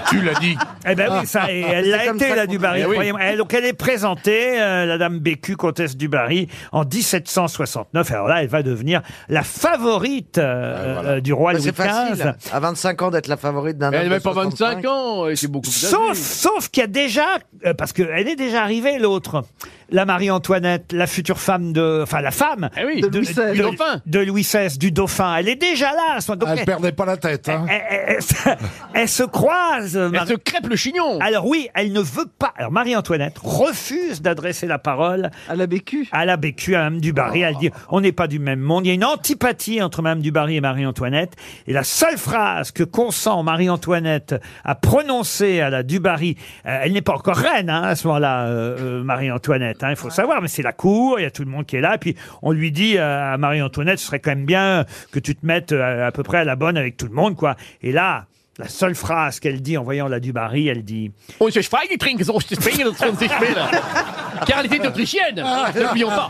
Tu l'as dit.
ben, *laughs* Eh ben oui,
Ah.
ça,
Ah,
et elle
C'est
l'a
comme
été,
ça
la
qu'on-
Dubarry.
Eh oui.
croyez-moi. Elle- donc elle est présentée, euh, la dame Bécu, comtesse du Barry, en 1769. Alors là, elle va devenir la favorite euh, euh, du roi
Bah,
Louis
C'est facile.
XV.
À 25 ans d'être la favorite d'un.
Elle
homme de
avait pas
65.
ans, et c'est beaucoup
Sauf, sauf qu'il y a déjà, euh, parce qu'elle est déjà arrivée, l'autre, la Marie-Antoinette, la future femme de, enfin la femme
Eh oui,
de,
de Louis XVI. Du dauphin.
de Louis XVI, du dauphin. Elle est déjà là. à ce moment- donc
Ah, Elle perdait pas la tête. Hein.
elle, elle- elle se croise. Elle se
crêpe le chignon.
Alors oui, elle ne veut pas. Alors Marie-Antoinette refuse d'adresser la parole à la Bécu. À la Bécu, à Mme Dubarry. Elle dit on n'est pas du même monde. Il y a une antipathie entre Mme Dubarry et Marie-Antoinette. Et la seule phrase que consent Marie-Antoinette à prononcer à la Dubarry, euh, elle n'est pas encore reine hein, à ce moment-là, euh, euh, Marie-Antoinette. hein, il faut savoir, mais c'est la cour, il y a tout le monde qui est là. Et puis on lui dit euh, à Marie-Antoinette, ce serait quand même bien que tu te mettes euh, à peu près à la bonne avec tout le monde, quoi. Et là. La seule phrase qu'elle dit en voyant la Dubarry, elle dit
Und ich Freigetränke, so ich trinke das 20 Meter. *laughs* Car elle était autrichienne,
Ah.
n'oublions pas.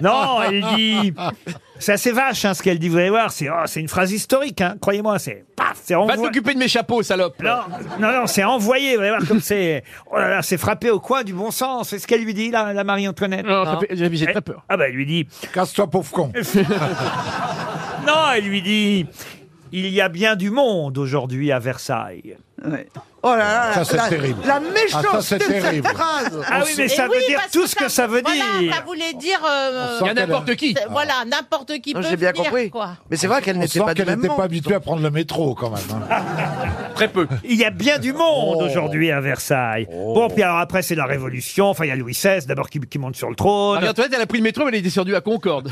Non, elle dit. C'est assez vache hein, ce qu'elle dit, vous allez voir. C'est oh, c'est une phrase historique, hein, croyez-moi. C'est paf, c'est
Va
envoyé.
t'occuper de mes chapeaux, salope.
Non, non, non, c'est envoyé, vous allez voir comme c'est. Oh là là, c'est frappé au coin du bon sens. C'est ce qu'elle lui dit, la, la Marie-Antoinette.
Non, ça fait- j'ai- j'ai
Elle-
très peur.
Ah, bah, elle lui dit. Casse-toi, pauvre con. *laughs* non, elle lui dit. Il y a bien du monde aujourd'hui à Versailles.
Oh là là,
Ça, c'est
la,
terrible.
La
Ah,
méchanceté
ça, c'est
de cette
terrible.
phrase.
Ah oui, mais ça veut dire tout ce que ça veut
dire.
*laughs* Voilà, ça voulait dire. euh,
On sent Il y a qu'elle- n'importe qui.
c'est- Voilà, n'importe qui
Non,
peut
j'ai bien
venir,
compris.
quoi.
Mais c'est vrai qu'elle
On
n'était
sent
pas du
qu'elle
même
n'était pas
monde.
habituée à prendre le métro quand même.
*laughs*
hein. Oh.
Très peu.
Il y a bien du monde aujourd'hui à Versailles. Bon, puis alors après, c'est la Révolution. Enfin, il y a Louis XVI d'abord qui, qui monte sur le
*laughs*
trône.
Marie-Antoinette, elle a pris le métro, Ah, mais elle est descendue à Concorde.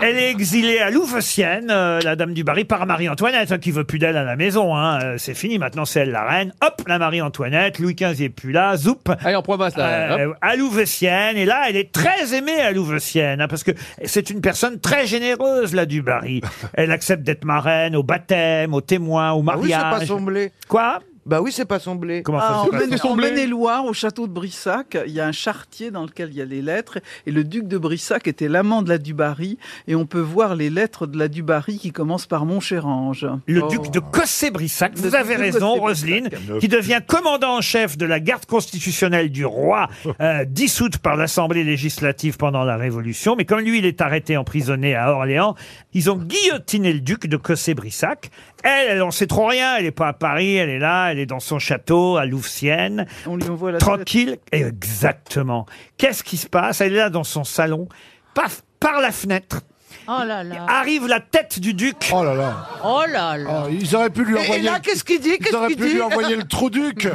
Elle est exilée à Louveciennes, euh, la dame du Barry, par Marie-Antoinette, hein, qui veut plus d'elle à la maison. hein. Euh, c'est fini, maintenant c'est elle la reine. Hop, la Marie-Antoinette, Louis XV est plus là, zoup.
Allez, en province, hein. là.
Euh,
hop.
à Louveciennes, et là, elle est très aimée à Louveciennes, hein, parce que c'est une personne très généreuse, la du
*laughs*
Barry. Elle accepte d'être marraine au baptême, au témoin, au
Ah oui,
mariage.
c'est pas son blé.
Quoi
Bah oui, c'est pas son blé.
Comment ça,
Ah,
c'est
en
pas
Maine-
son
en
blé
Maine-et-Loire, au château de Brissac, il y a un chartier dans lequel il y a les lettres. Et le duc de Brissac était l'amant de la Dubarry. Et on peut voir les lettres de la Dubarry qui commencent par Montchérange.
Le duc de Cossé-Brissac,
Le
vous
duc
avez
de
raison, Roselyne,
Cossé-Brissac.
qui devient commandant en chef de la garde constitutionnelle du roi, euh, dissoute par l'Assemblée législative pendant la Révolution. Mais comme lui, il est arrêté, emprisonné à Orléans, ils ont guillotiné le duc de Cossé-Brissac. Elle, elle en sait trop rien, elle n'est pas à Paris, elle est là, elle est dans son château à Louveciennes.
On lui envoie la
Tranquille, exactement. Qu'est-ce qui se passe Elle est là dans son salon, paf, par la fenêtre.
Oh là là.
Ah.
Arrive la tête du duc.
Oh là là.
Oh là là.
ils auraient pu lui
Et- et
envoyer.
là,
le-
qu'est-ce qu'il dit
Ils
Qu'est-ce
auraient
qu'il
pu
dit
lui envoyer le trou duc.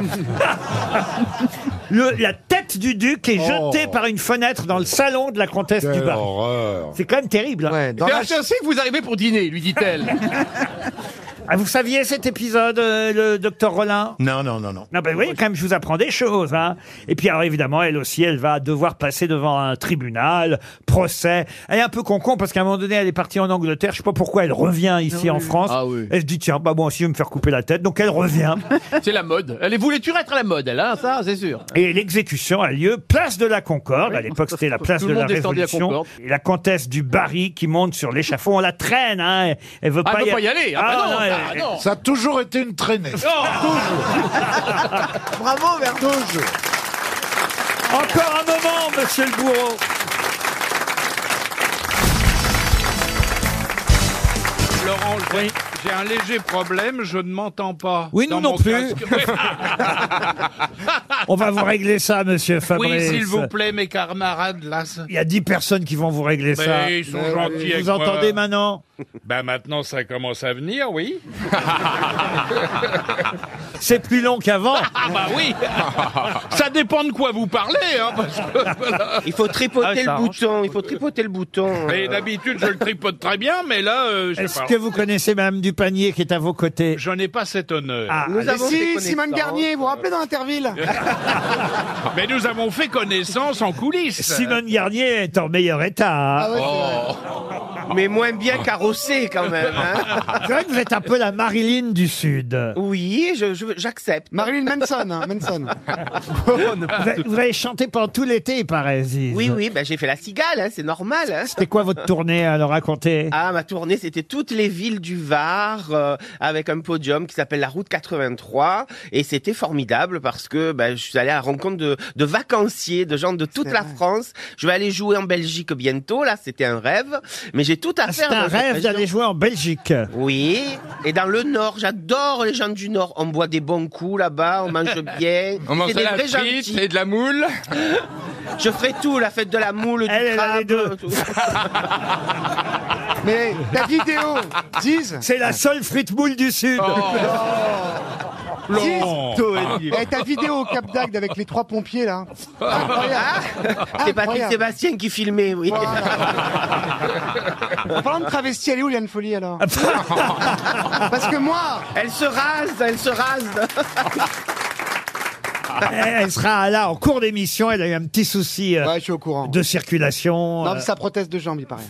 Le- la tête du duc est
Oh.
jetée par une fenêtre dans le salon de la comtesse du Barry. C'est quand même terrible. hein. *laughs*
C'est un chien que vous arrivez pour dîner, lui dit-elle.
Ah, vous saviez cet épisode, euh, le docteur Rollin
Non, non, non,
*laughs*
non.
Non, ben oui, quand même, je vous apprends des choses. Hein. Et puis, alors, évidemment, elle aussi, elle va devoir passer devant un tribunal, procès. Elle est un peu concon parce qu'à un moment donné, elle est partie en Angleterre. Je sais pas pourquoi elle revient ici en France.
Ah
Elle se dit, tiens, bah moi aussi, je vais me faire couper la tête. Donc, elle
*laughs*
revient.
C'est la mode. Elle voulait toujours être à la mode, elle, hein, ça, c'est sûr.
Et l'exécution a lieu place de la Concorde. À l'époque, c'était la place
Tout
de
le
la
monde descendait à
Révolution.
Concorde.
Et la comtesse du Barry qui monte sur l'échafaud, on la traîne. Hein. Elle- Elle veut
Ah,
pas,
elle veut pas y aller. Ah, bah non, ah,
elle-
non.
Ça a toujours été une traînée. *laughs*
*laughs*
Bravo, Verdouge Encore un moment, monsieur le bourreau
Laurent, j'ai- j'ai un léger problème, je ne m'entends pas.
Oui, nous
Dans
non
mon
plus.
casque.
*laughs* On va vous régler ça, monsieur Fabrice.
Oui, s'il vous plaît, mes camarades, là. ça-
Il y a 10 personnes qui vont vous régler
Mais
ça.
ils sont gentils avec
Vous entendez
moi. *laughs*
maintenant
*laughs* Ben maintenant, ça commence à venir,
*laughs*
oui.
C'est plus long qu'avant.
Ah bah
*laughs*
oui Ça dépend de quoi vous parlez, hein, parce
*laughs*
que... voilà.
Il faut tripoter
Ah, ça
le
arrange.
bouton, il faut tripoter le bouton.
Mais d'habitude, je le tripote très bien, mais là, euh, je sais
Est-ce
pas.
que vous connaissez Madame Dupanier qui est à vos côtés Ah,
Je n'ai pas cet honneur.
Nous avons
Ah, Si, Simone Garnier, vous vous rappelez dans Interville
Ah.
*laughs*
Mais nous avons fait connaissance en coulisses.
Simone Garnier est en meilleur état.
Ah
hein.
Oh.
Mais moins bien carrossé quand même. hein.
*laughs* C'est vrai que vous êtes un peu la Marilyn du Sud.
Oui, je- je- j'accepte.
Marilyn Manson, hein, Manson.
Vous avez, vous avez chanté pendant tout l'été, il paraît, Ziz.
*laughs* Oui, oui, ben j'ai fait la cigale, hein, c'est normal. hein.
C'était quoi votre tournée à leur raconter
Ah, ma tournée, c'était toutes les villes du Var euh, avec un podium qui s'appelle la Route 83. Et c'était formidable parce que ben, je suis allé à la rencontre de, de vacanciers, de gens de toute la France. Je vais aller jouer en Belgique bientôt, là, c'était un rêve. Mais j'ai tout à
C'est Ah,
faire.
un
dans cette
rêve
région.
d'aller jouer en Belgique.
Oui, et dans le Nord, j'adore les gens du Nord. On boit des bons coups là-bas, on mange bien.
On mange
C'est
de
des
la
vrais
frite
gentils.
et de la moule.
*laughs* Je ferai tout, la fête de la moule, du crabe. tout.
*laughs*
Mais la vidéo, Ziz
C'est la seule frite moule du Sud.
Oh.
Laurent.
Ziz. Eh, Eh, ta ta vidéo au Cap d'Agde avec les trois pompiers là. C'est Patrick Sébastien qui filmait, oui. En parlant de travesti, elle est où Liane Folie alors
Ah,
*laughs* Parce que moi Elle se rase, elle se rase
*laughs*
*laughs*
Elle elle sera là en cours d'émission. Elle a eu un petit souci euh, de circulation.
Non,
euh,
mais sa prothèse de jambe, il paraît.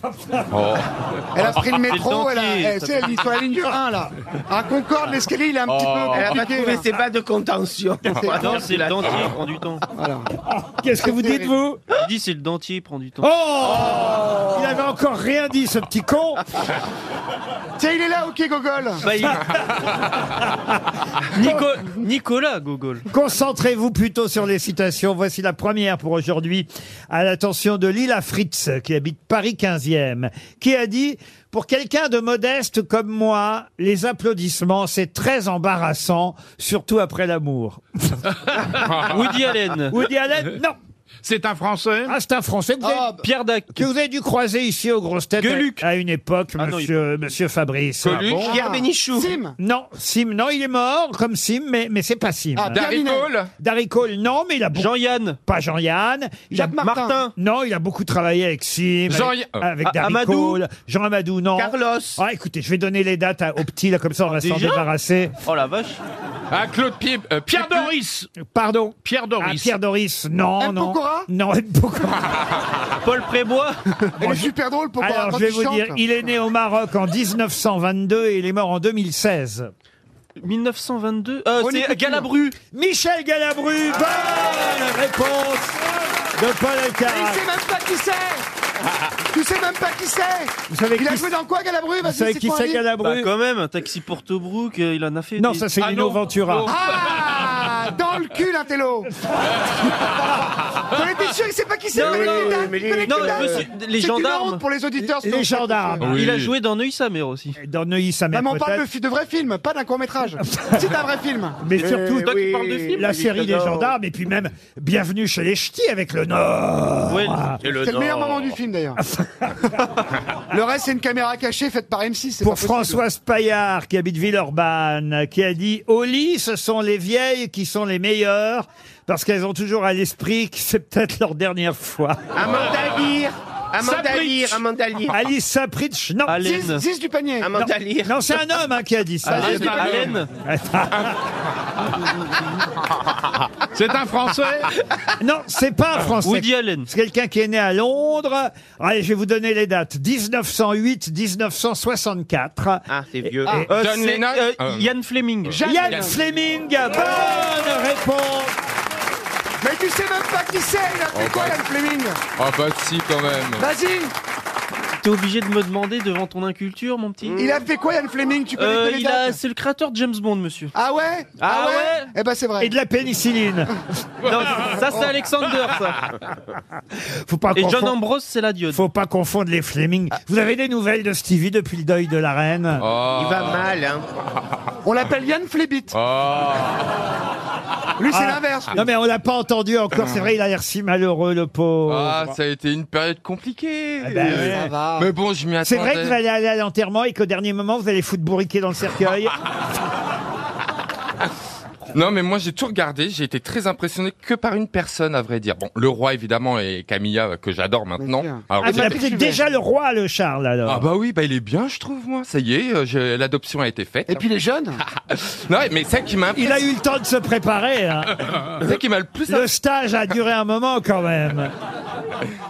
Elle a pris le métro, elle a. Gentil, eh, ça tu sais, elle est sur la ligne 1 là. À Concorde, l'escalier il est un petit Oh. peu. Elle a pas trouvé ses bas de contention.
Non, c'est le dentier qui prend du temps.
Qu'est-ce que vous dites, vous
Je dis c'est le dentier qui prend du temps.
Oh Il avait encore rien dit, ce petit con
Tiens, il est là, ok, *laughs* Gogol
*laughs*
Bah, il- Nico- Nicolas Gogol.
Concentrez-vous plutôt sur les citations. Voici la première pour aujourd'hui, à l'attention de Lila Fritz, qui habite Paris 15e, qui a dit « Pour quelqu'un de modeste comme moi, les applaudissements, c'est très embarrassant, surtout après l'amour.
Woody Allen. »
*laughs* Woody Allen, non
C'est un Français
Ah, c'est un Français. Vous
bah,
avez-
Pierre Dac.
Que vous avez dû croiser ici aux grosses têtes
Gueuluc.
à une époque,
Ah non,
monsieur, monsieur Fabrice. Ah
Coluche. Pierre Bénichou. Sim.
Non, Sim, non, il est mort comme Sim, mais, mais c'est pas Sim.
Ah, Pierre Darry Vinet. Cole
Darry Cole, non, mais il a beaucoup... Jean-Yann. Pas Jean-Yann. Il a-
Jacques Martin. Martin.
Non, il a beaucoup travaillé avec Sim.
Jean-
avec- Avec
Ah,
Darry
Amadou.
Cole. Jean Amadou, non.
Carlos.
Ah, écoutez, je vais donner les dates à- aux petits, là, comme ça, on va s'en
Déjà
débarrasser.
Oh la vache.
Ah, Claude Pied... euh, Pierre Doris
Pardon
Pierre
Ah,
Doris.
Pierre Doris, non,
M.
non.
Pokora
Non, M. Pokora.
*laughs* Paul Prébois.
Elle est super drôle, Pokora,
Alors,
quand
je vais
il
vous
chante.
dire, il est né au Maroc en 1922 et il est mort en 2016.
1922. Euh, c'est Galabru.
Michel Galabru, bonne réponse de Paul
Mais
Alcarat.
il sait même pas qui c'est Tu sais même pas qui c'est
Vous savez
Il a
qui
joué dans quoi, Galabru Vas-y,
Vous savez
c'est
qui
quoi,
c'est
Ali
Galabru
Bah, quand même, Taxi Porto Brook, euh, il en a fait.
Non,
des-
ça c'est Lino
Oh.
Ventura.
Ah Dans le cul, l'intello On était sûr
*laughs*
qu'il sait pas qui c'est
Non,
connecte
non,
les dates,
mais les-
connecte
non,
dates.
monsieur, les
euh, C'est une
gendarmes.
honte pour les auditeurs. ce
Les
qu'on fait.
gendarmes.
Il a
Oui.
joué dans Neuilly sa mère aussi.
Dans Neuilly, sa
Non,
mère
mais on parle de
peut-être.
fi- de vrai film, pas d'un
*laughs*
court-métrage. C'est un vrai film.
Mais surtout,
toi, tu parles de film,
Eh la
David
série des
Codor.
gendarmes, et puis même Bienvenue chez les Ch'tis avec le Nord.
Ouais,
C'est le meilleur moment du
*laughs*
film d'ailleurs. le reste, c'est une caméra cachée faite par M6. c'est
Pour
pas possible.
Françoise Paillard, qui habite Villeurbanne, qui a dit Au lit, ce sont les vieilles qui sont les meilleures, parce qu'elles ont toujours à l'esprit que c'est peut-être leur dernière fois.
Amanda Aguirre Amanda Lear, Amanda Lear.
Alice Sapritch, non.
Allen. Ziz- Ziz
du panier.
Amanda Lear.
Non, c'est un homme hein, qui a dit ça.
Allen. Allen.
C'est un Français *laughs* Non, c'est pas un Français.
Woody
Allen. C'est quelqu'un qui est né à Londres. Allez, je vais vous donner les dates. 1908-1964.
Ah, c'est vieux.
Ah,
Euh,
John
c'est,
Lennon
euh,
Euh,
Ian Fleming.
Yann Fleming, bonne réponse
Mais tu sais même pas qui c'est, il a fait
Oh,
quoi,
bah.
Yann Fleming
Ah bah si quand même.
Vas-y
T'es obligé de me demander devant ton inculture, mon petit
Il a fait quoi, Yann Fleming Tu connais
Euh,
que les
il a-
dates
C'est le créateur de James Bond, monsieur.
Ah ouais
Ah ouais
Eh ben c'est vrai. Oh.
Et de la pénicilline.
*laughs* Non,
ah,
ça, c'est Alexander,
*laughs*
ça.
Faut pas
Et John
confondre-
Ambrose, c'est la diode.
Faut pas confondre les Fleming. Vous avez des nouvelles de Stevie depuis le deuil de la reine
Il va mal, hein.
On l'appelle Yann Flébit. Lui, c'est
Ah,
l'inverse.
Non mais on l'a pas entendu encore. C'est vrai, il a l'air si malheureux, le pauvre.
Ah, ça a été une période compliquée.
Ah bah ouais. Ça va.
Ben Mais bon, je m'y attendais.
C'est vrai que vous allez aller à l'enterrement et qu'au dernier moment, vous allez foutre bourriquer dans le
*laughs*
cercueil. Ah,
Non, mais moi j'ai tout regardé, j'ai été très impressionné que par une personne, à vrai dire. Bon, le roi évidemment et Camilla euh, que j'adore maintenant. Alors,
ah, vous
j'ai-
l'appelez déjà le roi, le Charles, alors.
Ah bah oui, bah il est bien, je trouve moi. Ça y est, euh, j'ai- l'adoption a été faite. Et puis
il est jeune.
*laughs* non, mais ça qui m'a
Il a
impressionné-
eu le temps de se préparer.
*laughs*
hein.
C'est qui m'a le plus
Le stage a duré un moment quand même.
*laughs*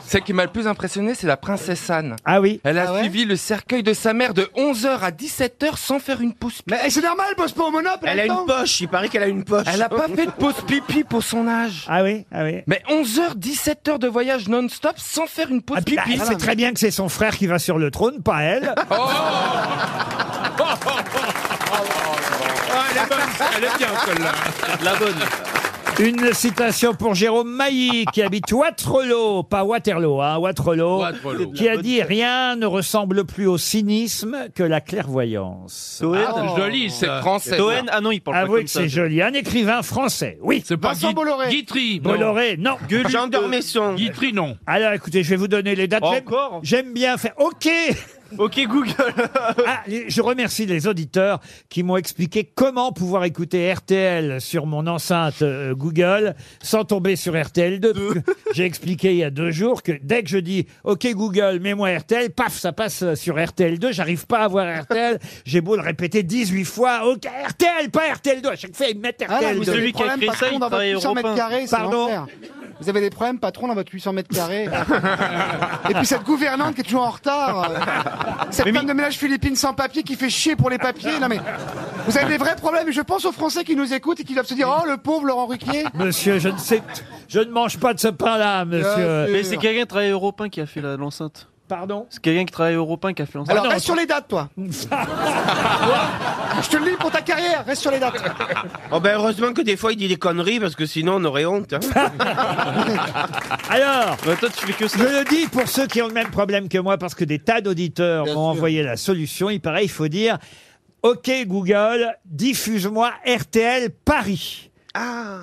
Celle qui m'a le plus impressionné, c'est la princesse Anne.
Ah oui.
Elle a suivi le cercueil de sa mère de 11h à 17h sans faire une pause pipi.
Mais eh, c'est normal, elle bosse pas au Monopoly.
Elle a une poche, il paraît qu'elle a une poche.
Elle a pas fait de pause pipi pour son âge.
Ah oui, ah oui.
Mais 11h, 17h de voyage non-stop sans faire une pause
Ah, puis,
pipi. Oh.
bah, c'est très bien que c'est son frère qui va sur le trône, pas elle.
Oh.
Ah,
elle est bonne, elle est bien celle-là. La bonne.
Une citation pour Jérôme Mailly, qui habite Waterloo, pas Waterloo, hein, Waterloo,
Waterloo.
qui a dit « Rien ne ressemble plus au cynisme que la clairvoyance ».
Ah, c'est joli, ça.
C'est français,
Toen,
ça.
ah non, il parle pas
Avouez
comme
que
ça.
c'est joli. Un écrivain français, oui.
C'est pas Vincent Guit- Bolloré.
Guitry. Bolloré, non. euh,
Jean Dormesson.
Guitry, non. Alors, écoutez, je vais vous donner les dates. J'aime-
Encore
J'aime bien faire... OK
Ok, Google.
*laughs* Ah, je remercie les auditeurs qui m'ont expliqué comment pouvoir écouter RTL sur mon enceinte euh, Google sans tomber sur RTL2. parce
*laughs*
que J'ai expliqué il y a deux jours que dès que je dis OK Google, mets-moi RTL, paf, ça passe euh, sur RTL2. J'arrive pas à voir RTL. J'ai beau le répéter 18 fois. OK, RTL, pas RTL2. À chaque fois, ils me mettent
Ah là,
RTL2.
vous avez des problèmes patron dans votre 800 mètres carrés, c'est
Pardon
l'enfer. Vous avez des problèmes patron dans votre 800 mètres carrés. Et puis cette gouvernante qui est toujours en retard. euh, Cette femme de ménage philippine sans papier qui fait chier pour les papiers. Non mais vous avez des vrais problèmes. Et je pense aux Français qui nous écoutent et qui doivent se dire oh le pauvre Laurent Ruquier.
Monsieur, je ne sais, je ne mange pas de ce pain-là, monsieur.
Mais c'est quelqu'un qui travaille à Europe 1 qui a fait la- l'enceinte.
Pardon
C'est quelqu'un qui travaille à Europe 1 qui a fait l'enceinte.
Ah
Alors reste sur les dates
*laughs*
toi. Je te le dis pour ta carrière. Reste sur les dates.
Oh ben heureusement que des fois il dit des conneries parce que sinon on aurait honte. hein. *laughs*
Alors,
toi, tu fais que ça.
Je le dis pour ceux qui ont le même problème que moi, parce que des tas d'auditeurs m'ont envoyé la solution. Il paraît, il faut dire Ok, Google, diffuse-moi RTL Paris.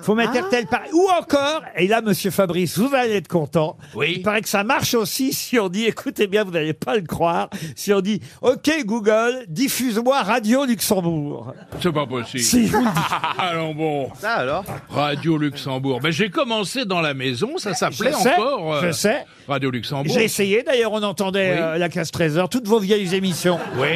Faut mettre RTL Paris. Ou encore, et là, monsieur Fabrice, vous allez être content.
Oui.
Il paraît que ça marche aussi *laughs* si on dit, écoutez bien, vous n'allez pas le croire, si on dit, OK Google, diffuse-moi Radio Luxembourg.
C'est pas possible.
Si, je vous le dis.
*laughs*
Allons bon.
Ça alors
Radio Luxembourg. Ben, j'ai commencé dans la maison, ça s'appelait
Je sais,
encore. euh,
je sais.
Radio
Ah,
Luxembourg.
J'ai essayé, d'ailleurs, on entendait
Oui.
euh, la casse trésor, toutes vos vieilles émissions. *laughs*
Oui.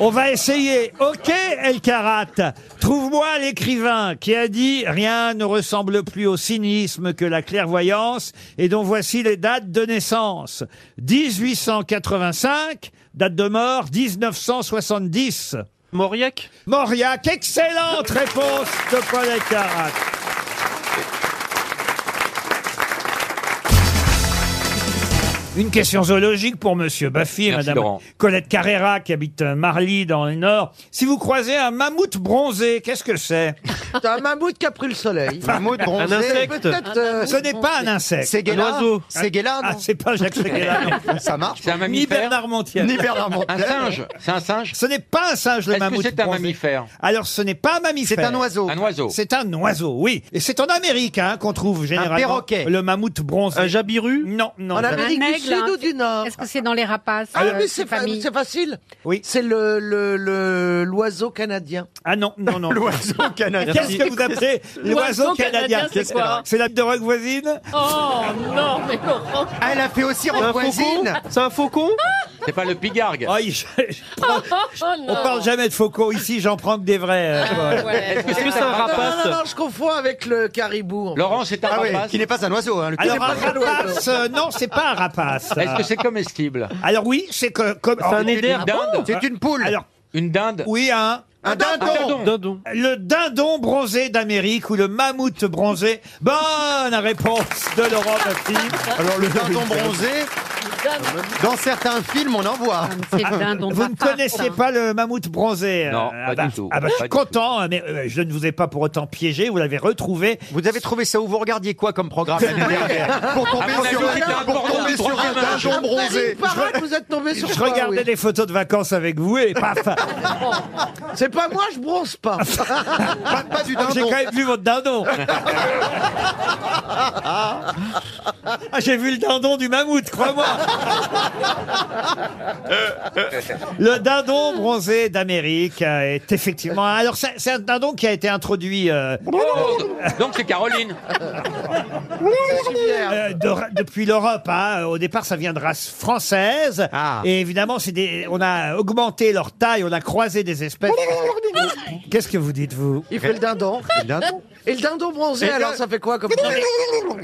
On va essayer. Ok, El Karat. Trouve-moi l'écrivain qui a dit rien ne ressemble plus au cynisme que la clairvoyance et dont voici les dates de naissance. 1885, date de mort 1970.
Mauriac
Mauriac, excellente réponse de Paul El Karat. Une question zoologique pour Monsieur Baffy,
Merci,
Madame
Laurent.
Colette Carrera qui habite Marly dans le Nord. Si vous croisez un mammouth bronzé, qu'est-ce que c'est
T'as un mammouth qui a pris le soleil. Peut-être, euh,
Ce n'est pas un insecte.
C'est Guélard. Un oiseau.
C'est Guélard. Ah, c'est pas Jacques Séguéla.
Ça marche.
C'est un mammifère. Ni Bernard Montiel.
Ni Bernard Montiel.
Un singe.
C'est un singe.
Ce n'est pas un singe, le
Est-ce que
mammouth.
c'est un
bronzé.
mammifère
Alors, ce n'est pas un mammifère.
C'est un oiseau. Un oiseau.
C'est un oiseau, oui. Et c'est en Amérique hein, qu'on trouve généralement
perroquet.
le mammouth bronzé. Un jabiru
Non,
non.
En Amérique du Un aigle.
l'Inde
sud ou du nord
Est-ce que c'est dans les rapaces
Ah
euh,
mais
ces
c'est fa-
familles
c'est facile.
Oui.
C'est le le- le- l'oiseau canadien.
Ah non, non, non.
*laughs* L'oiseau canadien.
Qu'est-ce que vous appelez l'oiseau
L'oiseau
canadien
canadien, c'est
Qu'est-ce
quoi
que- C'est la de rock voisine
Oh non, mais non
Ah, elle a fait aussi
en
Rock voisine.
C'est un faucon
C'est pas le pigargue.
Ah,
Oh,
On parle jamais de faucon ici, j'en prends que des vrais. euh, quoi.
Ah, Non, non, non, je confonds avec le caribou. en
Laurent,
fait.
c'est un rapace.
Ah Qui n'est
pas un oiseau.
hein,
Alors, un rapace, euh, non, c'est pas un rapace.
Est-ce que c'est comestible
Alors oui, c'est que- comme.
C'est un
Alors,
eider.
une dinde.
Ah bon C'est une
poule. Alors,
une dinde.
Oui, un.
Un dindon. Un dindon.
Le dindon bronzé d'Amérique ou le mammouth bronzé. Bonne réponse de Laurent Baffi.
Alors, le dindon bronzé,
dans certains films, on en voit.
Ah, c'est le dindon
Vous
pas
ne
part,
connaissez
ça.
pas le mammouth bronzé. euh,
Non,
ah
pas
bah,
du tout.
ah bah, je
Pas
suis
du tout.
content, hein, mais euh, je ne vous ai pas pour autant piégé. Vous l'avez retrouvé.
Vous avez trouvé ça où vous regardiez quoi comme programme
*laughs*
l'année dernière
Pour tomber sur un- pour tomber sur un dindon bronzé.
Parole, vous êtes tombé sur
Je
quoi,
regardais
oui.
des photos de vacances avec vous et paf
C'est pas moi, je bronze
*laughs*
pas. pas,
Ah, J'ai quand même vu votre dindon Ah, j'ai vu le dindon du mammouth, crois-moi. Le dindon bronzé d'Amérique euh, est effectivement. Alors, c'est c'est un dindon qui a été introduit euh,
Oh, Donc c'est Caroline.
euh, de- depuis l'Europe. hein. Au départ, ça vient de race française.
Ah.
Et évidemment, c'est des, on a augmenté leur taille, on a croisé des espèces. Qu'est-ce que vous dites, vous
Il fait le dindon. Et le dindon bronzé,
Et le-
alors ça fait quoi comme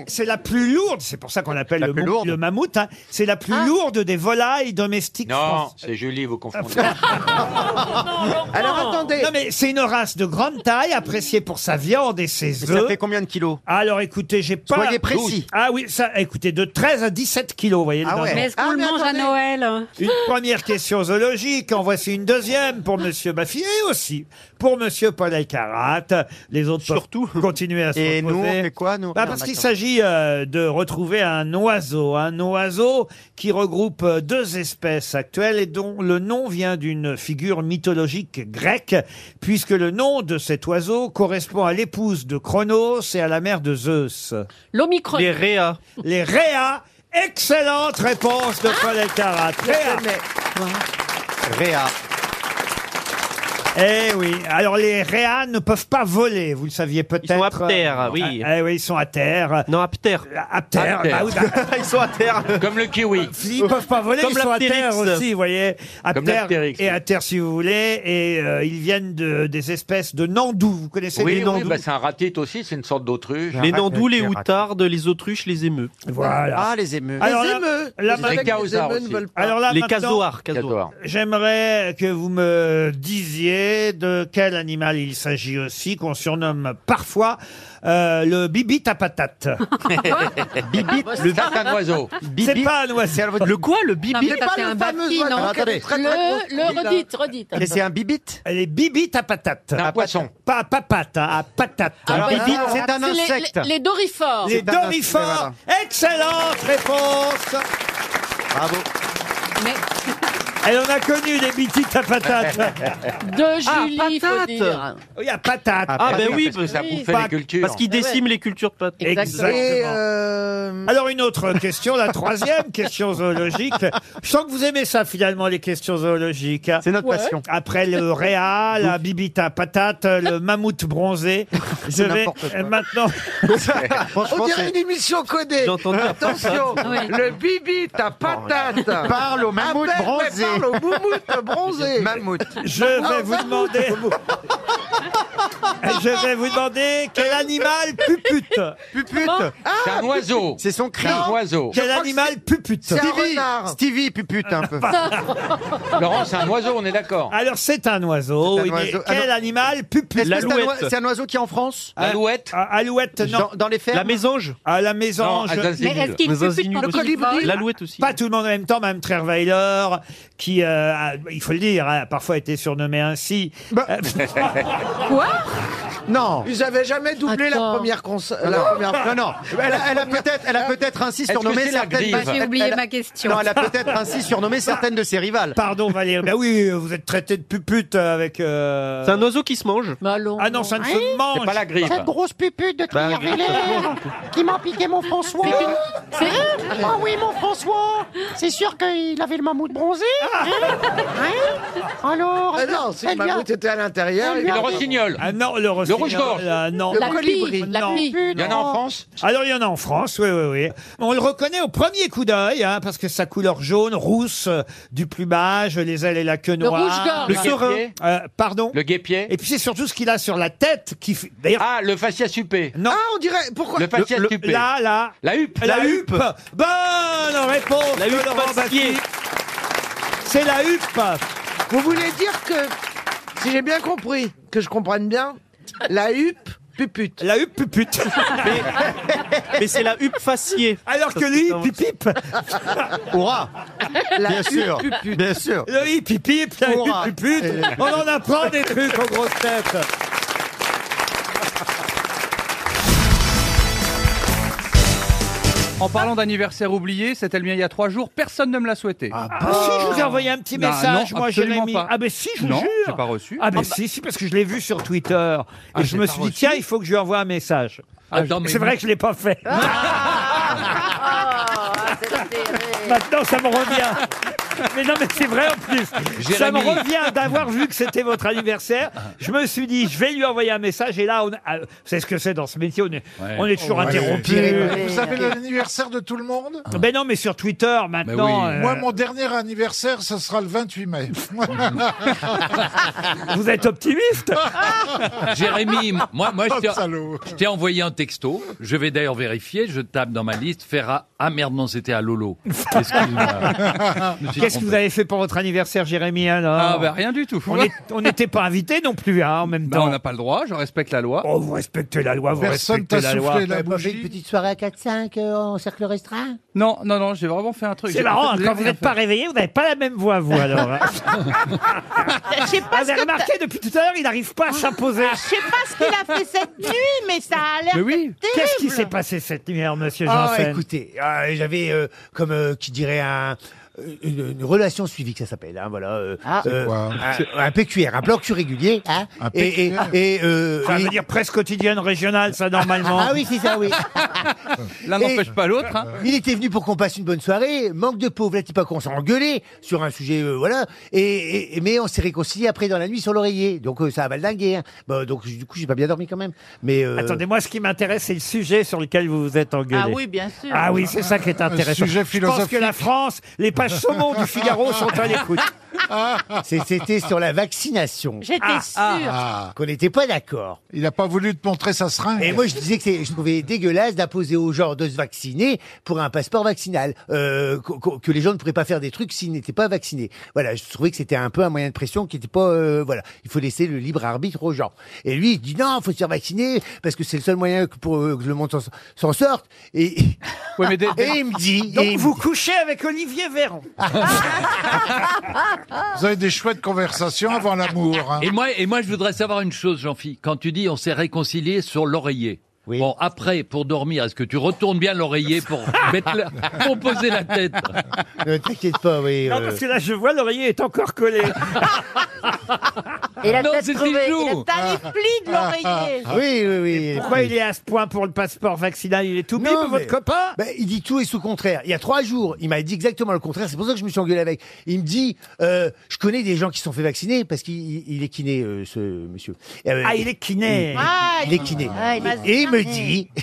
C'est la plus lourde, c'est pour ça qu'on l'appelle le, mou- le mammouth. hein. C'est la
Ah.
plus lourde des volailles domestiques
Non,
françaises.
c'est Julie, vous confondez.
Alors attendez. Non mais c'est une race de grande taille appréciée pour sa viande et ses œufs.
Ça fait combien de kilos
Alors écoutez, j'ai pas
Soyez précis. Ah
Ah oui, ça écoutez de 13 à 17 kilos, vous voyez le dindon.
Mais est-ce qu'on le mange à Noël hein
Une première question zoologique, en voici une deuxième pour Monsieur Baffi et aussi pour Monsieur Paul Aycarat. Les autres surtout continuer à se
Et nous, on
reposer.
fait quoi, nous
Bah,
Non,
Parce qu'il
d'accord.
s'agit euh, de retrouver un oiseau, un oiseau qui regroupe euh, deux espèces actuelles et dont le nom vient d'une figure mythologique grecque, puisque le nom de cet oiseau correspond à l'épouse de Chronos et à la mère de Zeus.
L'omicron.
Les réas. Les réas. Excellente réponse de Paul
Ah,
Elkarat. Réa.
Réa.
Eh oui. Alors les réas ne peuvent pas voler, vous le saviez peut-être. Ils sont
aptères, oui.
Eh oui, ils sont à terre.
Non, aptère.
Aptères. bah oui,
*laughs*
bah,
Ils sont à terre.
Comme le kiwi.
Ils peuvent pas voler,
Comme
ils sont à terre
l'aptérix.
aussi, vous voyez. À
Comme
terre
l'aptérix.
et à terre si vous voulez. Et euh, ils viennent de, des espèces de nandous. Vous connaissez
Oui,
les
oui
nandous
bah, c'est un ratite aussi, c'est une sorte d'autruche.
Les nandous, les outardes, les autruches, les émeux.
Voilà.
Ah, les émeux.
Alors
Les
là-
émeux.
là,
Les
maintenant-
émeus ne veulent pas.
Alors là,
les
maintenant-
casoars. casoars.
J'aimerais que vous me disiez de quel animal il s'agit aussi, qu'on surnomme parfois euh, le bibit à patate.
Bibit, le c'est un oiseau.
C'est pas un oiseau.
Le quoi, le
Non, mais
bibi
ça, c'est un baffi, non Le, le
hein.
redite, redite.
un bibit Les bibites à patate.
Un poisson.
Pas à papate, hein, à patate.
Ah ouais, alors, les- Les, les dorifores.
Les dorifores. Excellente réponse Bravo.
Mais
Elle en a connu des bitites à patate.
de
Ah,
Julie, faut
patate.
dire.
Oui, à patate.
Ah, ben oui,
parce que ça bouffait
Pas-
les cultures.
Parce qu'ils déciment les cultures de pâtes.
Exactement.
euh,
Alors une autre question, la troisième *laughs* question zoologique. Je sens que vous aimez ça finalement les questions zoologiques. C'est notre
Ouais. passion.
Après le réa, la bibita patate, le
*laughs*
mammouth bronzé. Je vais euh, maintenant.
On dirait une émission
*laughs*
codée. Attention, le bibi,
Oh,
ta patate.
Parle au mammouth
Appelle- ouais,
bronzé.
Parle au
*laughs*
moumoute bronzé. Mammouth.
Je vais vous demander. Je vais vous demander quel animal pupute.
Pupute.
Ah,
C'est un oiseau.
C'est son cri.
C'est
Ah,
un oiseau.
Quel animal pupute.
Stevie, Stevie pupute un
*laughs*
peu.
Laurent, c'est un oiseau, on est d'accord.
Alors c'est un oiseau.
C'est un
oui, mais
oiseau.
Quel
Alors-
animal pupute.
Est-ce que c'est un oi- c'est un oiseau qui est en France
Alouette.
Ah, Alouette, non.
Dans, dans les fermes
mésange À la mésange.
Non, un zinzibule. Mais est-ce
qu'il pupute parce qu'il vole
L'alouette aussi. Pas tout le monde en même temps, Mme Trerweiler, hein,
Bah. *laughs*
qui, euh, a- il faut le dire, a parfois été surnommée ainsi. Euh,
Quoi
Non.
Ils avaient jamais doublé la première console.
Oh.
Euh,
Non, non. Elle a, elle a peut-être, elle a peut-être ainsi surnommé certaines. elle- elle- Non, elle a
*laughs*
peut-être ainsi surnommé certaines de ses rivales.
Pardon, Valérie. Ben oui, vous êtes traité de pupute euh, avec.
C'est un oiseau qui se mange.
Bah,
Ah non, ça
hein
ne se mange.
C'est pas la grippe.
Cette Hein grosse pupute de
Bah,
Claire Vélaire qui m'a piqué mon François.
C'est une-
Hein Ah oui, mon François C'est sûr qu'il avait le mammouth bronzé
Ah.
hein Hein Alors
Mais non, si le
elle lui a-
mammouth était à l'intérieur,
elle lui a-
Ah non, le rossignol.
rouge-gorge.
ah non.
Le La colibri. pie, la
Non.
pie. Il y en a en France
Alors, il y en a en France, oui, oui, oui. On le reconnaît au premier coup d'œil, hein, parce que sa couleur jaune, rousse, euh, du plumage, les ailes et la queue
Le
noire.
rouge-gorge. Le guêpier.
Euh, pardon
Le guépier.
Et puis, c'est surtout ce qu'il a sur la tête qui fait... D'ailleurs...
Ah, le fascia supé.
Non.
Ah, on dirait. Pourquoi
Le fascia
Le- le-
supé.
Là, là.
La huppe.
La, huppe. Bonne réponse
La
de
huppe
Laurent
pasquier.
Baffie. C'est la huppe
Vous voulez dire que, si j'ai bien compris, que je comprenne bien, la huppe pupute.
La huppe pupute.
mais
Mais c'est la huppe faciée.
Alors que lui, pipip.
Hourra
Bien sûr, bien sûr. Le hippie pipe, la
Hourra.
huppe pupute. On en apprend des trucs aux grosses têtes.
En parlant d'anniversaire oublié, c'était le mien il y a trois jours, personne ne me l'a souhaité. Ah,
Ah, si, je vous ai envoyé un petit
Non,
message,
non,
moi,
absolument
Jérémy.
pas.
Ah, ben si, je vous
Non,
jure.
j'ai pas reçu.
Ah, ben
Ah, bah-
si, si, parce que je l'ai vu sur Twitter.
Ah,
et je
j'ai
me
pas
suis dit,
reçu.
tiens, il faut que je lui envoie un message. Ah,
Attends, mais
c'est vrai
non.
que je l'ai pas fait. *laughs* Maintenant, ça me revient. Mais non, mais c'est vrai en plus. Ça me
Jérémy.
revient d'avoir vu que c'était votre anniversaire. Je me suis dit, je vais lui envoyer un message. Et là, on, ah, c'est ce que c'est dans ce métier. On est, on est toujours
Ouais.
interrompu.
Vous savez l'anniversaire de tout le monde
Ben non, mais sur Twitter
Bah
Eh
maintenant. euh,
Moi, mon dernier anniversaire, ça sera le 28 mai.
Vous êtes optimiste
*laughs* Jérémy, moi, moi je t'ai-
Oh, salaud.
je t'ai envoyé un texto. Je vais d'ailleurs vérifier. Je tape dans ma liste. Faire à... Ah merde, non, c'était à
*laughs*
Lolo. Excuse-moi. Je me suis
Qu'est-ce que
trompé.
vous avez fait pour votre anniversaire, Jérémy alors
Ah, ben, rien du tout.
On est- On n'était pas invité non plus, hein, en même
Bah,
temps.
on n'a pas le droit, je respecte la loi.
Oh, vous respectez la loi, vous
Personne
respectez
t'a
la
soufflé
loi. Bah,
la
*laughs* Vous avez une petite soirée à 4-5 euh, en cercle restreint
Non, non, non, j'ai vraiment fait un truc.
C'est
J'ai-
marrant,
en
hein,
fait, j'ai
quand vous
rien
n'êtes pas réveillé, vous n'avez pas la même voix,
*laughs*
vous alors. hein.
Je sais pas
Vous avez remarqué depuis tout à l'heure, il n'arrive pas à s'imposer.
Je sais pas ce qu'il a fait cette nuit, mais ça a l'air.
Qu'est-ce qui s'est passé cette nuit, alors, monsieur
Ah,
Janssen
écoutez, euh, j'avais, euh, comme euh, qui dirait, un, euh, une, une relation suivie, que ça s'appelle. Hein, voilà, euh,
Ah,
C'est
euh,
quoi
un, un PQR, un plan cul régulier. Hein,
Un
et, et,
PQR.
et,
Ah,
euh,
Ça
et-
veut dire presse quotidienne régionale, ça, normalement.
*laughs* Ah oui, c'est ça, oui.
*laughs* L'un n'empêche pas l'autre, hein.
Il était venu pour qu'on passe une bonne soirée. Manque de pauvre, là, pas qu'on s'est engueulé sur un sujet, euh, voilà. Et, et- et- mais on s'est réconcilié après dans la nuit sur l'oreiller. Donc euh, ça a valdingué. Hein. Bah, donc du coup, j'ai pas bien dormi quand même. Mais euh,
Attendez, moi, ce qui m'intéresse, c'est le sujet sur lequel vous vous êtes engueulé.
Ah oui, bien sûr.
Ah oui, c'est ça qui
Euh,
est
Un
intéressant.
sujet
Je pense que
philosophique.
la France, les pages saumon du Figaro sont à l'écoute.
*laughs* c'est- c'était sur la vaccination.
J'étais sûre.
qu'on n'était pas d'accord.
Ah, Il n'a pas voulu te montrer sa seringue.
Et moi, je disais que c'est- je trouvais dégueulasse d'imposer aux gens de se vacciner pour un passeport vaccinal, euh, qu'o- qu'o- que les gens ne pourraient pas faire des trucs s'ils n'étaient pas vaccinés. Voilà, je trouvais que c'était un peu un moyen de pression qui n'était pas, euh, voilà, il faut laisser le libre arbitre aux gens. Et lui, il dit non, il faut se faire vacciner parce que c'est le seul moyen que pour euh, que le monde s'en- s'en sorte. Et, *laughs*
Ah,
et il me dit,
Donc
et il me
vous couchez avec Olivier *laughs*
*laughs*
Véran.
Vous avez des chouettes conversations avant l'amour. hein.
Et moi, et moi, je voudrais savoir une chose, Jean-Philippe. Quand tu dis on s'est réconcilié sur l'oreiller. Bon, après, pour dormir, est-ce que tu retournes bien l'oreiller
*laughs*
pour, mettre la- pour poser la tête
Ne euh, t'inquiète pas, oui. euh.
Non, parce que là, je vois, l'oreiller est encore collé.
Et la
Non,
tête
c'est
crevée,
Tiglou.
et le tarif pli de l'oreiller. Ah Oui, oui, oui.
Et pourquoi il est à ce point pour le passeport vaccinal Il est tout
Non,
bim, votre
mais-
copain
Ben, Il dit tout et sous contraire. Il y a trois jours, il m'a dit exactement le contraire. C'est pour ça que je me suis engueulé avec. Il me dit, euh, je connais des gens qui se sont fait vacciner parce qu'il il- il est kiné, euh, ce monsieur. Euh,
Ah, il est kiné.
Il,
Ah,
il est kiné.
ah, il est
et il me
kiné.
dit,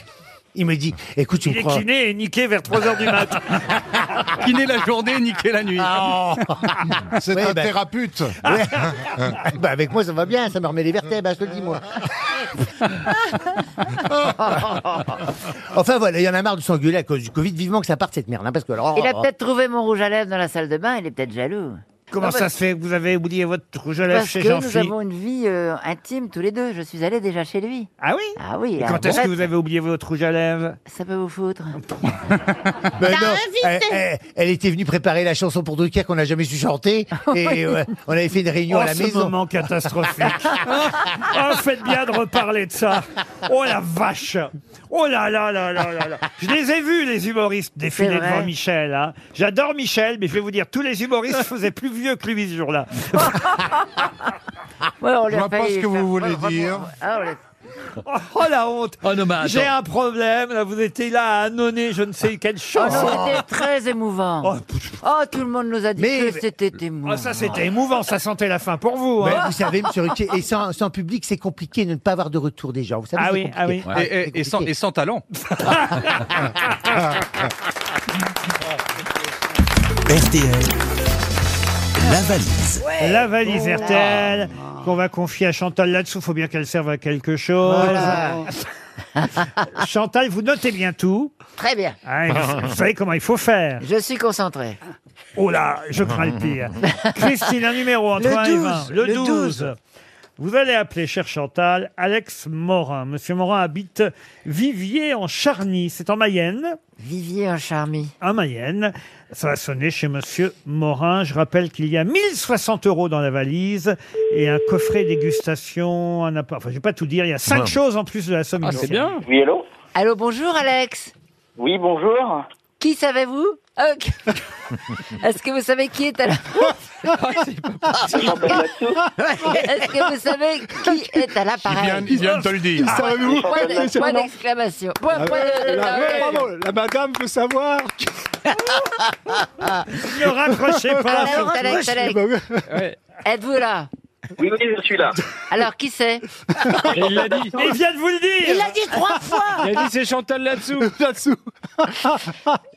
*laughs* il me dit, écoute, tu
Il
me
est
crois.
kiné et niqué vers 3h du
*laughs*
mat.
Kiné la journée, niqué la nuit.
Oh.
C'est
un
*laughs*
thérapeute.
bah, avec moi, ça va bien, ça me remet les vertèbres, hein, je te le dis, moi. enfin, voilà, il y en a marre de s'engueuler à cause du Covid. Vivement que ça parte cette merde, hein, parce que alors.
Il a peut-être trouvé mon rouge à lèvres dans la salle de bain, il est peut-être jaloux.
Comment
Non,
ça
parce-
se fait que *laughs* vous avez oublié votre rouge à lèvres
Parce
chez
que
jean
nous avons une vie euh, intime tous les deux. Je suis allée déjà chez lui.
Ah oui
Ah oui.
Et
la
quand est-ce que
bête.
vous avez oublié votre rouge à lèvres
Ça peut
*laughs*
vous foutre.
Ben non, elle, elle- elle était venue préparer la chanson pour Drucker qu'on n'a jamais su chanter. Et ouais, on avait fait une réunion
Oh,
à la
ce
maison.
moment
*laughs*
catastrophique. Oh, faites bien de reparler de ça. Oh la vache. Oh là là là là là là. Je les ai vus, les humoristes défiler
C'est vrai.
devant Michel. hein. J'adore Michel, mais je vais vous dire, tous les humoristes faisaient plus vieux que lui ce jour-là.
on Je les vois pas fait- ce que vous voulez Ouais, ah, dire.
Oh, oh, la honte J'ai un problème, là, vous étiez là à annonner je ne sais quelle
Oh
chanson.
non, c'était très émouvant.
Oh,
Oh, tout le monde nous a dit
Mais-
que c'était émouvant.
Ah, ça c'était émouvant, ça sentait la fin pour vous.
Ben,
hein.
vous savez, monsieur Ruquier, et sans, sans public, c'est compliqué de ne pas avoir de retour des gens. Vous savez,
Ah
c'est
oui, ah oui.
compliqué.
Et-
c'est
et- et sans-
compliqué.
et sans
*laughs*
talent.
RTL, la valise.
La valise
Oh.
RTL qu'on va confier à Chantal là-dessous. Faut bien qu'elle serve à quelque chose.
Voilà.
*laughs* Chantal, vous notez bien tout.
Très bien.
Hein, vous- vous savez comment il faut faire.
Je suis concentré.
Oh là, je crains le
*laughs*
pire. Christine, un numéro entre
Le
1 et
12,
20. Le
le
12.
12.
Vous allez appeler, cher Chantal, Alex Morin. Monsieur Morin habite Vivier en Charny. C'est en Mayenne.
Vivier en Charny.
En Mayenne. Ça va sonner chez Monsieur Morin. Je rappelle qu'il y a 1060 euros dans la valise et un coffret dégustation. Un appart. Enfin, je vais pas tout dire. Il y a cinq
Ouais.
choses en plus de la somme initiale.
Oui, hello
Allô, bonjour Alex.
Oui, bonjour.
Qui savez-vous Euh, qui- Est-ce que vous savez qui est à la Est-ce que vous savez qui est à l'appareil
Il vient- il vient de te le dire. Qui
Ah,
savez-vous
Point de-
Ouais, c'est
Point
bon.
d'exclamation.
Ah,
Point- point de-
la madame veut savoir.
Ne raccrochez pas.
Alors, Alex, Alex, Êtes-vous là
Oui, oui, je suis là.
Alors, qui c'est
Il l'a dit.
Il vient de vous le dire.
Il l'a dit trois fois. Il a dit,
c'est
Chantal
*laughs*
là-dessous.
Là-dessous.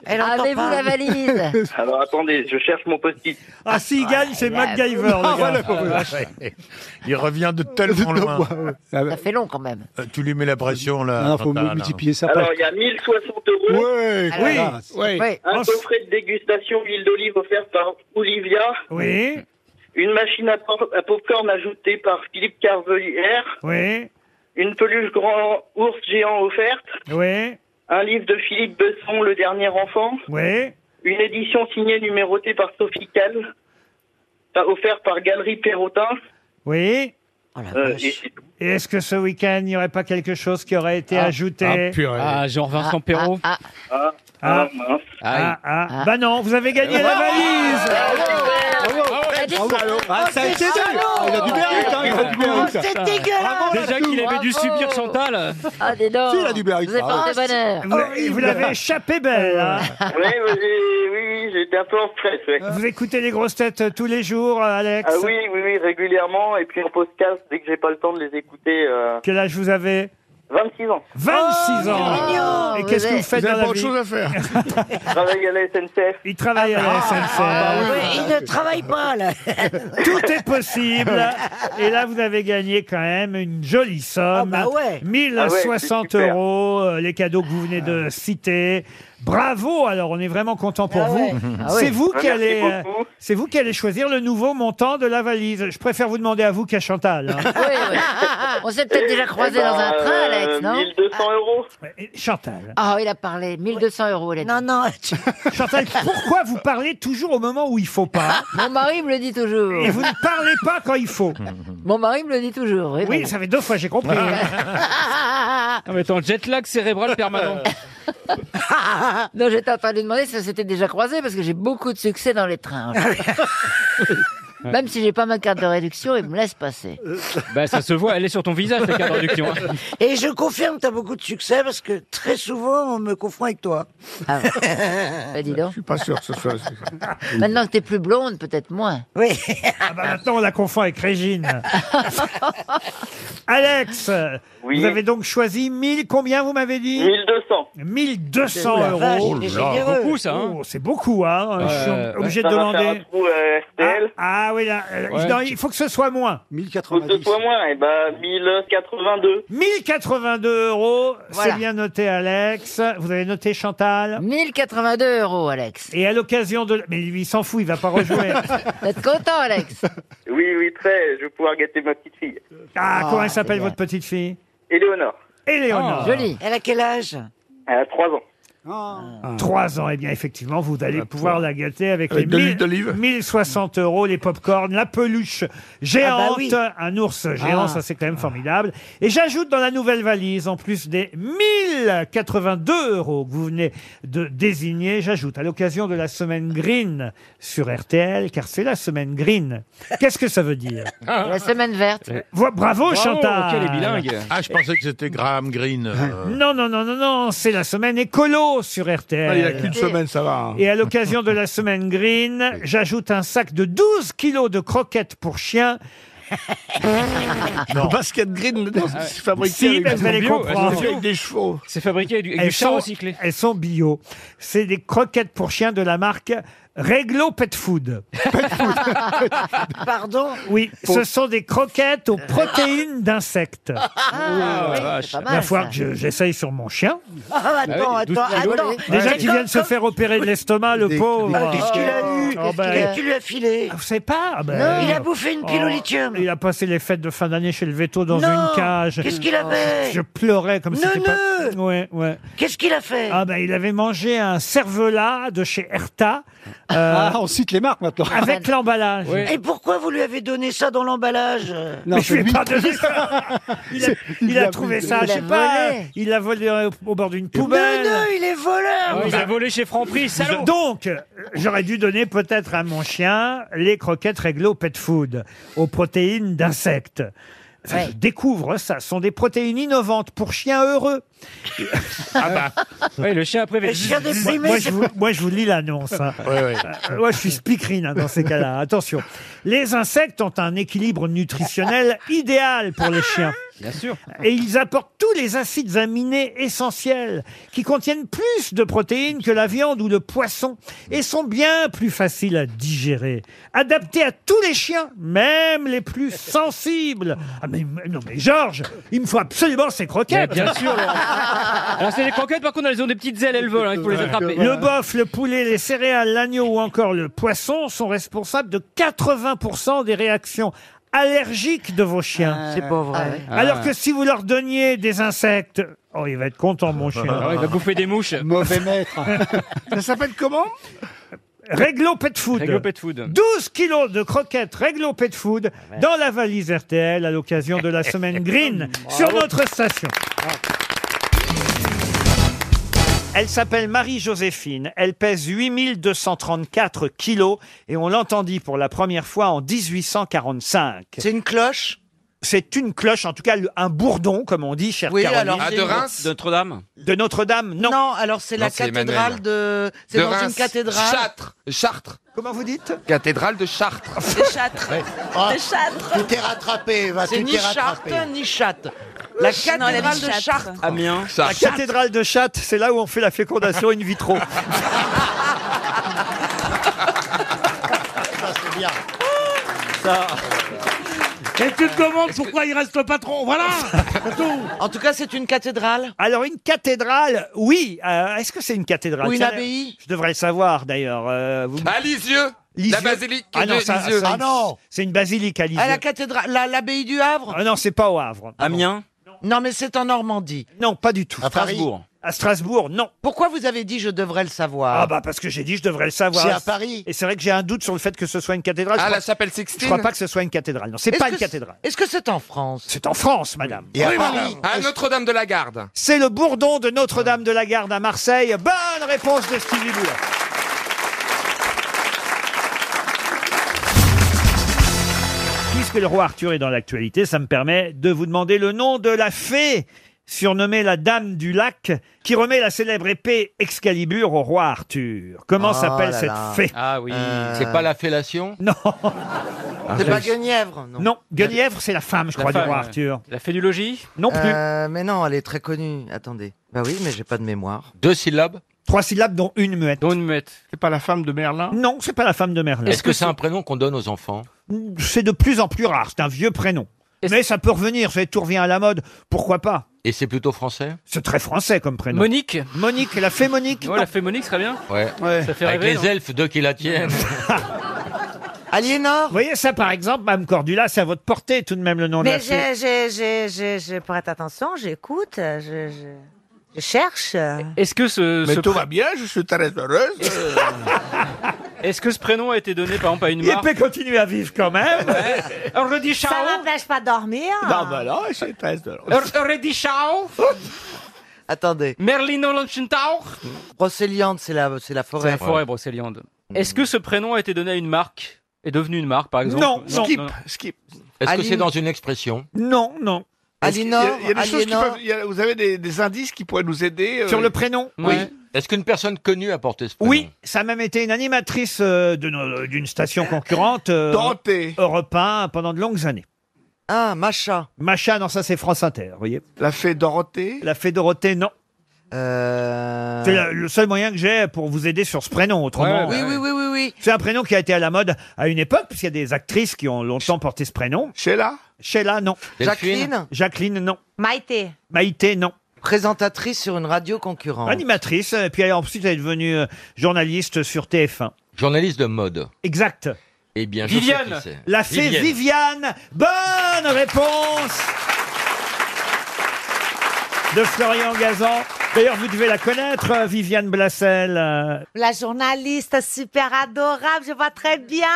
Avez-vous la valise
Alors attendez, je cherche mon post-it.
Ah, s'il gagne, c'est MacGyver. le gars. Ah,
Il revient de tellement loin.
Ça fait long quand même.
Euh, Tu lui mets la pression là.
Non, faut
Chantal,
multiplier
hein.
ça
Alors il y a 1060 euros.
Ouais,
Alors, oui, là, oui. oui.
Un coffret de dégustation huile d'olive offert par Olivia.
Oui.
Une machine à, pop- à popcorn ajoutée par Philippe Carvelière.
Oui,
Une peluche grand ours géant offerte.
oui,
Un livre de Philippe Besson, Le Dernier Enfant.
oui.
Une édition signée numérotée par Sophie Cal. Par- offerte par Galerie Perrotin.
Oui.
Euh, et c'est tout.
Et est-ce que ce week-end, il n'y aurait pas quelque chose qui aurait été ajouté
Ah, Jean-Vincent Perrault.
Ah,
Ah.
ah, mince.
Ah, ah. Bah non, vous avez gagné la valise Ah,
Ah,
Oh,
ça a été dur. Il a du mérite, hein, il a du mérite.
Ah, C'est dégueulasse
Déjà qu'il avait dû subir
Chantal Ah, dis donc
Si, il a du mérite,
Vous
Oh,
ça.
êtes porté bonheur
Vous, vous l'avez échappé belle hein.
Oui, oui, j'ai- oui, j'étais un peu en stress. ouais.
Vous écoutez les grosses têtes euh, tous les jours, euh, Alex
Ah oui, oui, oui, régulièrement. Et puis en podcast, dès que j'ai pas le temps de les écouter. euh,
Quel âge vous avez
26 ans.
26 ans Et qu'est-ce que vous faites dans la vie *laughs*
faire.
Je travaille à la SNCF.
Il travaille
Ah,
à la SNCF.
il ne travaille pas, là.
*laughs* Tout est possible. Et là, vous avez gagné quand même une jolie somme.
Ah bah ouais.
1060
Ah ouais, c'est super.
euros, euh, les cadeaux que vous venez de citer. Bravo, alors on est vraiment content pour
Ah
vous.
ouais. Ah
C'est
ouais.
vous
Ah,
qui
merci
allez, euh,
beaucoup.
c'est vous qui allez choisir le nouveau montant de la valise. Je préfère vous demander à vous qu'à Chantal.
*laughs*
hein.
Oui, oui. On s'est peut-être déjà croisé
Eh
Eh
dans
ben,
ben,
un
euh,
train,
euh,
Alex, non
1200 euros.
Et Chantal.
Ah, il a parlé. 1200 euros, il a dit. Non, non. *laughs*
Chantal, pourquoi vous parlez toujours au moment où il faut
*laughs*
pas
Mon mari me le dit toujours.
et
*laughs*
vous ne parlez pas quand il faut
Mon mari me le dit toujours. Oui,
Oui, ça fait deux fois, j'ai compris.
*laughs*
Ah, mais ton jet lag cérébral permanent.
non, j'étais en train de lui demander si on s'était déjà croisé parce que j'ai beaucoup de succès dans les trains.
*laughs*
Même si j'ai pas ma carte de réduction, il me laisse passer.
bah, ça se voit, elle est sur ton visage, la carte de réduction.
hein.
Et je confirme, tu as beaucoup de succès parce que très souvent, on me confond avec toi. *laughs*
Ah, bah, dis donc.
suis pas sûr que ce soit.
Maintenant que t'es plus blonde, peut-être moins.
Oui.
*laughs*
Ah bah maintenant, on la confond avec Régine. Alex,
oui.
Vous avez donc choisi 1000, combien vous m'avez dit
1200.
1200
Oh la
euros.
vache, il est Oh là, généreux. beaucoup, ça, hein.
Oh, c'est beaucoup, hein. Je suis
Ouais.
obligé
Ça
de
va faire
demander.
un trou, euh, STL.
Ah, oui, là, euh,
Ouais.
non, il faut que ce soit moins.
Faut que ce
1090.
soit moins, et bah 1082.
1082 euros,
Voilà.
c'est bien noté Alex. Vous avez noté Chantal
1082 euros, Alex.
Et à l'occasion de... Mais lui, il s'en fout, il va pas
*laughs*
rejouer.
Vous êtes content, Alex
Oui, oui, très, je vais pouvoir gâter ma petite fille.
Ah, comment elle s'appelle votre petite fille
Éléonore.
Oh,
Éléonore.
Jolie. Elle a quel âge
Elle a 3 ans.
Trois ans, et bien effectivement, vous allez pouvoir Ah. la gâter avec,
Avec de
les
l'huile
1000 1060 euros, les pop-corn, la peluche géante,
Ah bah oui.
un ours géant,
Ah.
ça c'est quand même formidable. Et j'ajoute dans la nouvelle valise, en plus des 1082 euros que vous venez de désigner, j'ajoute à l'occasion de la semaine green sur RTL, car c'est la semaine green. Qu'est-ce que ça veut dire
La semaine verte.
Voilà, Eh. Bravo, Chantal
Ah, je pensais que c'était Graham Greene. euh.
non, non, non, non, non, c'est la semaine écolo sur RTL.
Ah, il a qu'une semaine, ça va. hein.
Et à l'occasion de la semaine green, j'ajoute un sac de 12 kilos de croquettes
*laughs*
pour chiens.
Le basket green, non,
Ah.
c'est fabriqué
Si,
avec
mais
du
vous allez
bio, Ah,
comprendre.
c'est fait avec des chevaux.
C'est fabriqué avec,
du char
recyclé. Elles sont bio. C'est des croquettes pour chiens de la marque Reglo
*laughs*
Pet Food.
Pardon
Oui, ce sont des croquettes aux protéines d'insectes.
Ah, oui, c'est pas mal,
La fois
ça.
que je- j'essaye sur mon chien.
Ah, attends,
Ah oui,
attends,
douze
attends.
Déjà qu'il vient de se faire opérer de l'estomac, le pauvre.
Ah, Qu'est-ce qu'il a eu
Oh, ben,
Qu'est-ce que tu lui as filé
Vous savez pas Ah ben,
Non, il
euh,
a bouffé une pile au
oh,
lithium.
Il a passé les fêtes de fin d'année chez le veto dans
Non,
une cage. Oh,
qu'est-ce qu'il avait
Je pleurais comme si c'était pas... Ouais, ouais.
Qu'est-ce qu'il a fait
Ah ben, il avait mangé un cervelas de chez Erta.
Ah,
on cite les marques maintenant. Avec l'emballage.
ben. Et pourquoi vous lui avez donné ça dans l'emballage
mais je lui ai pas donné *laughs* ça. Il a, il
il
a
l'a
trouvé
volé.
ça,
Il
je
l'a
sais pas.
volé.
Il l'a volé euh, au bord d'une
Mais
poubelle.
non, il est voleur
Ah oui, il a
volé chez Franprix, salaud
Donc, euh, j'aurais dû donner peut-être à mon chien les croquettes réglo pet food aux protéines d'insectes. Enfin,
Ouais.
Je découvre ça. Ce sont des protéines innovantes pour chiens heureux.
Ah bah. Oui, le chien après.
moi, moi, je vous, moi, je vous lis l'annonce. hein. Euh, moi, je suis speakerine hein, dans ces
*laughs*
cas-là. Attention. Les insectes ont un équilibre nutritionnel idéal pour les chiens.
Bien sûr.
Et ils apportent tous les acides aminés essentiels qui contiennent plus de protéines que la viande ou le poisson et sont bien plus faciles à digérer. Adaptés à tous les chiens, même les plus sensibles. Ah mais non mais Georges, il me faut absolument ces croquettes.
bien sûr, Laurent.
*laughs*
Alors, c'est des croquettes, par contre, elles ont des petites ailes, elles volent, hein, il faut les attraper.
Le
Ah
bœuf, le poulet, les céréales, l'agneau ou encore le poisson sont responsables de 80% des réactions allergiques de vos chiens.
C'est pas vrai.
Ah ouais.
Alors
Ah.
que si vous leur donniez des insectes, oh, il va être content, mon chien.
*laughs* Ah ouais, il va bouffer des mouches. Mauvais maître.
*laughs* Ça s'appelle comment Réglo Pet Food.
Réglo Pet Food. Ah,
12 kilos de croquettes Réglo Pet Food dans la valise RTL à l'occasion de
*laughs*
la semaine green sur notre station. Elle s'appelle Marie-Joséphine. Elle pèse 8234 kilos et on l'entendit pour la première fois en 1845. C'est une cloche C'est une cloche, en tout cas le- un bourdon, comme on dit, cher
Oui,
Caroline.
alors, Ah, de j'ai- Reims
Notre-Dame.
De Notre-Dame, non.
Non, alors c'est
Non,
la
c'est
cathédrale
Emmanuel.
de. C'est
De
dans
Reims.
une cathédrale.
Châtres.
Chartres.
Comment vous dites
Cathédrale de Chartres.
C'est Châtres. C'est Ah. Châtres.
Oh, Tu t'es rattrapé, va,
C'est
tu
ni
t'es rattrapé.
Chartres ni Châtres. La cathédrale de Chartres.
Ah,
Amiens. La *laughs* cathédrale de Châtes, c'est là où on fait la fécondation in
*laughs*
vitro.
Ah, Ça, c'est bien.
Et tu te demandes pourquoi il reste le patron, voilà
En tout cas, c'est une cathédrale.
Alors une cathédrale, oui. euh, Est-ce que c'est une cathédrale
Ou une
Ça,
abbaye
Je devrais le savoir d'ailleurs. euh, vous-
À Lisieux La basilique
Ah non,
de
ça-
Lisieux.
ça-
Ah non.
c'est une basilique à Lisieux.
À Ah, la cathédrale, la- l'abbaye du Havre.
Ah non, c'est pas au Havre.
Amiens. Non, mais c'est en Normandie.
Non, pas du tout.
À
Strasbourg. À Strasbourg, non.
Pourquoi vous avez dit je devrais le savoir
Ah bah parce que j'ai dit je devrais le savoir.
C'est à Paris.
Et c'est vrai que j'ai un doute sur le fait que ce soit une cathédrale. Je
Ah,
crois-
la chapelle Sixtine
Je crois pas que ce soit une cathédrale. Non, c'est
Est-ce
pas
que
une
c'est-
cathédrale.
Est-ce que c'est en France
C'est en France, madame.
Oui, madame. À Notre-Dame de la Garde.
C'est le bourdon de Notre-Dame de la Garde à Marseille. Bonne réponse de Stevie Boulet. Puisque le roi Arthur est dans l'actualité, ça me permet de vous demander le nom de la fée surnommée la Dame du Lac, qui remet la célèbre épée Excalibur au roi
Ah
Arthur. Comment
Oh
s'appelle
là
Ah
Euh,
cette
là.
fée
Ah oui, c'est pas la fellation
Non.
Euh. C'est pas Guenièvre, non.
Non, Guenièvre, c'est la femme, je
La
crois,
femme,
du roi
ouais.
Arthur.
La fénulogie
Non plus.
mais non, elle est très connue. Attendez. Euh, Bah oui, mais j'ai pas de mémoire.
Deux syllabes Trois syllabes, dont une muette. Dont
une muette. C'est pas la femme de Merlin
Non, c'est pas la femme de Merlin.
Est-ce que c'est un prénom qu'on donne aux enfants
C'est de plus en plus rare, c'est un vieux prénom. Mais ça peut revenir, ça tout revient à la mode, pourquoi pas
Et c'est plutôt français
C'est très français comme prénom.
Monique
Monique, la fée Monique
Ouais, la fémonique serait bien.
Ouais.
Ça fait
Avec
rêver,
les
hein.
elfes, deux qui la
*laughs*
tiennent.
Aliénor Vous voyez, ça par exemple, Mme Cordula, c'est à votre portée tout de même le nom de
Mais
la fée.
je, je, je, je, je prête attention, j'écoute, je, je, je cherche.
Est-ce que ce.
Mais
ce
tout
pré-
va bien, je suis très heureuse.
*laughs* Est-ce que ce prénom a été donné par exemple à une
Il
marque
peut continuer à vivre quand même.
*laughs* On le dit ciao
Ça m'empêche pas de dormir.
Non, bah non, je suis très heureuse.
Reddy
*laughs*
Chao
Attendez.
Merlino Lanchentau
Brocéliande, c'est la, c'est la forêt.
C'est la forêt brocéliande. Est-ce que ce prénom a été donné à une marque Est devenu une marque par exemple
Non, non. Skip,
skip.
Est-ce que
Aline-
c'est dans une expression
Non, non.
Aliénor,
Il y a- il y a des choses qui
Aliénor.
peuvent- il y a- vous avez des, des indices qui pourraient nous aider euh,
prénom
Oui. Est-ce qu'une personne connue a porté
Ah
ce prénom
Oui, ça a même été une animatrice euh, de nos- d'une station
*laughs*
concurrente euh, Europe 1 pendant de longues années.
Ah, Macha.
Macha, non, ça c'est France Inter, vous voyez.
La fée Dorothée
La fée Dorothée, non.
Euh.
C'est la- le seul moyen que j'ai pour vous aider sur ce prénom, autrement.
oui, oui, oui, oui, oui.
C'est un prénom qui a été à la mode à une époque, puisqu'il y a des actrices qui ont longtemps porté ce prénom.
Sheila
Sheila, non.
Delphine Jacqueline
Jacqueline, non.
Maïté.
Maïté, non.
Présentatrice sur une radio concurrente.
Animatrice, et puis elle- ensuite elle est devenue euh, journaliste sur TF1.
Journaliste de mode.
Exact.
Eh bien, je sais
Viviane
qui c'est.
La fée Viviane. Bonne réponse de Florian Gazan. D'ailleurs, vous devez la connaître, euh, Viviane Blassel. euh,
La journaliste super adorable, je vois très bien.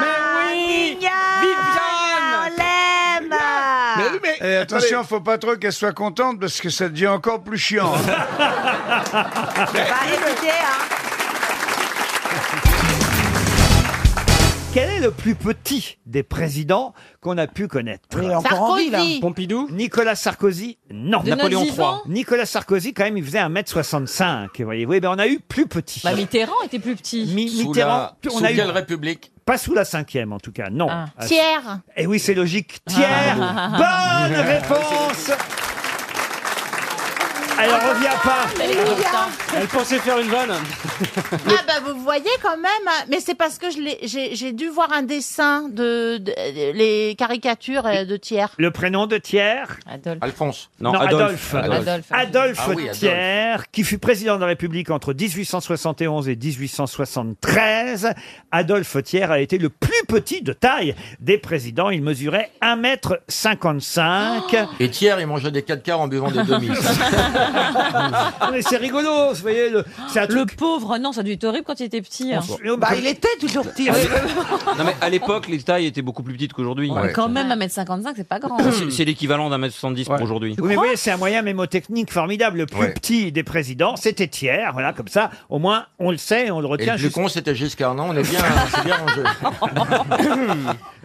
Mais oui, Viviane, on l'aime.
Eh, attention, faut pas trop qu'elle soit contente parce que ça devient encore plus chiant. hein.
*laughs*
Bah, écoutez, hein.
Quel est le plus petit des présidents qu'on a pu connaître
encore Henri, là. Sarkozy.
Pompidou Nicolas Sarkozy Non.
De notre Napoléon vivant
III. Nicolas Sarkozy, quand même, il faisait 1m65, voyez-vous. Eh ben, on a eu plus petit.
Bah,
Bah,
Mitterrand était plus petit.
Mitterrand,
Sous la-
on
sous
a eu...
quelle République
Pas sous la cinquième, en tout cas, non. Ah,
Thiers.
Eh oui, c'est logique. Thiers,
Ah.
bah. *laughs*
bah,
bonne réponse Elle en revient pas
Elle pensait faire une vanne.
Ah bah vous voyez quand même, hein. mais c'est parce que je l'ai- j'ai j'ai dû voir un dessin de, de- de- les caricatures euh, de Thiers.
Le prénom de Thiers
Alphonse.
Non, Adolphe. Adolphe,
Adolphe. Ah oui, Adolphe.
Thiers, qui fut président de la République entre 1871 et 1873. Adolphe Thiers a été le plus petit de taille des présidents. Il mesurait 1m55.
Et Thiers, il mangeait des 4 quarts en buvant des
*laughs*
demi.
Ah, Mais c'est rigolo, vous voyez. Le,
le pauvre, non, ça devait être horrible quand il était petit. hein.
Bah, il était toujours petit.
Non Ah, mais à l'époque, les tailles étaient beaucoup plus petites qu'aujourd'hui.
Quand même, 1m55, c'est pas
*coughs*
grand.
C'est- C'est l'équivalent d'un mètre 70 pour aujourd'hui.
Oui, mais vous voyez, c'est un moyen mémotechnique formidable. Le plus petit des présidents, c'était Thiers. Voilà, comme ça, au moins, on le sait, on le
Et
retient.
le plus
jusqu'au-
con, c'était Giscard. Non, on
*laughs*
est bien, c'est bien rangé.
*laughs*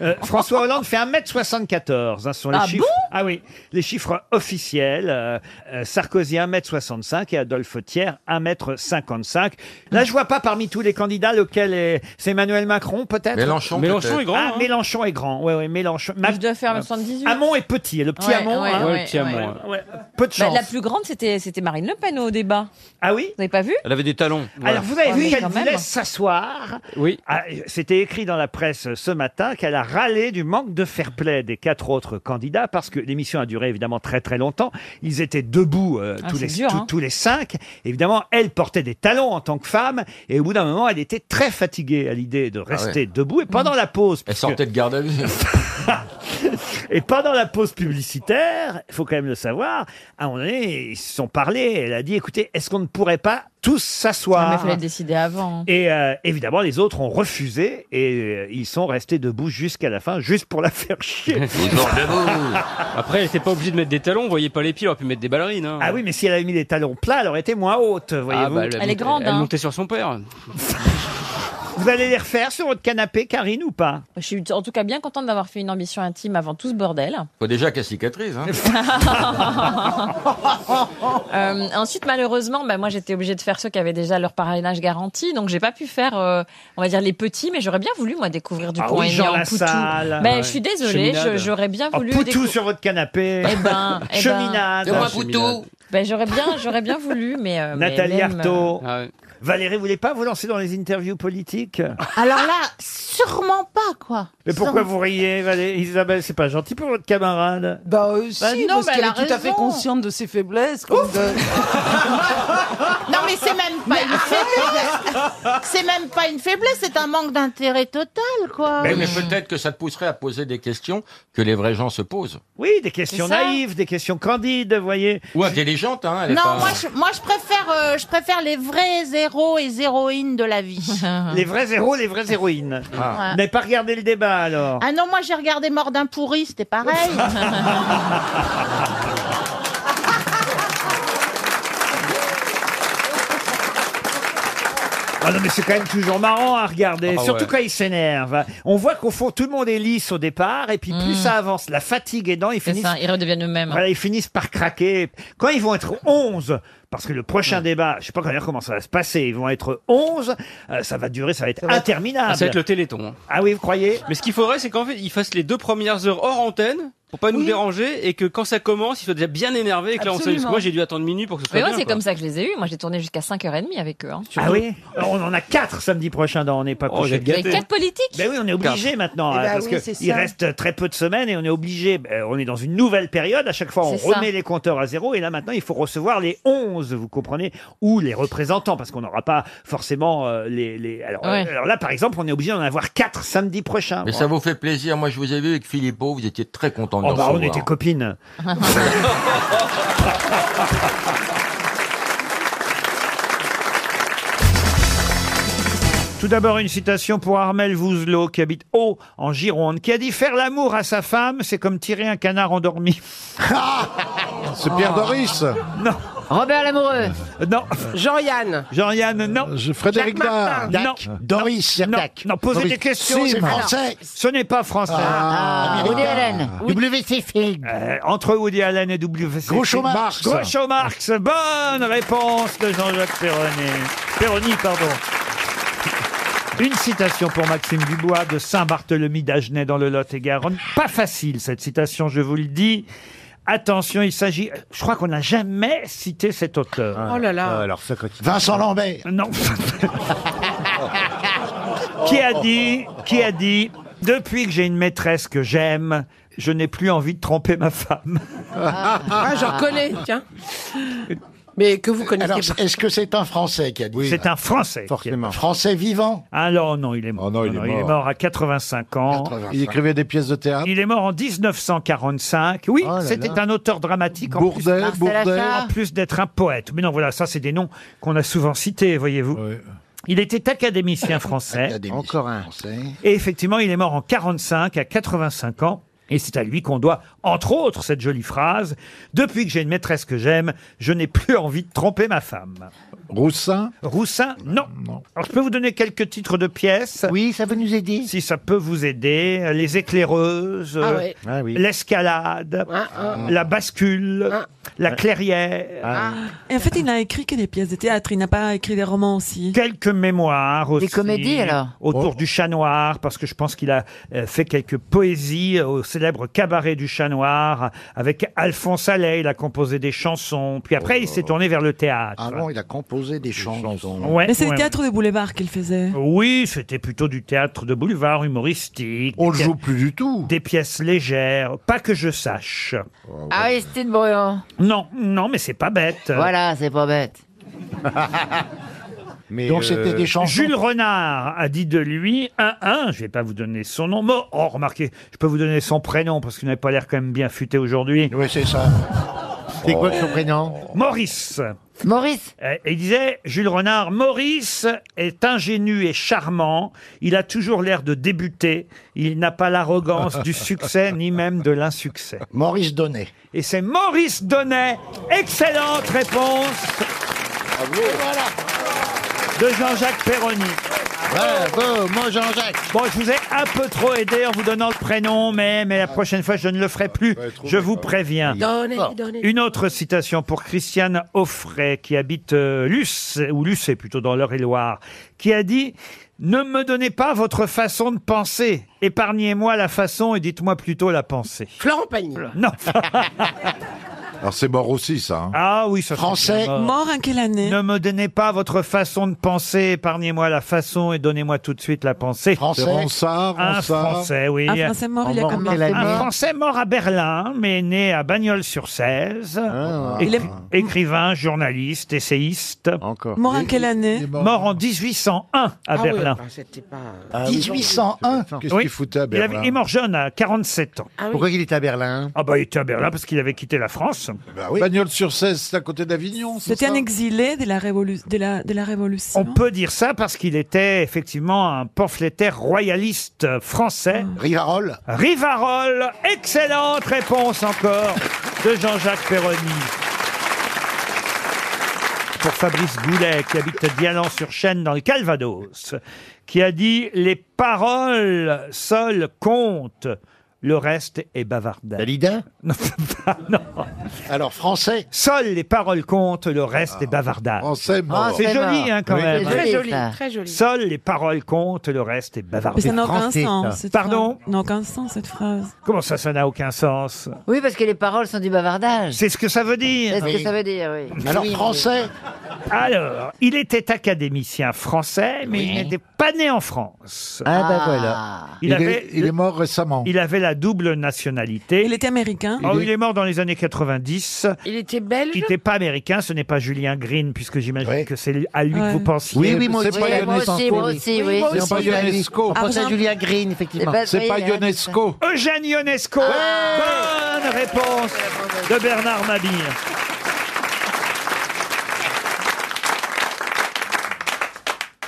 Euh, François Hollande fait 1m74. hein, ce sont les
Ah
chiffres. ah oui, les chiffres officiels. euh, euh, Sarkozy 1m65 et Adolphe Thiers 1m55. Là, je vois pas parmi tous les candidats lequel est. C'est Emmanuel Macron peut-être.
Mélenchon, Mélenchon peut-être. est grand,
Ah,
hein.
Mélenchon est grand. Ouais, ouais, Mélenchon.
Je dois faire 1m78.
Hamon est petit. Le petit
Ouais,
Hamon.
ouais,
hein.
ouais, Ouais, le petit Hamon, ouais.
Ouais, Peu de
Bah,
chance.
la plus grande, c'était c'était Marine Le Pen au débat.
Ah oui
Vous n'avez pas vu
Elle avait des talons.
Alors vous avez
Ouais,
vu
mais
qu'elle
quand
vous
même.
laisse s'asseoir.
Oui.
Ah, C'était écrit dans la presse ce matin qu'elle a râlé du manque de fair-play des quatre autres candidats parce que l'émission a duré évidemment très très longtemps. Ils étaient debout euh,
Ah,
tous
c'est
les
dur,
tous-
hein.
tous les cinq. Évidemment, elle portait des talons en tant que femme et au bout d'un moment, elle était très fatiguée à l'idée de rester
Ah ouais.
debout et pendant la pause.
Elle
puisque-
sortait de garde à vue.
*laughs* et pendant la pause publicitaire, il faut quand même le savoir, à un moment donné, ils se sont parlé. Elle a dit écoutez, est-ce qu'on ne pourrait pas tous
Ah, mais
s'asseoir
il fallait décider avant.
et euh, évidemment, les autres ont refusé et euh, ils sont restés debout jusqu'à la fin, juste pour la faire
*laughs*
chier.
Après, elle était pas obligée de mettre des talons, on voyait pas les pieds, elle aurait pu mettre des ballerines. hein.
ah oui, mais si elle avait mis les talons plats, Ah, elle aurait été moins haute, voyez-vous.
Ah bah, montait- Elle montait sur son père.
Vous allez les refaire sur votre canapé, Karine, ou pas
Je suis en tout cas bien contente d'avoir fait une ambition intime avant tout ce bordel.
Faut déjà qu'elle cicatrise.
*laughs*
Hein.
*laughs* Euh, ensuite, malheureusement, bah, moi j'étais obligée de faire ceux qui avaient déjà leur parrainage garanti, donc j'ai pas pu faire, euh, on va dire, les petits, mais j'aurais bien voulu, moi, découvrir du
Ah
point
oui, Jean
en Poutou.
Lassalle.
Ben,
Ouais.
je suis désolée, je-
Cheminade.
j'aurais bien
En
voulu.
Oh, Poutou
décou-
sur votre canapé. *laughs*
Eh ben, eh ben.
Cheminade.
Ben, j'aurais bien, j'aurais bien voulu, mais. euh, mais
Nathalie
même, euh,
Arthaud.
Ah
Valérie, vous voulez pas vous lancer dans les interviews politiques
Alors là, sûrement pas, quoi.
Mais pourquoi
Sûrement-
vous riez, Valérie Isabelle C'est pas gentil pour votre camarade.
Bah, euh, si,
Bah non,
parce
mais
qu'elle
elle
est
a
tout à fait
raison.
consciente de ses faiblesses. comme de-
Non, mais c'est même pas une faiblesse. C'est même pas une faiblesse, c'est un manque d'intérêt total,
Ah
quoi.
Mais, mais peut-être que ça te pousserait à poser des questions que les vrais gens se posent.
Oui, des questions
C'est ça.
naïves, des questions candides, vous voyez.
Ou intelligentes, hein. elle est
Non,
pas-
moi je, moi je préfère euh, je préfère les vrais héros et héroïnes de la vie.
Les vrais héros, les vraies héroïnes.
Ah.
Vous N'avez pas regardé le débat alors
Ah non, moi j'ai regardé Mort d'un pourri, c'était pareil.
Ah non, mais c'est quand même toujours marrant à regarder,
Ah
surtout
ouais.
quand il s'énerve. On voit qu'au fond, tout le monde est lisse au départ, et puis plus
Mm.
ça avance, la fatigue aidant, ils
C'est
finissent,
ça, ils redeviennent eux-mêmes.
voilà, ils finissent par craquer. Quand ils vont être 11, parce que le prochain débat, je sais pas quand d'ailleurs comment ça va se passer, ils vont être 11, euh, ça va durer, ça va être interminable.
Ah, Ça va être le téléthon.
Ah oui, vous croyez
Mais ce qu'il faudrait, c'est qu'en fait, ils fassent les deux premières heures hors antenne pour pas nous déranger et que quand ça commence, ils soient déjà bien énervés et que là, on sait. Parce que
Absolument.
moi, j'ai dû attendre minuit pour que ce soit
Mais moi,
bien,
c'est
quoi.
comme ça que je les ai eus. Moi, j'ai tourné jusqu'à 5h30 avec eux. hein.
Ah oui Alors, On en a 4 samedi prochain dans On n'est pas couché.
Vous avez quatre politiques
Ben oui, on est obligé
Oh, Quatre.
maintenant,
Eh
hein,
ben
parce
oui,
que
c'est
il
ça.
reste très peu de semaines et on est obligé, ben, on est dans une nouvelle période, à chaque fois on
C'est ça.
remet les compteurs à zéro et là maintenant il faut recevoir les 11, vous comprenez, ou les représentants, parce qu'on n'aura pas forcément euh, les... les- Alors,
Ouais.
euh, alors là par exemple on est obligé d'en avoir 4 samedi prochain.
Mais
Bon.
ça vous fait plaisir. Moi, je vous ai vu avec Philippot, vous étiez très content de
Oh,
nous
bah, on
recevoir.
était copines. Tout d'abord, une citation pour Armel Vouzelot, qui habite Haut, en Gironde, qui a dit Faire l'amour à sa femme, c'est comme tirer un canard
*laughs*
endormi. *laughs*
Ah
C'est Pierre Ah. Doris.
Non. Robert Lamoureux Non.
Jean-Yann.
Jean-Yann, non.
Euh, Frédéric Jacques Martin. Dard.
Non.
Dac.
Doris, Non, non, posez
Doris.
des questions.
Si,
c'est
mais-
français. Ce n'est pas français.
Ah, Woody Allen.
W.C. Field. Euh, entre Woody Allen et W.C.
Groucho
Field.
Marx.
Groucho Marx. Bonne réponse de Jean-Jacques Perroni. Perroni, pardon. Une citation pour Maxime Dubois de Saint-Barthélemy d'Agenais dans le Lot-et-Garonne. Pas facile cette citation, je vous le dis. Attention, il s'agit. Je crois qu'on n'a jamais cité cet auteur.
Oh là
Euh,
là.
Vincent Lambert. Non. qui a dit Qui a dit Depuis que j'ai une maîtresse que j'aime, je n'ai plus envie de tromper ma femme.
Ah, j'en reconnais, tiens. Mais que vous connaissez
Alors,
pas.
est-ce que c'est un Français qui a dit
C'est un Français. Forcément. Français vivant Alors Ah non, il est mort.
Oh il est
il est
mort.
mort à 85 ans.
Il écrivait des pièces de théâtre.
Il est mort en 1945. Oui,
Oh là
c'était
là.
un auteur dramatique. en
Bourdet,
plus-
Marcel Bourdet. Achard.
En plus d'être un poète. Mais non, voilà, ça, c'est des noms qu'on a souvent cités, voyez-vous. Il était académicien français.
Encore un.
Et effectivement, il est mort en 45 à 85 ans. Et c'est à lui qu'on doit, entre autres, cette jolie phrase Depuis que j'ai une maîtresse que j'aime, je n'ai plus envie de tromper ma femme. Roussin Roussin, non. Alors, je peux vous donner quelques titres de pièces. Oui, ça peut nous aider. Si ça peut vous aider. Les éclaireuses,
Ah ouais. Ah,
euh, l'escalade, la bascule, la clairière.
Ah. Et en fait, il n'a écrit que des pièces de théâtre, il n'a pas écrit des romans aussi.
Quelques mémoires aussi.
comédies, alors
Autour du chat noir, parce que je pense qu'il a euh, fait quelques poésies euh, au célèbre cabaret du chat noir avec Alphonse Allais. Il a composé des chansons. Puis après, il s'est tourné vers le théâtre.
Ah bon, il a composé des chansons.
Ouais,
Mais c'est
ouais,
le théâtre de boulevard qu'il faisait.
Oui, c'était plutôt du théâtre de boulevard humoristique. On le joue plus du tout. Des pièces légères, pas que je sache.
Ah oui, Stine Bruand.
Non, non, mais c'est pas bête.
Voilà, c'est pas
*laughs*
bête.
Mais
Donc, c'était des chansons.
Jules Renard a dit de lui un un. Je vais pas vous donner son nom. mais- Oh, remarquez, je peux vous donner son prénom parce qu'il n'avait pas l'air quand même bien futé aujourd'hui. Oui, c'est ça.
C'est quoi son prénom
Maurice. Maurice. il disait Eh, Jules Renard. Maurice est ingénu et charmant. Il a toujours l'air de débuter. Il n'a pas l'arrogance du succès ni même de l'insuccès. Maurice Donnet. Et c'est Maurice Donnet. Excellente réponse. De Jean-Jacques Perroni.
Bravo.
Bravo, mon Jean-Jacques. Bon, je vous ai un peu trop aidé en vous donnant le prénom, mais, mais la prochaine fois, je ne le ferai plus. Je vous préviens.
Donnez, donnez.
Une autre citation pour Christiane Offray, qui habite euh, Luce, ou Lucé plutôt, dans l'Eure-et-Loire, qui a dit « Ne me donnez pas votre façon de penser. Épargnez-moi la façon et dites-moi plutôt la pensée. » Florent Pagny. *laughs* Non.
Alors c'est mort aussi, ça. hein.
Ah oui, ça sent
Français.
bien
Mort en quelle année
Ne me donnez pas votre façon de penser, épargnez-moi la façon et donnez-moi tout de suite la pensée.
Français. C'est Ronsard,
Un
Ronsard.
Français, oui.
Un Français mort, il a En mort, commencé. quelle année
Un Français mort à Berlin, mais né à Bagnols-sur-Cèze. Écri-
Il est-
Écrivain, journaliste, essayiste. Encore.
Mort en quelle année Ah
Mort en 1801 à Berlin.
Ah,
c'était pas...
Ah Qu'est-ce qu'il foutait à
Berlin
il, est mort jeune, à 47 ans. Pourquoi il était à Berlin Ah bah il était à Berlin parce qu'il avait quitté la France.
sur 16, c'est à côté d'Avignon. c'est
C'était
ça
un exilé de la, révolu- de la, de la Révolution.
On peut dire ça parce qu'il était effectivement un pamphlétaire royaliste français.
Ah.
Rivarol Rivarol Excellente réponse encore de Jean-Jacques Perroni. Pour Fabrice Goulet, qui habite Dianan-sur-Chêne dans le Calvados, qui a dit « Les paroles seules comptent, le reste est bavardage. » Dalida *laughs* Non. Alors, français Seules les paroles comptent, le reste est bavardage. Français
mort.
C'est
Français
joli,
mort.
hein, quand
Oui, c'est
même.
Très joli, joli, très joli.
Seules les paroles comptent, le reste est bavardage.
Mais ça n'a aucun sens. cette
Pardon
phrase. n'a aucun sens, cette phrase.
Comment ça, ça n'a aucun sens
Oui, parce que les paroles sont du bavardage.
C'est ce que ça veut dire.
C'est ce que ça veut dire, oui. Oui, oui.
Alors, il était académicien français, mais il n'était pas né en France.
Ah,
ben
bah voilà.
Il,
Il est-
avait,
il est
mort récemment. Il avait la double nationalité.
Il était américain.
Oh, il est mort dans les années 90.
Il était belge.
Il n'était pas américain, ce n'est pas Julien Green, puisque j'imagine que c'est à lui que
Ouais.
vous pensiez.
Oui, oui, moi
C'est aussi. pas Moi Ionesco, aussi, moi oui. aussi, oui. C'est pas Ionesco.
On
Ah,
pense à
vous en-
Julia Green, effectivement.
C'est pas- C'est oui, pas il a raison. Ionesco.
Eugène Ionesco. Bonne réponse de Bernard Mabille.